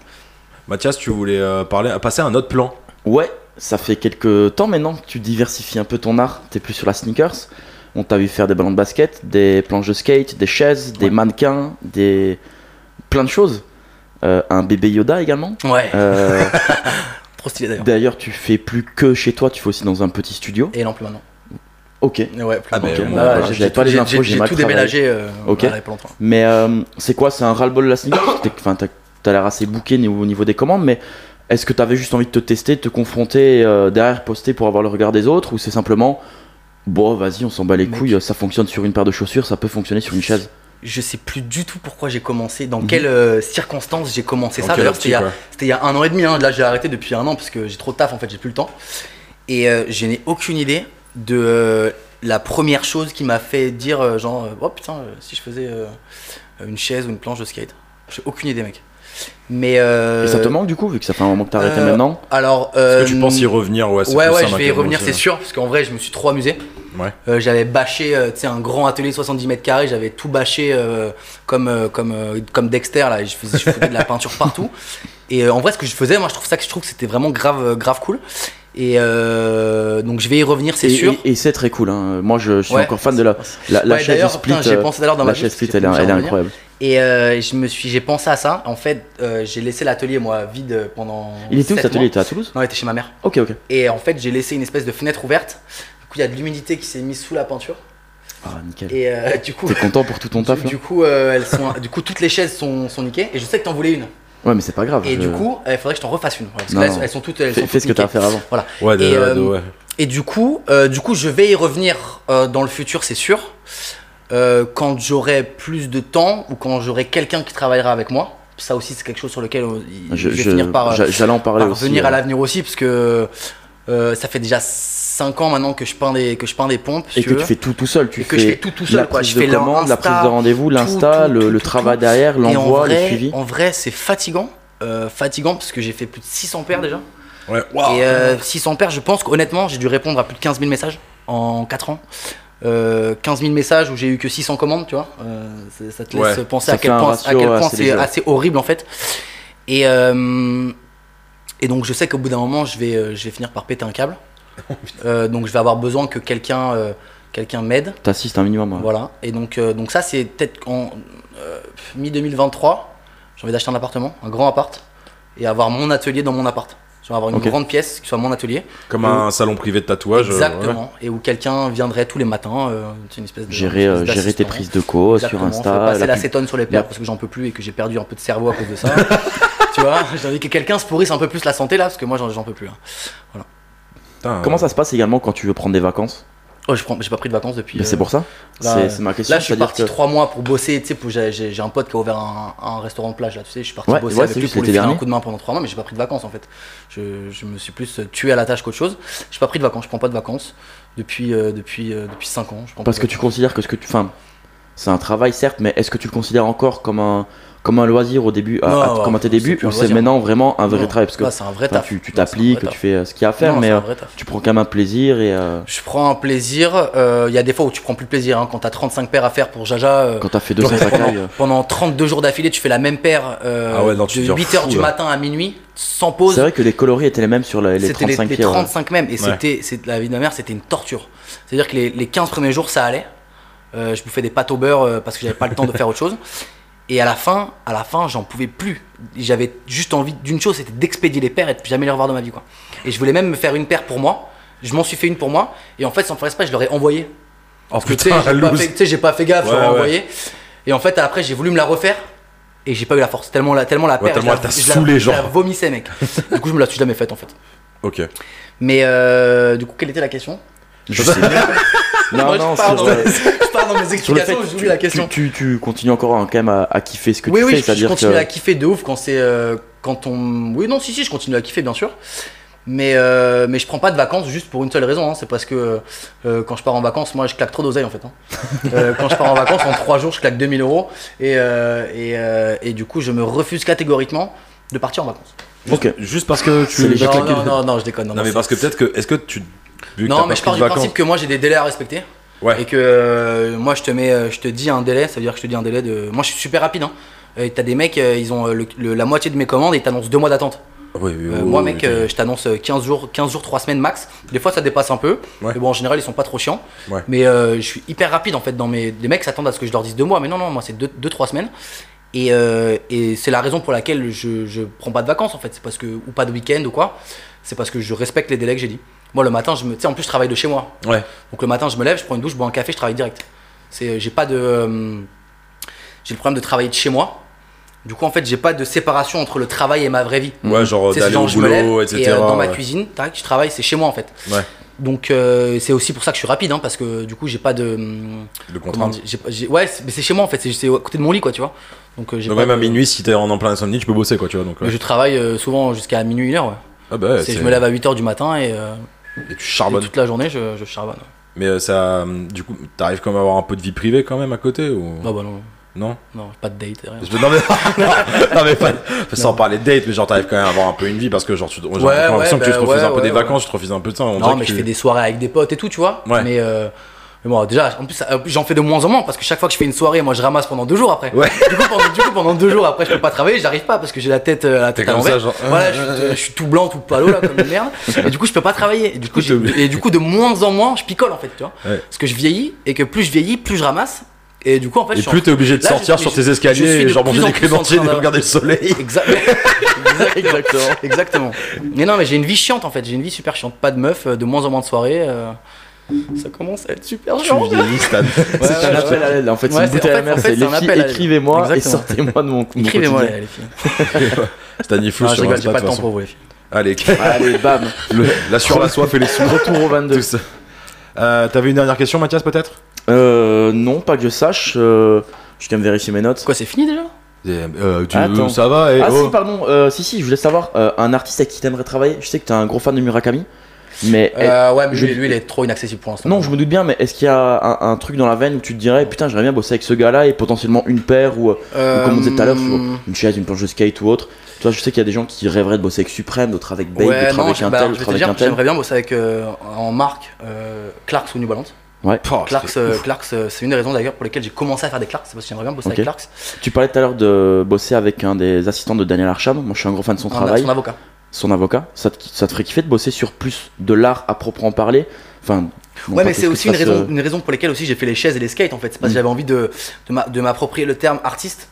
Speaker 1: Mathias, tu voulais euh, parler, passer à un autre plan.
Speaker 3: Ouais, ça fait quelques temps maintenant que tu diversifies un peu ton art, t'es plus sur la sneakers. On t'a vu faire des ballons de basket, des planches de skate, des chaises, des mannequins, des. plein de choses. Euh, un bébé Yoda également.
Speaker 2: Ouais,
Speaker 3: Euh,
Speaker 2: trop stylé d'ailleurs.
Speaker 3: D'ailleurs, tu fais plus que chez toi, tu fais aussi dans un petit studio.
Speaker 2: Et non, plus maintenant.
Speaker 3: Ok.
Speaker 2: Ouais, plus
Speaker 1: Ah, mais bon,
Speaker 2: maintenant. Là,
Speaker 1: voilà,
Speaker 2: j'ai-
Speaker 3: bah, euh, j'avais
Speaker 2: j'ai
Speaker 3: pas
Speaker 2: tout-
Speaker 3: les
Speaker 2: j'ai-
Speaker 3: infos,
Speaker 2: j'ai-
Speaker 3: j'ai
Speaker 2: J'ai
Speaker 3: mal
Speaker 2: tout
Speaker 3: travaillé.
Speaker 2: déménagé euh,
Speaker 3: Ok.
Speaker 2: voilà, il y a pas longtemps.
Speaker 3: Mais euh, c'est quoi C'est un ras-le-bol de la sneaker T'es- Enfin, t'as t'as l'air assez bouqué au niveau- au niveau des commandes, mais est-ce que t'avais juste envie de te tester, de te confronter, euh, derrière poster pour avoir le regard des autres, ou c'est simplement bon, vas-y, on s'en bat les
Speaker 2: Mec.
Speaker 3: couilles, ça fonctionne sur une paire de chaussures, ça peut fonctionner sur une chaise.
Speaker 2: Je sais plus du tout pourquoi j'ai commencé, dans
Speaker 3: Mhm.
Speaker 2: quelles euh, circonstances j'ai commencé ça. D'ailleurs, c'était il y a- C'était il y a un an et demi. hein. Là, j'ai arrêté depuis un an parce que j'ai trop de taf. En fait, j'ai plus le temps. Et euh, je n'ai aucune idée de euh, la première chose qui m'a fait dire euh, genre euh, oh putain euh, si je faisais euh, une chaise ou une planche de skate. J'ai aucune idée, mec. Mais euh,
Speaker 3: Et ça te manque du coup, vu que ça fait un moment que t'as arrêté
Speaker 2: euh,
Speaker 3: maintenant
Speaker 2: Alors,
Speaker 1: Est-ce
Speaker 2: euh,
Speaker 1: que tu penses y revenir Ouais, c'est
Speaker 2: ouais,
Speaker 1: plus ça,
Speaker 2: ouais, je
Speaker 1: ma
Speaker 2: vais y
Speaker 1: question
Speaker 2: revenir,
Speaker 1: aussi,
Speaker 2: c'est
Speaker 1: hein.
Speaker 2: sûr, parce qu'en vrai, je me suis trop amusé.
Speaker 1: Ouais.
Speaker 2: Euh, j'avais bâché, euh, tu sais, un grand atelier de 70 mètres carrés, j'avais tout bâché euh, comme, euh, comme, euh, comme Dexter, là, je faisais, je foutais de la peinture partout. Et euh, en vrai, ce que je faisais, moi, je trouve ça que je trouve que c'était vraiment grave, euh, grave cool. Et euh, donc, je vais y revenir, c'est
Speaker 3: Et-
Speaker 2: sûr.
Speaker 3: Et, et c'est très cool. hein. Moi, je, je suis
Speaker 2: Ouais.
Speaker 3: encore fan de la, la, la
Speaker 2: Ouais,
Speaker 3: chaise
Speaker 2: d'ailleurs,
Speaker 3: split.
Speaker 2: putain, j'ai
Speaker 3: euh,
Speaker 2: pensé d'ailleurs dans ma
Speaker 3: la
Speaker 2: vie,
Speaker 3: chaise
Speaker 2: parce que
Speaker 3: split, elle, est-
Speaker 2: j'ai
Speaker 3: elle est
Speaker 2: revenir.
Speaker 3: incroyable.
Speaker 2: Et euh, je me suis, j'ai pensé à ça. En fait, euh, j'ai laissé l'atelier, moi, vide euh, pendant.
Speaker 3: Il était où
Speaker 2: sept
Speaker 3: cet atelier Il
Speaker 2: mois.
Speaker 3: était à Toulouse
Speaker 2: Non, il était chez ma mère.
Speaker 3: Ok, ok.
Speaker 2: Et en fait, j'ai laissé une espèce de fenêtre ouverte. Du coup, il y a de l'humidité qui s'est mise sous la peinture.
Speaker 3: Ah, nickel.
Speaker 2: Et euh, du coup,
Speaker 3: T'es content pour tout ton taf
Speaker 2: du,
Speaker 3: là
Speaker 2: du coup, euh, elles sont, du coup, toutes les chaises sont, sont niquées. Et je sais que t'en voulais une.
Speaker 3: Ouais, mais c'est pas grave.
Speaker 2: Et
Speaker 3: je-
Speaker 2: du coup, euh, il faudrait que je t'en refasse une. voilà, parce que
Speaker 3: Non,
Speaker 2: là, elles,
Speaker 3: non.
Speaker 2: elles sont toutes. Elles
Speaker 3: fais,
Speaker 2: sont
Speaker 3: fais
Speaker 2: toutes
Speaker 3: ce que t'as à
Speaker 2: niquées.
Speaker 3: faire avant.
Speaker 2: Voilà.
Speaker 1: Ouais, de-
Speaker 2: Et, euh,
Speaker 1: de- ouais.
Speaker 2: Et du coup, euh, du coup, je vais y revenir euh, dans le futur, c'est sûr. Euh, quand j'aurai plus de temps ou quand j'aurai quelqu'un qui travaillera avec moi. Ça aussi, c'est quelque chose sur lequel euh, il- je,
Speaker 3: Je-
Speaker 2: vais
Speaker 3: je-
Speaker 2: finir par. euh,
Speaker 3: j'a- J'allais en parler aussi.
Speaker 2: Revenir à
Speaker 3: euh,
Speaker 2: l'avenir aussi, parce que euh, ça fait déjà 5 ans maintenant que je peins des, que je peins des pompes. si
Speaker 3: Et que
Speaker 2: veux.
Speaker 3: tu fais tout tout seul. Tu
Speaker 2: Et
Speaker 3: fais
Speaker 2: que je fais tout tout
Speaker 3: la
Speaker 2: seul. Quoi.
Speaker 3: prise
Speaker 2: Je fais
Speaker 3: de commande, la
Speaker 2: l'Insta,
Speaker 3: prise de rendez-vous, l'insta,
Speaker 2: tout,
Speaker 3: le,
Speaker 2: tout,
Speaker 3: le
Speaker 2: tout,
Speaker 3: travail
Speaker 2: tout.
Speaker 3: derrière,
Speaker 2: et en
Speaker 3: l'envoi, le
Speaker 2: vrai-
Speaker 3: suivi.
Speaker 2: En vrai, c'est fatigant. euh, fatigant parce que j'ai fait plus de 600 paires déjà.
Speaker 1: Ouais.
Speaker 3: Oh.
Speaker 1: Waouh.
Speaker 2: Et euh, 600 paires, je pense qu'honnêtement, j'ai dû répondre à plus de 15 000 messages en 4 ans. Euh, 15 000 messages où j'ai eu que 600 commandes, tu vois. Euh, c'est- ça te laisse
Speaker 1: Ouais.
Speaker 2: penser
Speaker 3: Ça
Speaker 2: à quel
Speaker 3: fait un
Speaker 2: point, à
Speaker 3: ratio
Speaker 2: quel point
Speaker 3: assez
Speaker 2: c'est
Speaker 3: léger.
Speaker 2: assez horrible en fait. Et, euh, et donc je sais qu'au bout d'un moment, je vais, euh, je vais finir par péter un câble.
Speaker 3: Oh,
Speaker 2: Euh, donc je vais avoir besoin que quelqu'un euh, quelqu'un m'aide.
Speaker 3: T'assistes un minimum. hein. ouais.
Speaker 2: Voilà. Et donc, euh, donc ça, c'est peut-être en euh, mi-2023, j'ai envie d'acheter un appartement, un grand appart, et avoir mon atelier dans mon appart. Je vais avoir une
Speaker 3: Ok.
Speaker 2: grande pièce qui soit mon atelier.
Speaker 1: Comme un salon privé de tatouage. euh, ouais.
Speaker 2: Exactement. Et où quelqu'un viendrait tous les matins. euh, c'est une espèce de.
Speaker 3: Gérer,
Speaker 2: une
Speaker 3: euh,
Speaker 2: espèce
Speaker 3: gérer tes
Speaker 2: d'assistant.
Speaker 3: prises de co sur
Speaker 2: Exactement. Je vais
Speaker 3: Insta.
Speaker 2: passer
Speaker 3: la pub-
Speaker 2: l'acétone sur les paires
Speaker 3: la-
Speaker 2: parce que j'en peux plus et que j'ai perdu un peu de cerveau à cause de ça. tu vois, j'ai envie que quelqu'un se pourrisse un peu plus la santé là parce que moi j'en j'en peux plus. hein. euh,
Speaker 1: Putain,
Speaker 3: Comment ça se passe également quand tu veux prendre des vacances
Speaker 2: Oh, je prends- j'ai pas pris de vacances depuis.
Speaker 3: Bah, C'est
Speaker 2: euh,
Speaker 3: pour ça
Speaker 2: là,
Speaker 3: C'est
Speaker 2: euh,
Speaker 3: c'est ma question.
Speaker 2: Là, je suis
Speaker 3: c'est-à-dire
Speaker 2: parti
Speaker 3: que-
Speaker 2: trois mois pour bosser. Tu sais, pour- j'ai- j'ai j'ai un pote qui a ouvert un, un restaurant de plage. Là, tu sais, je suis parti
Speaker 3: Ouais,
Speaker 2: bosser
Speaker 3: ouais,
Speaker 2: avec
Speaker 3: c'est
Speaker 2: lui
Speaker 3: juste
Speaker 2: pour lui
Speaker 3: l'été
Speaker 2: filer un
Speaker 3: dernier.
Speaker 2: coup de main pendant trois mois, mais j'ai pas pris de vacances en fait. Je, je me suis plus euh, tué à la tâche qu'autre chose. J'ai pas pris de vacances. Je prends pas de vacances depuis euh, depuis euh, depuis cinq ans. Je prends pas
Speaker 3: Parce
Speaker 2: de
Speaker 3: que tu
Speaker 2: vacances.
Speaker 3: considères que ce que tu. Enfin, C'est un travail, certes, mais est-ce que tu le considères encore comme un, comme un loisir au début, à-
Speaker 2: Non,
Speaker 3: à-
Speaker 2: ouais,
Speaker 3: comme à tes
Speaker 2: c'est
Speaker 3: débuts,
Speaker 2: plus un
Speaker 3: ou c'est
Speaker 2: loisir.
Speaker 3: maintenant vraiment un vrai
Speaker 2: Non.
Speaker 3: travail Parce que
Speaker 2: Là, c'est un vrai
Speaker 3: enfin,
Speaker 2: taf.
Speaker 3: tu tu
Speaker 2: Là, c'est un vrai
Speaker 3: t'appliques,
Speaker 2: taf.
Speaker 3: tu fais euh, ce qu'il y a à
Speaker 2: Non,
Speaker 3: faire, mais
Speaker 2: c'est un
Speaker 3: euh,
Speaker 2: vrai taf.
Speaker 3: tu prends quand même un plaisir et euh,
Speaker 2: Je prends un plaisir. euh, Il y a des fois où tu prends plus de plaisir. hein, quand t'as 35 paires à faire pour Jaja, euh,
Speaker 3: quand t'as fait 200
Speaker 2: pendant,
Speaker 3: racailles. euh,
Speaker 2: pendant 32 jours d'affilée, tu fais la même paire euh,
Speaker 1: Ah ouais, non, tu
Speaker 2: de
Speaker 1: deviens
Speaker 2: 8h
Speaker 1: fou,
Speaker 2: du
Speaker 1: là.
Speaker 2: matin à minuit, sans
Speaker 3: C'est
Speaker 2: pause.
Speaker 3: vrai que les coloris étaient les mêmes sur la- les euh.
Speaker 2: C'était les,
Speaker 3: 35
Speaker 2: les
Speaker 3: pieds. ouais.
Speaker 2: 35 même. Et
Speaker 1: Ouais.
Speaker 2: c'était, c'est, la vie de ma mère, c'était une torture. C'est-à-dire que les, les 15 premiers jours, ça allait. Euh, je bouffais des pâtes au beurre euh, parce que j'avais pas le temps de faire autre chose. Et à la fin, à la fin, j'en pouvais plus. J'avais juste envie d'une chose, c'était d'expédier les paires et de plus jamais les revoir de ma vie, quoi. Et je voulais même me faire une paire pour moi. Je m'en suis fait une pour moi. Et en fait, sans faire exprès, je leur ai envoyé.
Speaker 1: Oh
Speaker 2: Parce que tu sais, j'ai pas fait- tu sais, j'ai pas fait gaffe,
Speaker 1: Ouais,
Speaker 2: j'aurais
Speaker 1: ouais.
Speaker 2: envoyé. Et en fait, après, j'ai voulu me la refaire. Et j'ai pas eu la force, tellement la, tellement la
Speaker 1: Ouais,
Speaker 2: paire, je
Speaker 1: tellement
Speaker 2: la-
Speaker 1: elle t'a
Speaker 2: je la-
Speaker 1: saoulé,
Speaker 2: je la
Speaker 1: genre.
Speaker 2: vomissais, mec. du coup, je me la suis jamais faite, en fait.
Speaker 1: Ok.
Speaker 2: Mais euh, du coup, quelle était la question
Speaker 3: Je sais pas. Non,
Speaker 2: Moi,
Speaker 3: non,
Speaker 2: je, pars
Speaker 3: sur,
Speaker 2: dans,
Speaker 3: euh,
Speaker 2: je pars dans mes
Speaker 3: sur le fait,
Speaker 2: explications, j'oublie
Speaker 3: tu,
Speaker 2: la question.
Speaker 3: tu- tu- tu continues encore hein, quand même à, à kiffer ce que
Speaker 2: oui,
Speaker 3: tu
Speaker 2: oui,
Speaker 3: fais,
Speaker 2: je- je,
Speaker 3: c'est-à-dire
Speaker 2: continue
Speaker 3: que
Speaker 2: à kiffer de ouf quand c'est euh, quand on. Oui, non, si, si, je continue à kiffer, bien sûr. Mais euh, mais je prends pas de vacances juste pour une seule raison. hein. C'est parce que euh, quand je pars en vacances, moi, je claque trop d'oseille en fait. hein. Euh, quand je pars en vacances, en trois jours, je claque 2000 euros et euh, et, euh, et du coup, je me refuse catégoriquement de partir en vacances.
Speaker 3: Ok.
Speaker 1: Juste parce que
Speaker 3: C'est les
Speaker 1: tu.
Speaker 3: J'ai
Speaker 2: Non,
Speaker 3: claqué
Speaker 2: non,
Speaker 3: le-
Speaker 2: non, non, je déconne. Non,
Speaker 1: Non, mais
Speaker 2: non,
Speaker 1: parce que peut-être que. Est-ce que tu. Vu que
Speaker 2: non,
Speaker 1: t'as
Speaker 2: mais
Speaker 1: pas
Speaker 2: je
Speaker 1: pris
Speaker 2: pars
Speaker 1: de
Speaker 2: du
Speaker 1: vacances-
Speaker 2: principe que moi j'ai des délais à respecter.
Speaker 1: Ouais.
Speaker 2: Et que euh, moi je te mets, euh, je te dis un délai, ça veut dire que je te dis un délai de. Moi je suis super rapide. Hein. Euh, T'as des mecs, euh, ils ont euh, le- le- la moitié de mes commandes et ils t'annoncent deux mois d'attente.
Speaker 1: Ouais, ouais,
Speaker 2: Euh,
Speaker 1: ouais,
Speaker 2: moi
Speaker 1: ouais,
Speaker 2: mec,
Speaker 1: ouais.
Speaker 2: euh, je t'annonce euh, 15 jours, 15 jours, 3 semaines max. Des fois ça dépasse un peu.
Speaker 1: Ouais.
Speaker 2: Mais bon en général ils sont pas trop chiants.
Speaker 1: Ouais.
Speaker 2: Mais euh, je suis hyper rapide en fait dans mes. Les mecs s'attendent à ce que je leur dise deux mois, mais non non moi c'est deux, deux, trois semaines. Et, euh, et c'est la raison pour laquelle je, je prends pas de vacances en fait, c'est parce que ou pas de week-end ou quoi. C'est parce que je respecte les délais que j'ai dit. Moi le matin je me, tu sais en plus je travaille de chez moi,
Speaker 1: Ouais.
Speaker 2: donc le matin, je me lève, je prends une douche, je bois un café, je travaille direct. C'est, j'ai pas de, euh, j'ai le problème de travailler de chez moi. Du coup, en fait, j'ai pas de séparation entre le travail et ma vraie vie.
Speaker 1: Ouais, genre
Speaker 2: hmm, C'est ce
Speaker 1: d'aller
Speaker 2: genre,
Speaker 1: au
Speaker 2: je me lève
Speaker 1: boulot, etc.
Speaker 2: Et, euh, dans ma
Speaker 1: ouais.
Speaker 2: cuisine, tac, je travaille, c'est chez moi en fait.
Speaker 1: Ouais,
Speaker 2: Donc euh, c'est aussi pour ça que je suis rapide, hein, parce que du coup, j'ai pas de, hum,
Speaker 1: le
Speaker 2: comment
Speaker 1: contrainte.
Speaker 2: dire, j'ai pas- j'ai- ouais, c'est- mais c'est chez moi en fait, c'est, c'est à côté de mon lit quoi, tu vois. Donc euh, j'ai
Speaker 1: Donc
Speaker 2: pas
Speaker 1: même à
Speaker 2: de-
Speaker 1: minuit, si t'es en plein insomnie, tu peux bosser quoi, tu vois. Donc,
Speaker 2: Mais
Speaker 1: ouais.
Speaker 2: je travaille euh, souvent jusqu'à minuit, une heure. Ouais.
Speaker 1: Ah bah, ouais,
Speaker 2: C'est-
Speaker 1: c'est-
Speaker 2: je me lève à 8h du matin et, euh,
Speaker 1: Et tu
Speaker 2: et
Speaker 1: charbonnes.
Speaker 2: toute la journée, je, je charbonne.
Speaker 1: Mais euh, ça, euh, du coup, t'arrives quand même à avoir un peu de vie privée quand même à côté ou
Speaker 2: Non, bah non,
Speaker 1: non
Speaker 2: non, pas de date, rien.
Speaker 1: Je veux- Non mais, non, mais pas- sans parler de date, mais genre t'arrives quand même à avoir un peu une vie parce que genre tu genre,
Speaker 2: Ouais,
Speaker 1: t'as l'impression
Speaker 2: ouais,
Speaker 1: que tu te
Speaker 2: bah,
Speaker 1: refuses un peu
Speaker 2: ouais,
Speaker 1: des
Speaker 2: ouais,
Speaker 1: vacances, tu te refuses un peu de ça. on dirait
Speaker 2: Non, mais
Speaker 1: que
Speaker 2: je
Speaker 1: tu-
Speaker 2: fais des soirées avec des potes et tout, tu vois.
Speaker 1: Ouais.
Speaker 2: Mais, euh, mais bon, déjà, en plus, ça- en plus, j'en fais de moins en moins parce que chaque fois que je fais une soirée, moi je ramasse pendant deux jours après.
Speaker 1: Ouais.
Speaker 2: Du, coup, pendant, du coup, pendant deux jours après, je peux pas travailler, j'arrive pas parce que j'ai la tête, euh, la
Speaker 1: T'es
Speaker 2: tête à
Speaker 1: comme ça,
Speaker 2: l'envers.
Speaker 1: genre, euh,
Speaker 2: Voilà, je, suis- je suis tout blanc, tout palo là, comme une merde. Et du coup, je peux pas travailler. Et du coup,
Speaker 1: Du coup,
Speaker 2: j'ai- et du coup, de moins en moins, je picole en fait, tu vois.
Speaker 1: Ouais.
Speaker 2: Parce que je vieillis et que plus je vieillis, plus je ramasse. Et du coup, en fait,
Speaker 1: Et
Speaker 2: je suis en-
Speaker 1: plus t'es obligé de
Speaker 2: Là, je-
Speaker 1: sortir
Speaker 2: mais
Speaker 1: sur
Speaker 2: je-
Speaker 1: tes
Speaker 2: je suis
Speaker 1: escaliers et
Speaker 2: de
Speaker 1: genre
Speaker 2: plus
Speaker 1: manger
Speaker 2: en
Speaker 1: des
Speaker 2: plus en
Speaker 1: clémentines
Speaker 2: train
Speaker 1: et
Speaker 2: de-
Speaker 1: regarder le soleil.
Speaker 2: Exactement.
Speaker 3: Exactement.
Speaker 2: Exactement. Mais non, mais j'ai une vie chiante en fait. J'ai une vie super chiante. Pas de meuf, euh, de moins en moins de soirées. euh, Ça commence à être super
Speaker 1: Tu
Speaker 2: chiant.
Speaker 1: vieillis, Stan.
Speaker 3: C'est
Speaker 2: ouais,
Speaker 3: un
Speaker 2: ouais,
Speaker 3: appel à l'aide. En fait,
Speaker 2: Ouais,
Speaker 3: c'est une
Speaker 2: c'est-
Speaker 3: bouteille
Speaker 2: en
Speaker 3: à
Speaker 2: fait,
Speaker 3: la mer.
Speaker 2: en fait,
Speaker 3: C'est
Speaker 2: c'est
Speaker 3: les
Speaker 2: un
Speaker 3: filles,
Speaker 2: appel à l'aide.
Speaker 3: écrivez-moi et
Speaker 2: Exactement.
Speaker 3: sortez-moi de mon mon
Speaker 2: Écrivez-moi
Speaker 3: quotidien.
Speaker 2: les filles.
Speaker 1: Stan il floue
Speaker 2: Non, je
Speaker 1: sur
Speaker 2: rigole, Ah,
Speaker 1: Insta,
Speaker 2: j'ai
Speaker 1: de
Speaker 2: pas le
Speaker 1: toute
Speaker 2: temps
Speaker 1: façon.
Speaker 2: pour vous les filles.
Speaker 1: Allez,
Speaker 3: Allez, bam.
Speaker 1: le- la sur la soif et les sous.
Speaker 3: Retour au 22.
Speaker 1: Tous. Euh, T'avais une dernière question, Mathias, peut-être
Speaker 3: Euh, non, pas que je sache. euh, je vais quand même vérifier mes notes.
Speaker 2: Quoi, c'est fini déjà
Speaker 1: euh, tu-
Speaker 3: Attends.
Speaker 1: Ça va et
Speaker 3: ah
Speaker 1: oh.
Speaker 3: si, pardon. euh, si, si, je voulais savoir euh, un artiste avec qui t'aimerais travailler. Je sais que t'es un gros fan de Murakami, mais
Speaker 2: euh, Ouais, mais
Speaker 3: je-
Speaker 2: lui, lui, il est trop inaccessible pour l'instant.
Speaker 3: Non, je me doute bien, mais est-ce qu'il y a un, un truc dans la veine où tu te dirais putain, j'aimerais bien bosser avec ce gars-là et potentiellement une paire ou euh,
Speaker 2: Euh,
Speaker 3: comme on disait tout à l'heure,
Speaker 2: hum,
Speaker 3: une chaise, une planche de skate ou autre Toi, je sais qu'il y a des gens qui rêveraient de bosser avec Supreme, d'autres avec Babe,
Speaker 2: Ouais,
Speaker 3: d'autres
Speaker 2: non,
Speaker 3: avec
Speaker 2: je-
Speaker 3: un
Speaker 2: bah,
Speaker 3: tel,
Speaker 2: je vais
Speaker 3: d'autres
Speaker 2: te
Speaker 3: avec
Speaker 2: dire
Speaker 3: un
Speaker 2: que
Speaker 3: tel.
Speaker 2: j'aimerais bien bosser avec euh, en marque euh, Clarks ou New Balance.
Speaker 3: Ah,
Speaker 1: Oh,
Speaker 2: Clarks, euh, Clarks, euh, c'est une des raisons d'ailleurs pour lesquelles j'ai commencé à faire des Clarks, c'est parce que j'aimerais bien bosser
Speaker 3: Ok.
Speaker 2: avec Clarks,
Speaker 3: Tu parlais tout à l'heure de bosser avec un des assistants de Daniel Arsham. Moi, je suis un gros fan de son
Speaker 2: Un-
Speaker 3: travail,
Speaker 2: son avocat.
Speaker 3: son avocat. Ça te, ça te ferait kiffer de bosser sur plus de l'art à proprement parler. Enfin. non,
Speaker 2: ouais,
Speaker 3: pas
Speaker 2: mais
Speaker 3: que
Speaker 2: c'est
Speaker 3: ce
Speaker 2: aussi
Speaker 3: que
Speaker 2: une
Speaker 3: ça se-
Speaker 2: raison, une raison pour laquelle aussi j'ai fait les chaises et les skates en fait. C'est parce
Speaker 3: Mm.
Speaker 2: que j'avais envie de, de m'a- de m'approprier le terme artiste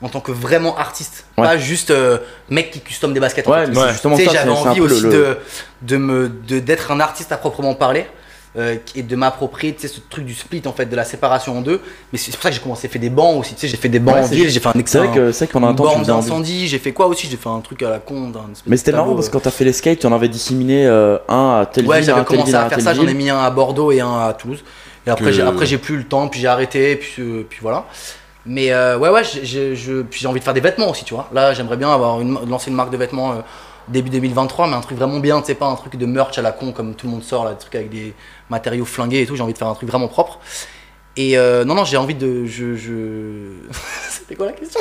Speaker 2: en tant que vraiment artiste,
Speaker 3: Ouais.
Speaker 2: pas juste euh, mec qui custom des baskets. en
Speaker 3: Ouais,
Speaker 2: fait.
Speaker 3: mais
Speaker 1: Ouais.
Speaker 3: c'est justement
Speaker 2: Tu
Speaker 3: ça.
Speaker 2: sais,
Speaker 3: c'est-
Speaker 2: j'avais
Speaker 3: c'est un
Speaker 2: envie
Speaker 3: peu le-
Speaker 2: aussi
Speaker 3: le-
Speaker 2: de de me de- d'être un artiste à proprement parler euh, et de m'approprier tu sais, ce truc du split en fait de la séparation en deux. Mais c'est c'est pour ça que j'ai commencé à faire des bancs aussi. Tu sais, j'ai fait des bancs
Speaker 3: Ouais,
Speaker 2: en
Speaker 3: c'est-
Speaker 2: ville, j'ai fait un
Speaker 3: C'est vrai
Speaker 2: excellent.
Speaker 3: que c'est vrai que pendant un
Speaker 2: Une
Speaker 3: temps, tu
Speaker 2: borne
Speaker 3: faisais un-
Speaker 2: d'incendie, j'ai fait quoi aussi J'ai fait un truc à la con. d'un espèce de
Speaker 3: Mais c'était marrant
Speaker 2: tableau,
Speaker 3: parce que quand t'as fait les skates, tu en avais disséminé euh, un à telle
Speaker 2: Ouais,
Speaker 3: ville, un
Speaker 2: j'avais
Speaker 3: à telle
Speaker 2: commencé
Speaker 3: ville, un
Speaker 2: à
Speaker 3: à
Speaker 2: faire
Speaker 3: telle
Speaker 2: ça, j'en ai
Speaker 3: ville.
Speaker 2: mis un à Bordeaux et un à Toulouse. Et après,
Speaker 1: Que-
Speaker 2: j'ai, après j'ai plus le temps, puis j'ai arrêté, puis, euh, puis voilà. Mais euh, ouais, ouais, j'ai, j'ai- je- puis j'ai envie de faire des vêtements aussi, tu vois. Là, j'aimerais bien avoir une, lancer une marque de vêtements euh, début 2023, mais un truc vraiment bien, tu sais, pas un truc de merch à la con comme tout le monde sort, là, des trucs avec des matériaux flingués et tout. J'ai envie de faire un truc vraiment propre. Et euh, non, non, j'ai envie de. Je, je... C'était quoi la question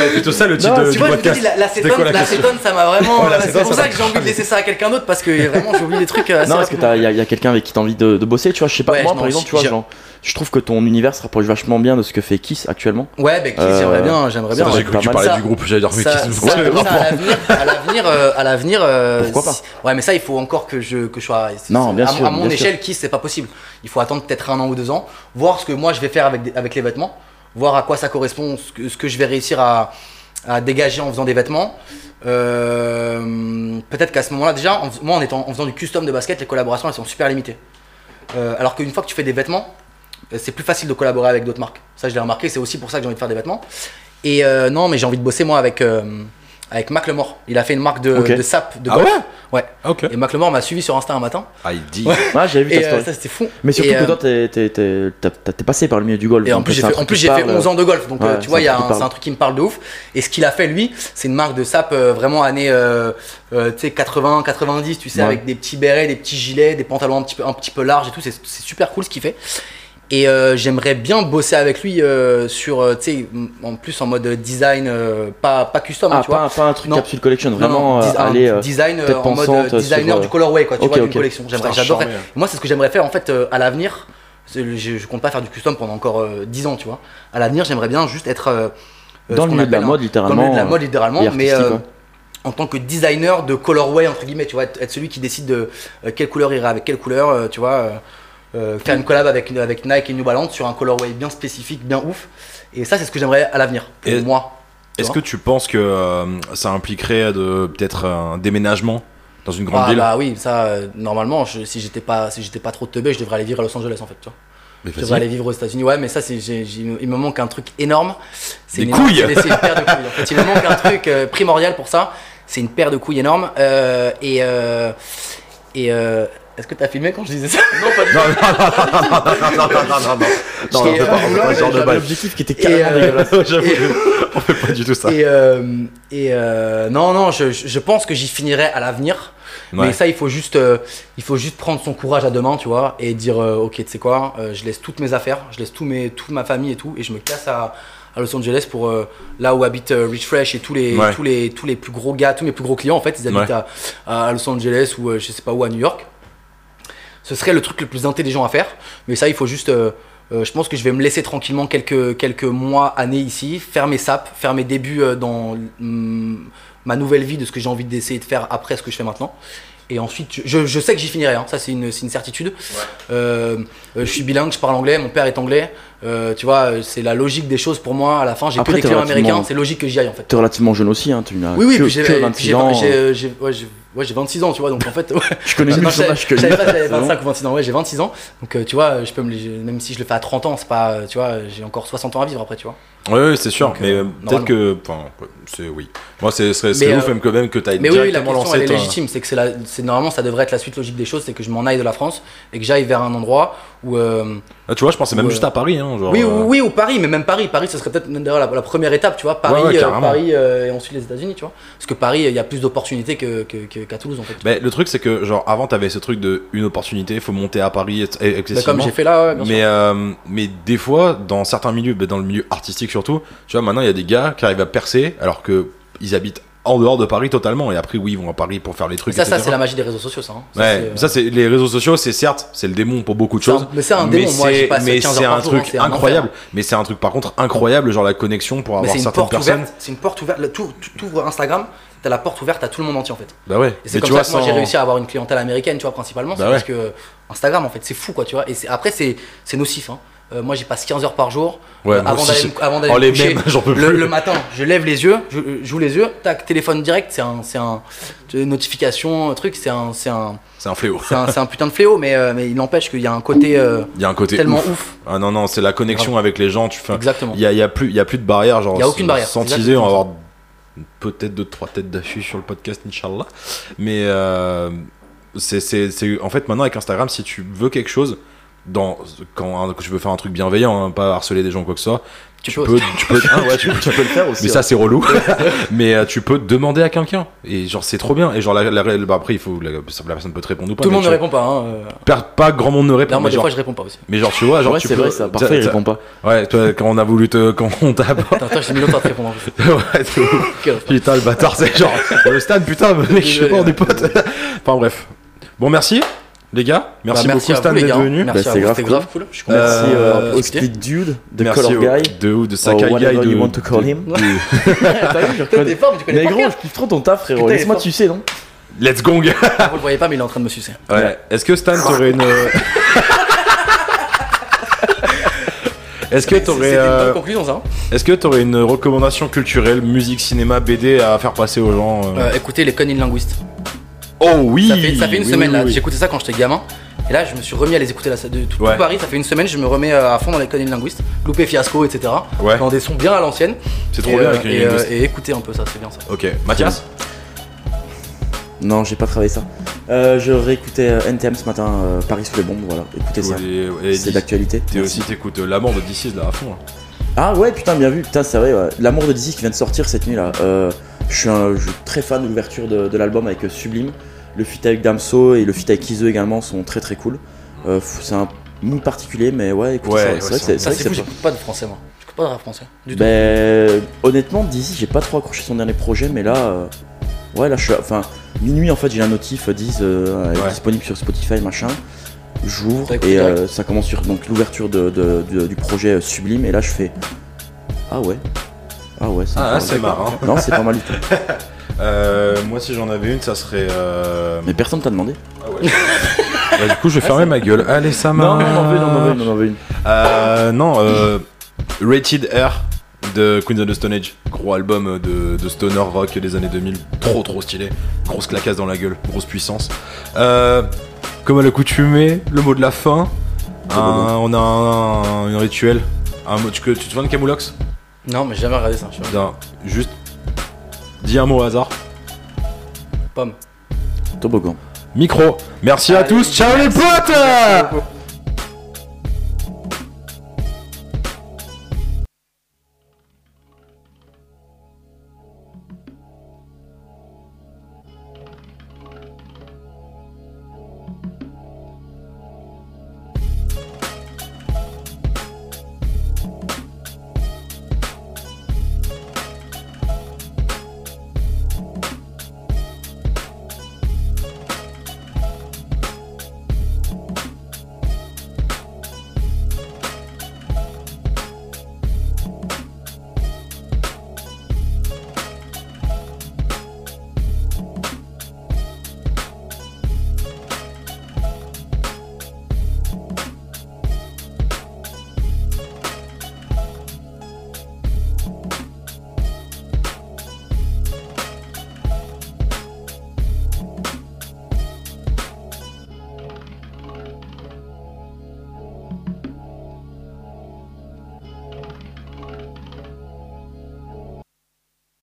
Speaker 1: C'est plutôt ça le titre
Speaker 3: Non,
Speaker 1: de-
Speaker 2: Tu
Speaker 1: du
Speaker 2: vois, je vous dis,
Speaker 1: podcast.
Speaker 2: la, la
Speaker 1: C'était quoi
Speaker 2: cétone,
Speaker 1: la
Speaker 2: la
Speaker 1: question
Speaker 2: cétone, ça m'a vraiment.
Speaker 1: Ouais, la
Speaker 2: c'est
Speaker 1: cétone,
Speaker 2: pour
Speaker 1: ça Ah,
Speaker 2: ça
Speaker 1: t'a
Speaker 2: que j'ai envie de laisser ça à quelqu'un d'autre parce que vraiment, j'oublie des trucs. euh, assez
Speaker 3: Non, est-ce que
Speaker 2: rapidement.
Speaker 3: il y a, y a quelqu'un avec qui t'as envie de, de bosser Tu vois, je sais pas,
Speaker 2: Ouais,
Speaker 3: moi
Speaker 2: je
Speaker 3: par
Speaker 2: m'en-
Speaker 3: exemple, tu vois,
Speaker 2: j'ai-
Speaker 3: genre, je trouve que ton univers se rapproche vachement bien de ce que fait Kiss actuellement.
Speaker 2: Ouais, ben, Kiss,
Speaker 3: Euh,
Speaker 2: j'aimerais bien, j'aimerais
Speaker 1: Ça,
Speaker 2: bien.
Speaker 3: ouais,
Speaker 1: J'ai cru que tu
Speaker 3: pas mal.
Speaker 1: parlais
Speaker 2: Ça-
Speaker 1: du groupe, j'allais dire, mais
Speaker 2: Ça-
Speaker 1: qu'est-ce que
Speaker 2: ça,
Speaker 1: c'est le
Speaker 2: ça,
Speaker 1: rapport
Speaker 2: à l'avenir, à l'avenir, euh, à l'avenir. euh,
Speaker 3: Pourquoi pas
Speaker 2: si- Ouais, mais ça, il faut encore que je que je sois. c'est-
Speaker 3: Non,
Speaker 2: c'est-
Speaker 3: bien
Speaker 2: à,
Speaker 3: sûr,
Speaker 2: à mon
Speaker 3: bien sûr.
Speaker 2: échelle, qui c'est pas possible. Il faut attendre peut-être un an ou deux ans, voir ce que moi je vais faire avec des- avec les vêtements, voir à quoi ça correspond, ce que, ce que je vais réussir à à dégager en faisant des vêtements. Euh, peut-être qu'à ce moment-là, déjà, en, moi, en, étant, en faisant du custom de basket, les collaborations elles sont super limitées. Euh, alors qu'une fois que tu fais des vêtements, euh, c'est plus facile de collaborer avec d'autres marques. Ça, je l'ai remarqué, c'est aussi pour ça que j'ai envie de faire des vêtements. Et euh, non, mais j'ai envie de bosser moi avec, euh, avec Mac Lemore. Il a fait une marque de,
Speaker 3: Ok.
Speaker 2: de sap de
Speaker 1: Ah
Speaker 2: golf.
Speaker 1: ouais
Speaker 2: Ouais.
Speaker 1: Ah, ok.
Speaker 2: Et Mac Lemore m'a suivi sur Insta un matin.
Speaker 1: ID.
Speaker 3: Ouais, j'avais vu
Speaker 2: Et
Speaker 3: ta
Speaker 2: euh,
Speaker 3: story.
Speaker 2: ça, c'était fou.
Speaker 3: Mais surtout
Speaker 2: Et,
Speaker 3: que
Speaker 2: euh,
Speaker 3: toi, t'es- t'es- t'es t'as- t'as- t'es passé par le milieu du golf.
Speaker 2: Et en
Speaker 3: donc
Speaker 2: plus, j'ai
Speaker 3: c'est un
Speaker 2: fait, en
Speaker 3: truc
Speaker 2: plus,
Speaker 3: qui
Speaker 2: j'ai fait
Speaker 3: parle,
Speaker 2: 11 ans de golf, donc
Speaker 3: Ouais,
Speaker 2: euh, tu vois,
Speaker 3: c'est
Speaker 2: il y
Speaker 3: un
Speaker 2: a
Speaker 3: truc qui
Speaker 2: un- c'est un
Speaker 3: parle.
Speaker 2: truc qui me parle de ouf. Et ce qu'il a fait, lui, c'est une marque de sap euh, vraiment année euh, euh, tu sais, 80, 90, tu sais,
Speaker 3: Ouais.
Speaker 2: avec des petits bérets, des petits gilets, des pantalons un petit peu, un petit peu larges et tout. C'est c'est super cool ce qu'il fait. Et euh, j'aimerais bien bosser avec lui euh, sur, euh, tu sais, m- en plus en mode design, euh, pas, pas custom, hein,
Speaker 3: Ah,
Speaker 2: tu vois.
Speaker 3: pas, pas un truc
Speaker 2: Non.
Speaker 3: capsule collection,
Speaker 2: Non, non,
Speaker 3: vraiment euh,
Speaker 2: dis- un
Speaker 3: aller. euh,
Speaker 2: design euh,
Speaker 3: tête
Speaker 2: en mode
Speaker 3: pensante
Speaker 2: euh,
Speaker 3: sur,
Speaker 2: designer
Speaker 3: euh,
Speaker 2: du colorway, quoi, tu
Speaker 3: ok,
Speaker 2: vois,
Speaker 3: ok.
Speaker 2: d'une collection. J'aimerais,
Speaker 1: Putain,
Speaker 2: j'adorerais.
Speaker 1: charmé, hein.
Speaker 2: Moi, c'est ce que j'aimerais faire en fait euh, à l'avenir. C'est- Je, je compte pas faire du custom pendant encore euh, 10 ans, tu vois. À l'avenir, j'aimerais bien juste être euh, euh, ce
Speaker 3: Dans le
Speaker 2: qu'on
Speaker 3: milieu de la
Speaker 2: appelle un- dans le milieu de
Speaker 3: mode,
Speaker 2: la
Speaker 3: littéralement,
Speaker 2: mode,
Speaker 3: euh,
Speaker 2: littéralement,
Speaker 3: et
Speaker 2: mais
Speaker 3: artistique,
Speaker 2: euh,
Speaker 3: ouais.
Speaker 2: en tant que designer de colorway entre guillemets, tu vois, être, être celui qui décide de euh, quelle couleur ira avec quelle couleur, euh, tu vois. euh, euh, faire une collab avec, avec Nike et New Balance sur un colorway bien spécifique, bien ouf. Et ça, c'est ce que j'aimerais à l'avenir, pour
Speaker 1: Et-
Speaker 2: moi. tu
Speaker 1: Est-ce
Speaker 2: vois.
Speaker 1: que tu penses que euh, ça impliquerait de peut-être un déménagement dans une grande
Speaker 2: Ah
Speaker 1: ville
Speaker 2: bah oui, ça euh, normalement, je- si j'étais pas si j'étais pas trop teubé, je devrais aller vivre à Los Angeles en fait, tu vois.
Speaker 1: Mais
Speaker 2: Je
Speaker 1: vas-y.
Speaker 2: devrais aller vivre aux États-Unis. Ouais, mais ça c'est j'ai- j'ai- il me manque un truc énorme. C'est
Speaker 1: Des
Speaker 2: une énorme-
Speaker 1: couilles
Speaker 2: c'est- c'est une paire de couilles. En fait, il me manque un truc euh, primordial pour ça. C'est une paire de couilles énorme Euh, et euh, et euh, est-ce que t'as filmé quand je disais ça Non, pas
Speaker 1: Non, non, non, non, non, non, non, non, non,
Speaker 2: Et,
Speaker 1: on fait pas, on fait pas ce genre de
Speaker 3: j'avais
Speaker 1: bail.
Speaker 3: l'objectif qui était
Speaker 2: Et,
Speaker 3: carrément
Speaker 2: euh,
Speaker 3: dégueulasse.
Speaker 1: J'avoue, on fait pas du tout ça.
Speaker 2: Et, euh, et euh, non, non, je, je je pense que j'y finirai à l'avenir.
Speaker 1: Ouais.
Speaker 2: Mais ça, il faut juste, euh, il faut juste prendre son courage à deux mains, tu vois, et dire, euh, ok, tu sais quoi, euh, je laisse toutes mes affaires, je laisse tout mes, toute ma famille et tout, et je me casse à, à Los Angeles pour euh, là où habite euh, Rich Fresh et tous les,
Speaker 1: Ouais.
Speaker 2: tous les, tous les plus gros gars, tous mes plus gros clients, en fait, ils habitent à, à Los Angeles ou euh, je sais pas où à New York. Ce serait le truc le plus intelligent à faire, mais ça, il faut juste. euh, euh, je pense que je vais me laisser tranquillement quelques, quelques mois, années ici, faire mes saps, faire mes débuts euh, dans hum, ma nouvelle vie de ce que j'ai envie d'essayer de faire après ce que je fais maintenant. Et ensuite, je- je, je sais que j'y finirai, hein, ça c'est une, c'est une certitude. Euh, euh, je suis bilingue, je parle anglais, mon père est anglais. Euh, tu vois, euh, c'est la logique des choses pour moi. À la fin, j'ai que
Speaker 3: Après,
Speaker 2: des
Speaker 3: t'es
Speaker 2: clients
Speaker 3: relativement-
Speaker 2: américains, c'est logique que j'y aille en fait.
Speaker 3: T'es relativement jeune aussi, hein, tu n'as
Speaker 2: Oui, oui,
Speaker 3: que,
Speaker 2: puis j'ai
Speaker 3: que
Speaker 2: j'ai-
Speaker 3: 26
Speaker 2: j'ai-
Speaker 3: ans.
Speaker 2: j'ai- j'ai- ouais, j'ai- ouais, j'ai 26 ans, tu vois, donc en fait, ouais.
Speaker 3: Je connais mieux
Speaker 2: Non,
Speaker 3: le
Speaker 2: je savais-
Speaker 3: chômage que
Speaker 2: je savais pas que j'avais
Speaker 3: C'est bon.
Speaker 2: 25 ou 26 ans, ouais, j'ai 26 ans, donc euh, tu vois, je peux me, les- même si je le fais à 30 ans, c'est pas, euh, tu vois, j'ai encore 60 ans à vivre après, tu vois.
Speaker 1: Ouais, ouais, c'est sûr,
Speaker 2: Donc,
Speaker 1: mais
Speaker 2: euh,
Speaker 1: euh, peut-être que. Enfin, ouais, c'est oui. Moi, c'est- ce serait, ce
Speaker 2: Mais,
Speaker 1: serait ouf
Speaker 2: euh,
Speaker 1: même que, même que t'ailles
Speaker 2: Mais oui, oui, la
Speaker 1: directement
Speaker 2: question elle
Speaker 1: lancé
Speaker 2: est
Speaker 1: toi.
Speaker 2: légitime, c'est que c'est la, c'est normalement ça devrait être la suite logique des choses, c'est que je m'en aille de la France et que j'aille vers un endroit où euh,
Speaker 1: Ah, tu vois, je pensais même
Speaker 2: Ouais.
Speaker 1: juste à Paris. Hein, genre,
Speaker 2: Oui,
Speaker 1: euh,
Speaker 2: ou, oui, ou Paris, mais même Paris. Paris, ce serait peut-être même d'ailleurs la, la première étape, tu vois. Paris,
Speaker 1: Ouais, ouais,
Speaker 2: euh,
Speaker 1: carrément.
Speaker 2: Paris euh, et ensuite les États-Unis, tu vois. Parce que Paris, il y a plus d'opportunités que, que- que- qu'à Toulouse, en fait.
Speaker 1: Mais le truc, c'est que, genre, avant, t'avais ce truc de une opportunité, faut monter à Paris, et- et-
Speaker 2: Bah, comme
Speaker 1: excessivement.
Speaker 2: j'ai fait là, ouais, bien sûr.
Speaker 1: mais, euh, mais des fois, dans certains milieux, bah, dans le milieu artistique surtout, tu vois, maintenant il y a des gars qui arrivent à percer alors que ils habitent en dehors de Paris totalement. Et après, oui, ils vont à Paris pour faire les
Speaker 2: Mais
Speaker 1: trucs.
Speaker 2: ça, ça,
Speaker 1: etc.
Speaker 2: c'est la magie des réseaux sociaux, ça. hein. Ça,
Speaker 1: Ouais,
Speaker 2: c'est, euh,
Speaker 1: ça c'est les réseaux sociaux, c'est certes, c'est le démon pour beaucoup de
Speaker 2: C'est un-
Speaker 1: choses.
Speaker 2: mais c'est un démon,
Speaker 1: mais
Speaker 2: moi, j'y
Speaker 1: c'est-
Speaker 2: passe
Speaker 1: mais
Speaker 2: 15
Speaker 1: c'est
Speaker 2: heures
Speaker 1: un
Speaker 2: par jour, hein,
Speaker 1: truc
Speaker 2: c'est un
Speaker 1: incroyable. Mais c'est un truc par contre incroyable, genre la connexion pour
Speaker 2: mais
Speaker 1: avoir
Speaker 2: c'est une
Speaker 1: certaines
Speaker 2: porte
Speaker 1: personnes.
Speaker 2: ouverte. C'est une porte ouverte. Là, t'ouvres- Tu ouvres Instagram, t'as la porte ouverte à tout le monde entier, en fait.
Speaker 1: Bah ouais.
Speaker 2: Et c'est
Speaker 1: Mais
Speaker 2: comme
Speaker 1: tu
Speaker 2: ça
Speaker 1: vois,
Speaker 2: que moi
Speaker 1: sans-
Speaker 2: j'ai réussi à avoir une clientèle américaine, tu vois, principalement. C'est
Speaker 1: Bah ouais.
Speaker 2: parce que Instagram, en fait, c'est fou, quoi, tu vois. Et c'est- après, c'est c'est nocif. hein. Euh, moi, j'y passe 15 heures par jour.
Speaker 1: Ouais,
Speaker 2: Euh,
Speaker 1: moi
Speaker 2: avant
Speaker 1: aussi,
Speaker 2: d'aller
Speaker 1: c'est-
Speaker 2: me- avant d'aller
Speaker 1: Oh,
Speaker 2: me
Speaker 1: les
Speaker 2: coucher.
Speaker 1: mêmes, j'en peux
Speaker 2: le,
Speaker 1: plus.
Speaker 2: le matin, je lève les yeux, je, je joue les yeux, tac, téléphone direct, c'est un, c'est un, tu sais, notification, un truc, c'est un, c'est un,
Speaker 1: C'est un fléau.
Speaker 2: c'est un, c'est un putain de fléau, mais, euh, mais il n'empêche qu'il y a un côté euh,
Speaker 1: Il y a un côté
Speaker 2: tellement
Speaker 1: ouf.
Speaker 2: ouf.
Speaker 1: Ah non non, c'est la connexion avec les gens, tu fais
Speaker 2: Exactement.
Speaker 1: il y a, il y a plus il y a plus de barrière genre
Speaker 2: Il y a aucune
Speaker 1: sans-
Speaker 2: barrière,
Speaker 1: Sans
Speaker 2: c'est
Speaker 1: teaser, on va
Speaker 2: exactement
Speaker 1: avoir peut-être deux trois têtes d'affiche sur le podcast inchallah. Mais euh, c'est c'est c'est- en fait maintenant avec Instagram si tu veux quelque chose dans quand un- que je veux faire un truc bienveillant, hein, pas hein, harceler des gens ou quoi que ce soit, Tu, peux, tu peux, ah ouais, tu,
Speaker 3: Tu peux le faire aussi.
Speaker 1: mais ça c'est relou. mais euh, tu peux demander à quelqu'un et genre c'est trop bien et genre la, la- la- bah, après il faut la, la personne peut te répondre ou pas.
Speaker 2: Tout le
Speaker 1: mais
Speaker 2: monde ne
Speaker 1: tu-
Speaker 2: répond pas. Hein. euh.
Speaker 1: Pas, pas grand monde ne répond.
Speaker 2: Non, moi,
Speaker 1: mais,
Speaker 2: des
Speaker 1: genre,
Speaker 2: fois, je réponds pas aussi.
Speaker 1: mais genre, tu vois genre
Speaker 3: ouais,
Speaker 1: tu
Speaker 3: c'est
Speaker 1: peux-
Speaker 3: vrai ça.
Speaker 1: t'as-
Speaker 3: Parfois, il
Speaker 1: t'as-
Speaker 3: répond pas.
Speaker 1: Ouais toi quand on a voulu te quand on t'a
Speaker 2: Putain, toi, j'ai mis longtemps à te répondre. en plus. Bah,
Speaker 1: ouais, c'est ouf.
Speaker 2: Quelle-
Speaker 1: Putain, le bâtard, c'est genre le stade, putain, mec, je sais pas, on est potes. enfin, bref. Bon, merci, les gars. Merci,
Speaker 2: Bah,
Speaker 1: beaucoup,
Speaker 2: à
Speaker 1: Stan,
Speaker 2: vous, les
Speaker 1: d'être
Speaker 2: gars.
Speaker 1: venu.
Speaker 2: Merci
Speaker 3: Bah,
Speaker 2: à
Speaker 3: c'est
Speaker 2: vous,
Speaker 3: grave
Speaker 2: c'était grave cool. Je suis content.
Speaker 3: Merci
Speaker 1: Euh,
Speaker 3: euh, au
Speaker 2: discuter.
Speaker 3: Speed Dude, The
Speaker 1: Merci
Speaker 3: Color
Speaker 1: au-
Speaker 3: Guy. Oh,
Speaker 1: de ou de Sakai
Speaker 3: or
Speaker 1: Guy,
Speaker 3: whatever
Speaker 1: de,
Speaker 3: you want to call
Speaker 1: de-
Speaker 3: him.
Speaker 1: de-
Speaker 2: Toi, t'es fort, mais tu connais pas
Speaker 3: Négro, je kiffe trop ton taf, frérot.
Speaker 2: Putain, il est
Speaker 3: Laisse-moi
Speaker 2: fort.
Speaker 3: tu sais, non
Speaker 1: Let's gong. Ouais.
Speaker 2: Pierre. Ah, Vous le voyez pas, mais il est en train de me sucer.
Speaker 1: Est-ce que Stan t'aurais une. euh, Est-ce que
Speaker 2: C'est-
Speaker 1: t'aurais,
Speaker 2: C'était une
Speaker 1: euh,
Speaker 2: bonne conclusion, ça. hein.
Speaker 1: est-ce que t'aurais une recommandation culturelle, musique, cinéma, BD à faire passer aux gens euh
Speaker 2: Euh, Écoutez, les connes linguistes.
Speaker 1: Oh oui.
Speaker 2: Ça fait, ça fait une
Speaker 1: oui,
Speaker 2: semaine
Speaker 1: oui,
Speaker 2: là,
Speaker 1: oui.
Speaker 2: j'écoutais ça quand j'étais gamin. Et là, je me suis remis à les écouter là, ça- de tout, tout
Speaker 1: Ouais.
Speaker 2: Paris. Ça fait une semaine, je me remets euh, à fond dans les connes linguistes. Loupé fiasco, etc.
Speaker 1: Ouais.
Speaker 2: Dans des sons bien à l'ancienne.
Speaker 1: C'est
Speaker 2: Et,
Speaker 1: trop bien
Speaker 2: euh,
Speaker 1: avec les
Speaker 2: et, euh,
Speaker 1: linguistes.
Speaker 2: et écoutez un peu ça, c'est bien ça.
Speaker 1: Ok, Mathias.
Speaker 3: Non, j'ai pas travaillé ça. Euh, je réécoutais euh, NTM ce matin, euh, Paris sous les bombes, voilà. Écoutez ça.
Speaker 1: Et- et
Speaker 3: C'est
Speaker 1: dis-
Speaker 3: d'actualité.
Speaker 1: euh, T'es aussi t'écoutes euh, l'amour de DC's là à fond. là.
Speaker 3: Ah ouais, putain, bien vu. Putain, c'est vrai. ouais. L'amour de DC qui vient de sortir cette nuit là. Euh, je, suis un- je suis très fan de l'ouverture de, de l'album avec euh, Sublime. Le feat avec Damso et le feat avec Kizo également sont très très cool. Euh, f- c'est un mood particulier, mais ouais, écoute
Speaker 1: Ouais,
Speaker 3: ça.
Speaker 1: ouais,
Speaker 3: C'est vrai
Speaker 1: ça-
Speaker 3: que c'est- c'est
Speaker 2: Ça,
Speaker 3: vrai que
Speaker 2: c'est fou,
Speaker 3: c'est-
Speaker 2: j'écoute pas de français moi. J'écoute pas de rap français. Du tout.
Speaker 3: Ben, honnêtement, DC, j'ai pas trop accroché son dernier projet, mais là, euh, ouais, là, je suis. Enfin, minuit en fait, j'ai un notif, euh, Deezer, euh, est
Speaker 1: Ouais.
Speaker 3: disponible sur Spotify, machin. J'ouvre
Speaker 2: T'as écouté
Speaker 3: et euh,
Speaker 2: direct
Speaker 3: ça commence sur donc l'ouverture de- de- de- du projet euh, Sublime, et là, je fais. Ah ouais. Ah ouais,
Speaker 1: Ah,
Speaker 3: pas
Speaker 1: c'est
Speaker 3: mal.
Speaker 1: marrant.
Speaker 3: Non, c'est pas mal du tout.
Speaker 1: Euh, moi, si j'en avais une, ça serait. euh,
Speaker 3: Mais personne t'a demandé.
Speaker 1: bah, du
Speaker 2: Ah,
Speaker 1: coup, je vais fermer ma gueule. Allez, ça marche.
Speaker 3: non, non,
Speaker 1: Euh, non, euh, Rated Air de Queens of the Stone Age. Gros album de, de stoner rock des années 2000. Trop, trop stylé. Grosse claquasse dans la gueule. Grosse puissance. Euh, comme à l'accoutumée, le mot de la fin.
Speaker 3: Très beau
Speaker 1: Un-
Speaker 3: mot.
Speaker 1: on a un, un rituel. Un mot, tu, tu te souviens de Camoulox
Speaker 2: Non, mais j'ai jamais regardé ça. Je suis
Speaker 1: Putain, Juste, dis un mot au hasard.
Speaker 2: pomme.
Speaker 3: Toboggan.
Speaker 1: Micro. Merci à
Speaker 2: Allez,
Speaker 1: tous. Ciao les potes
Speaker 2: Merci beaucoup.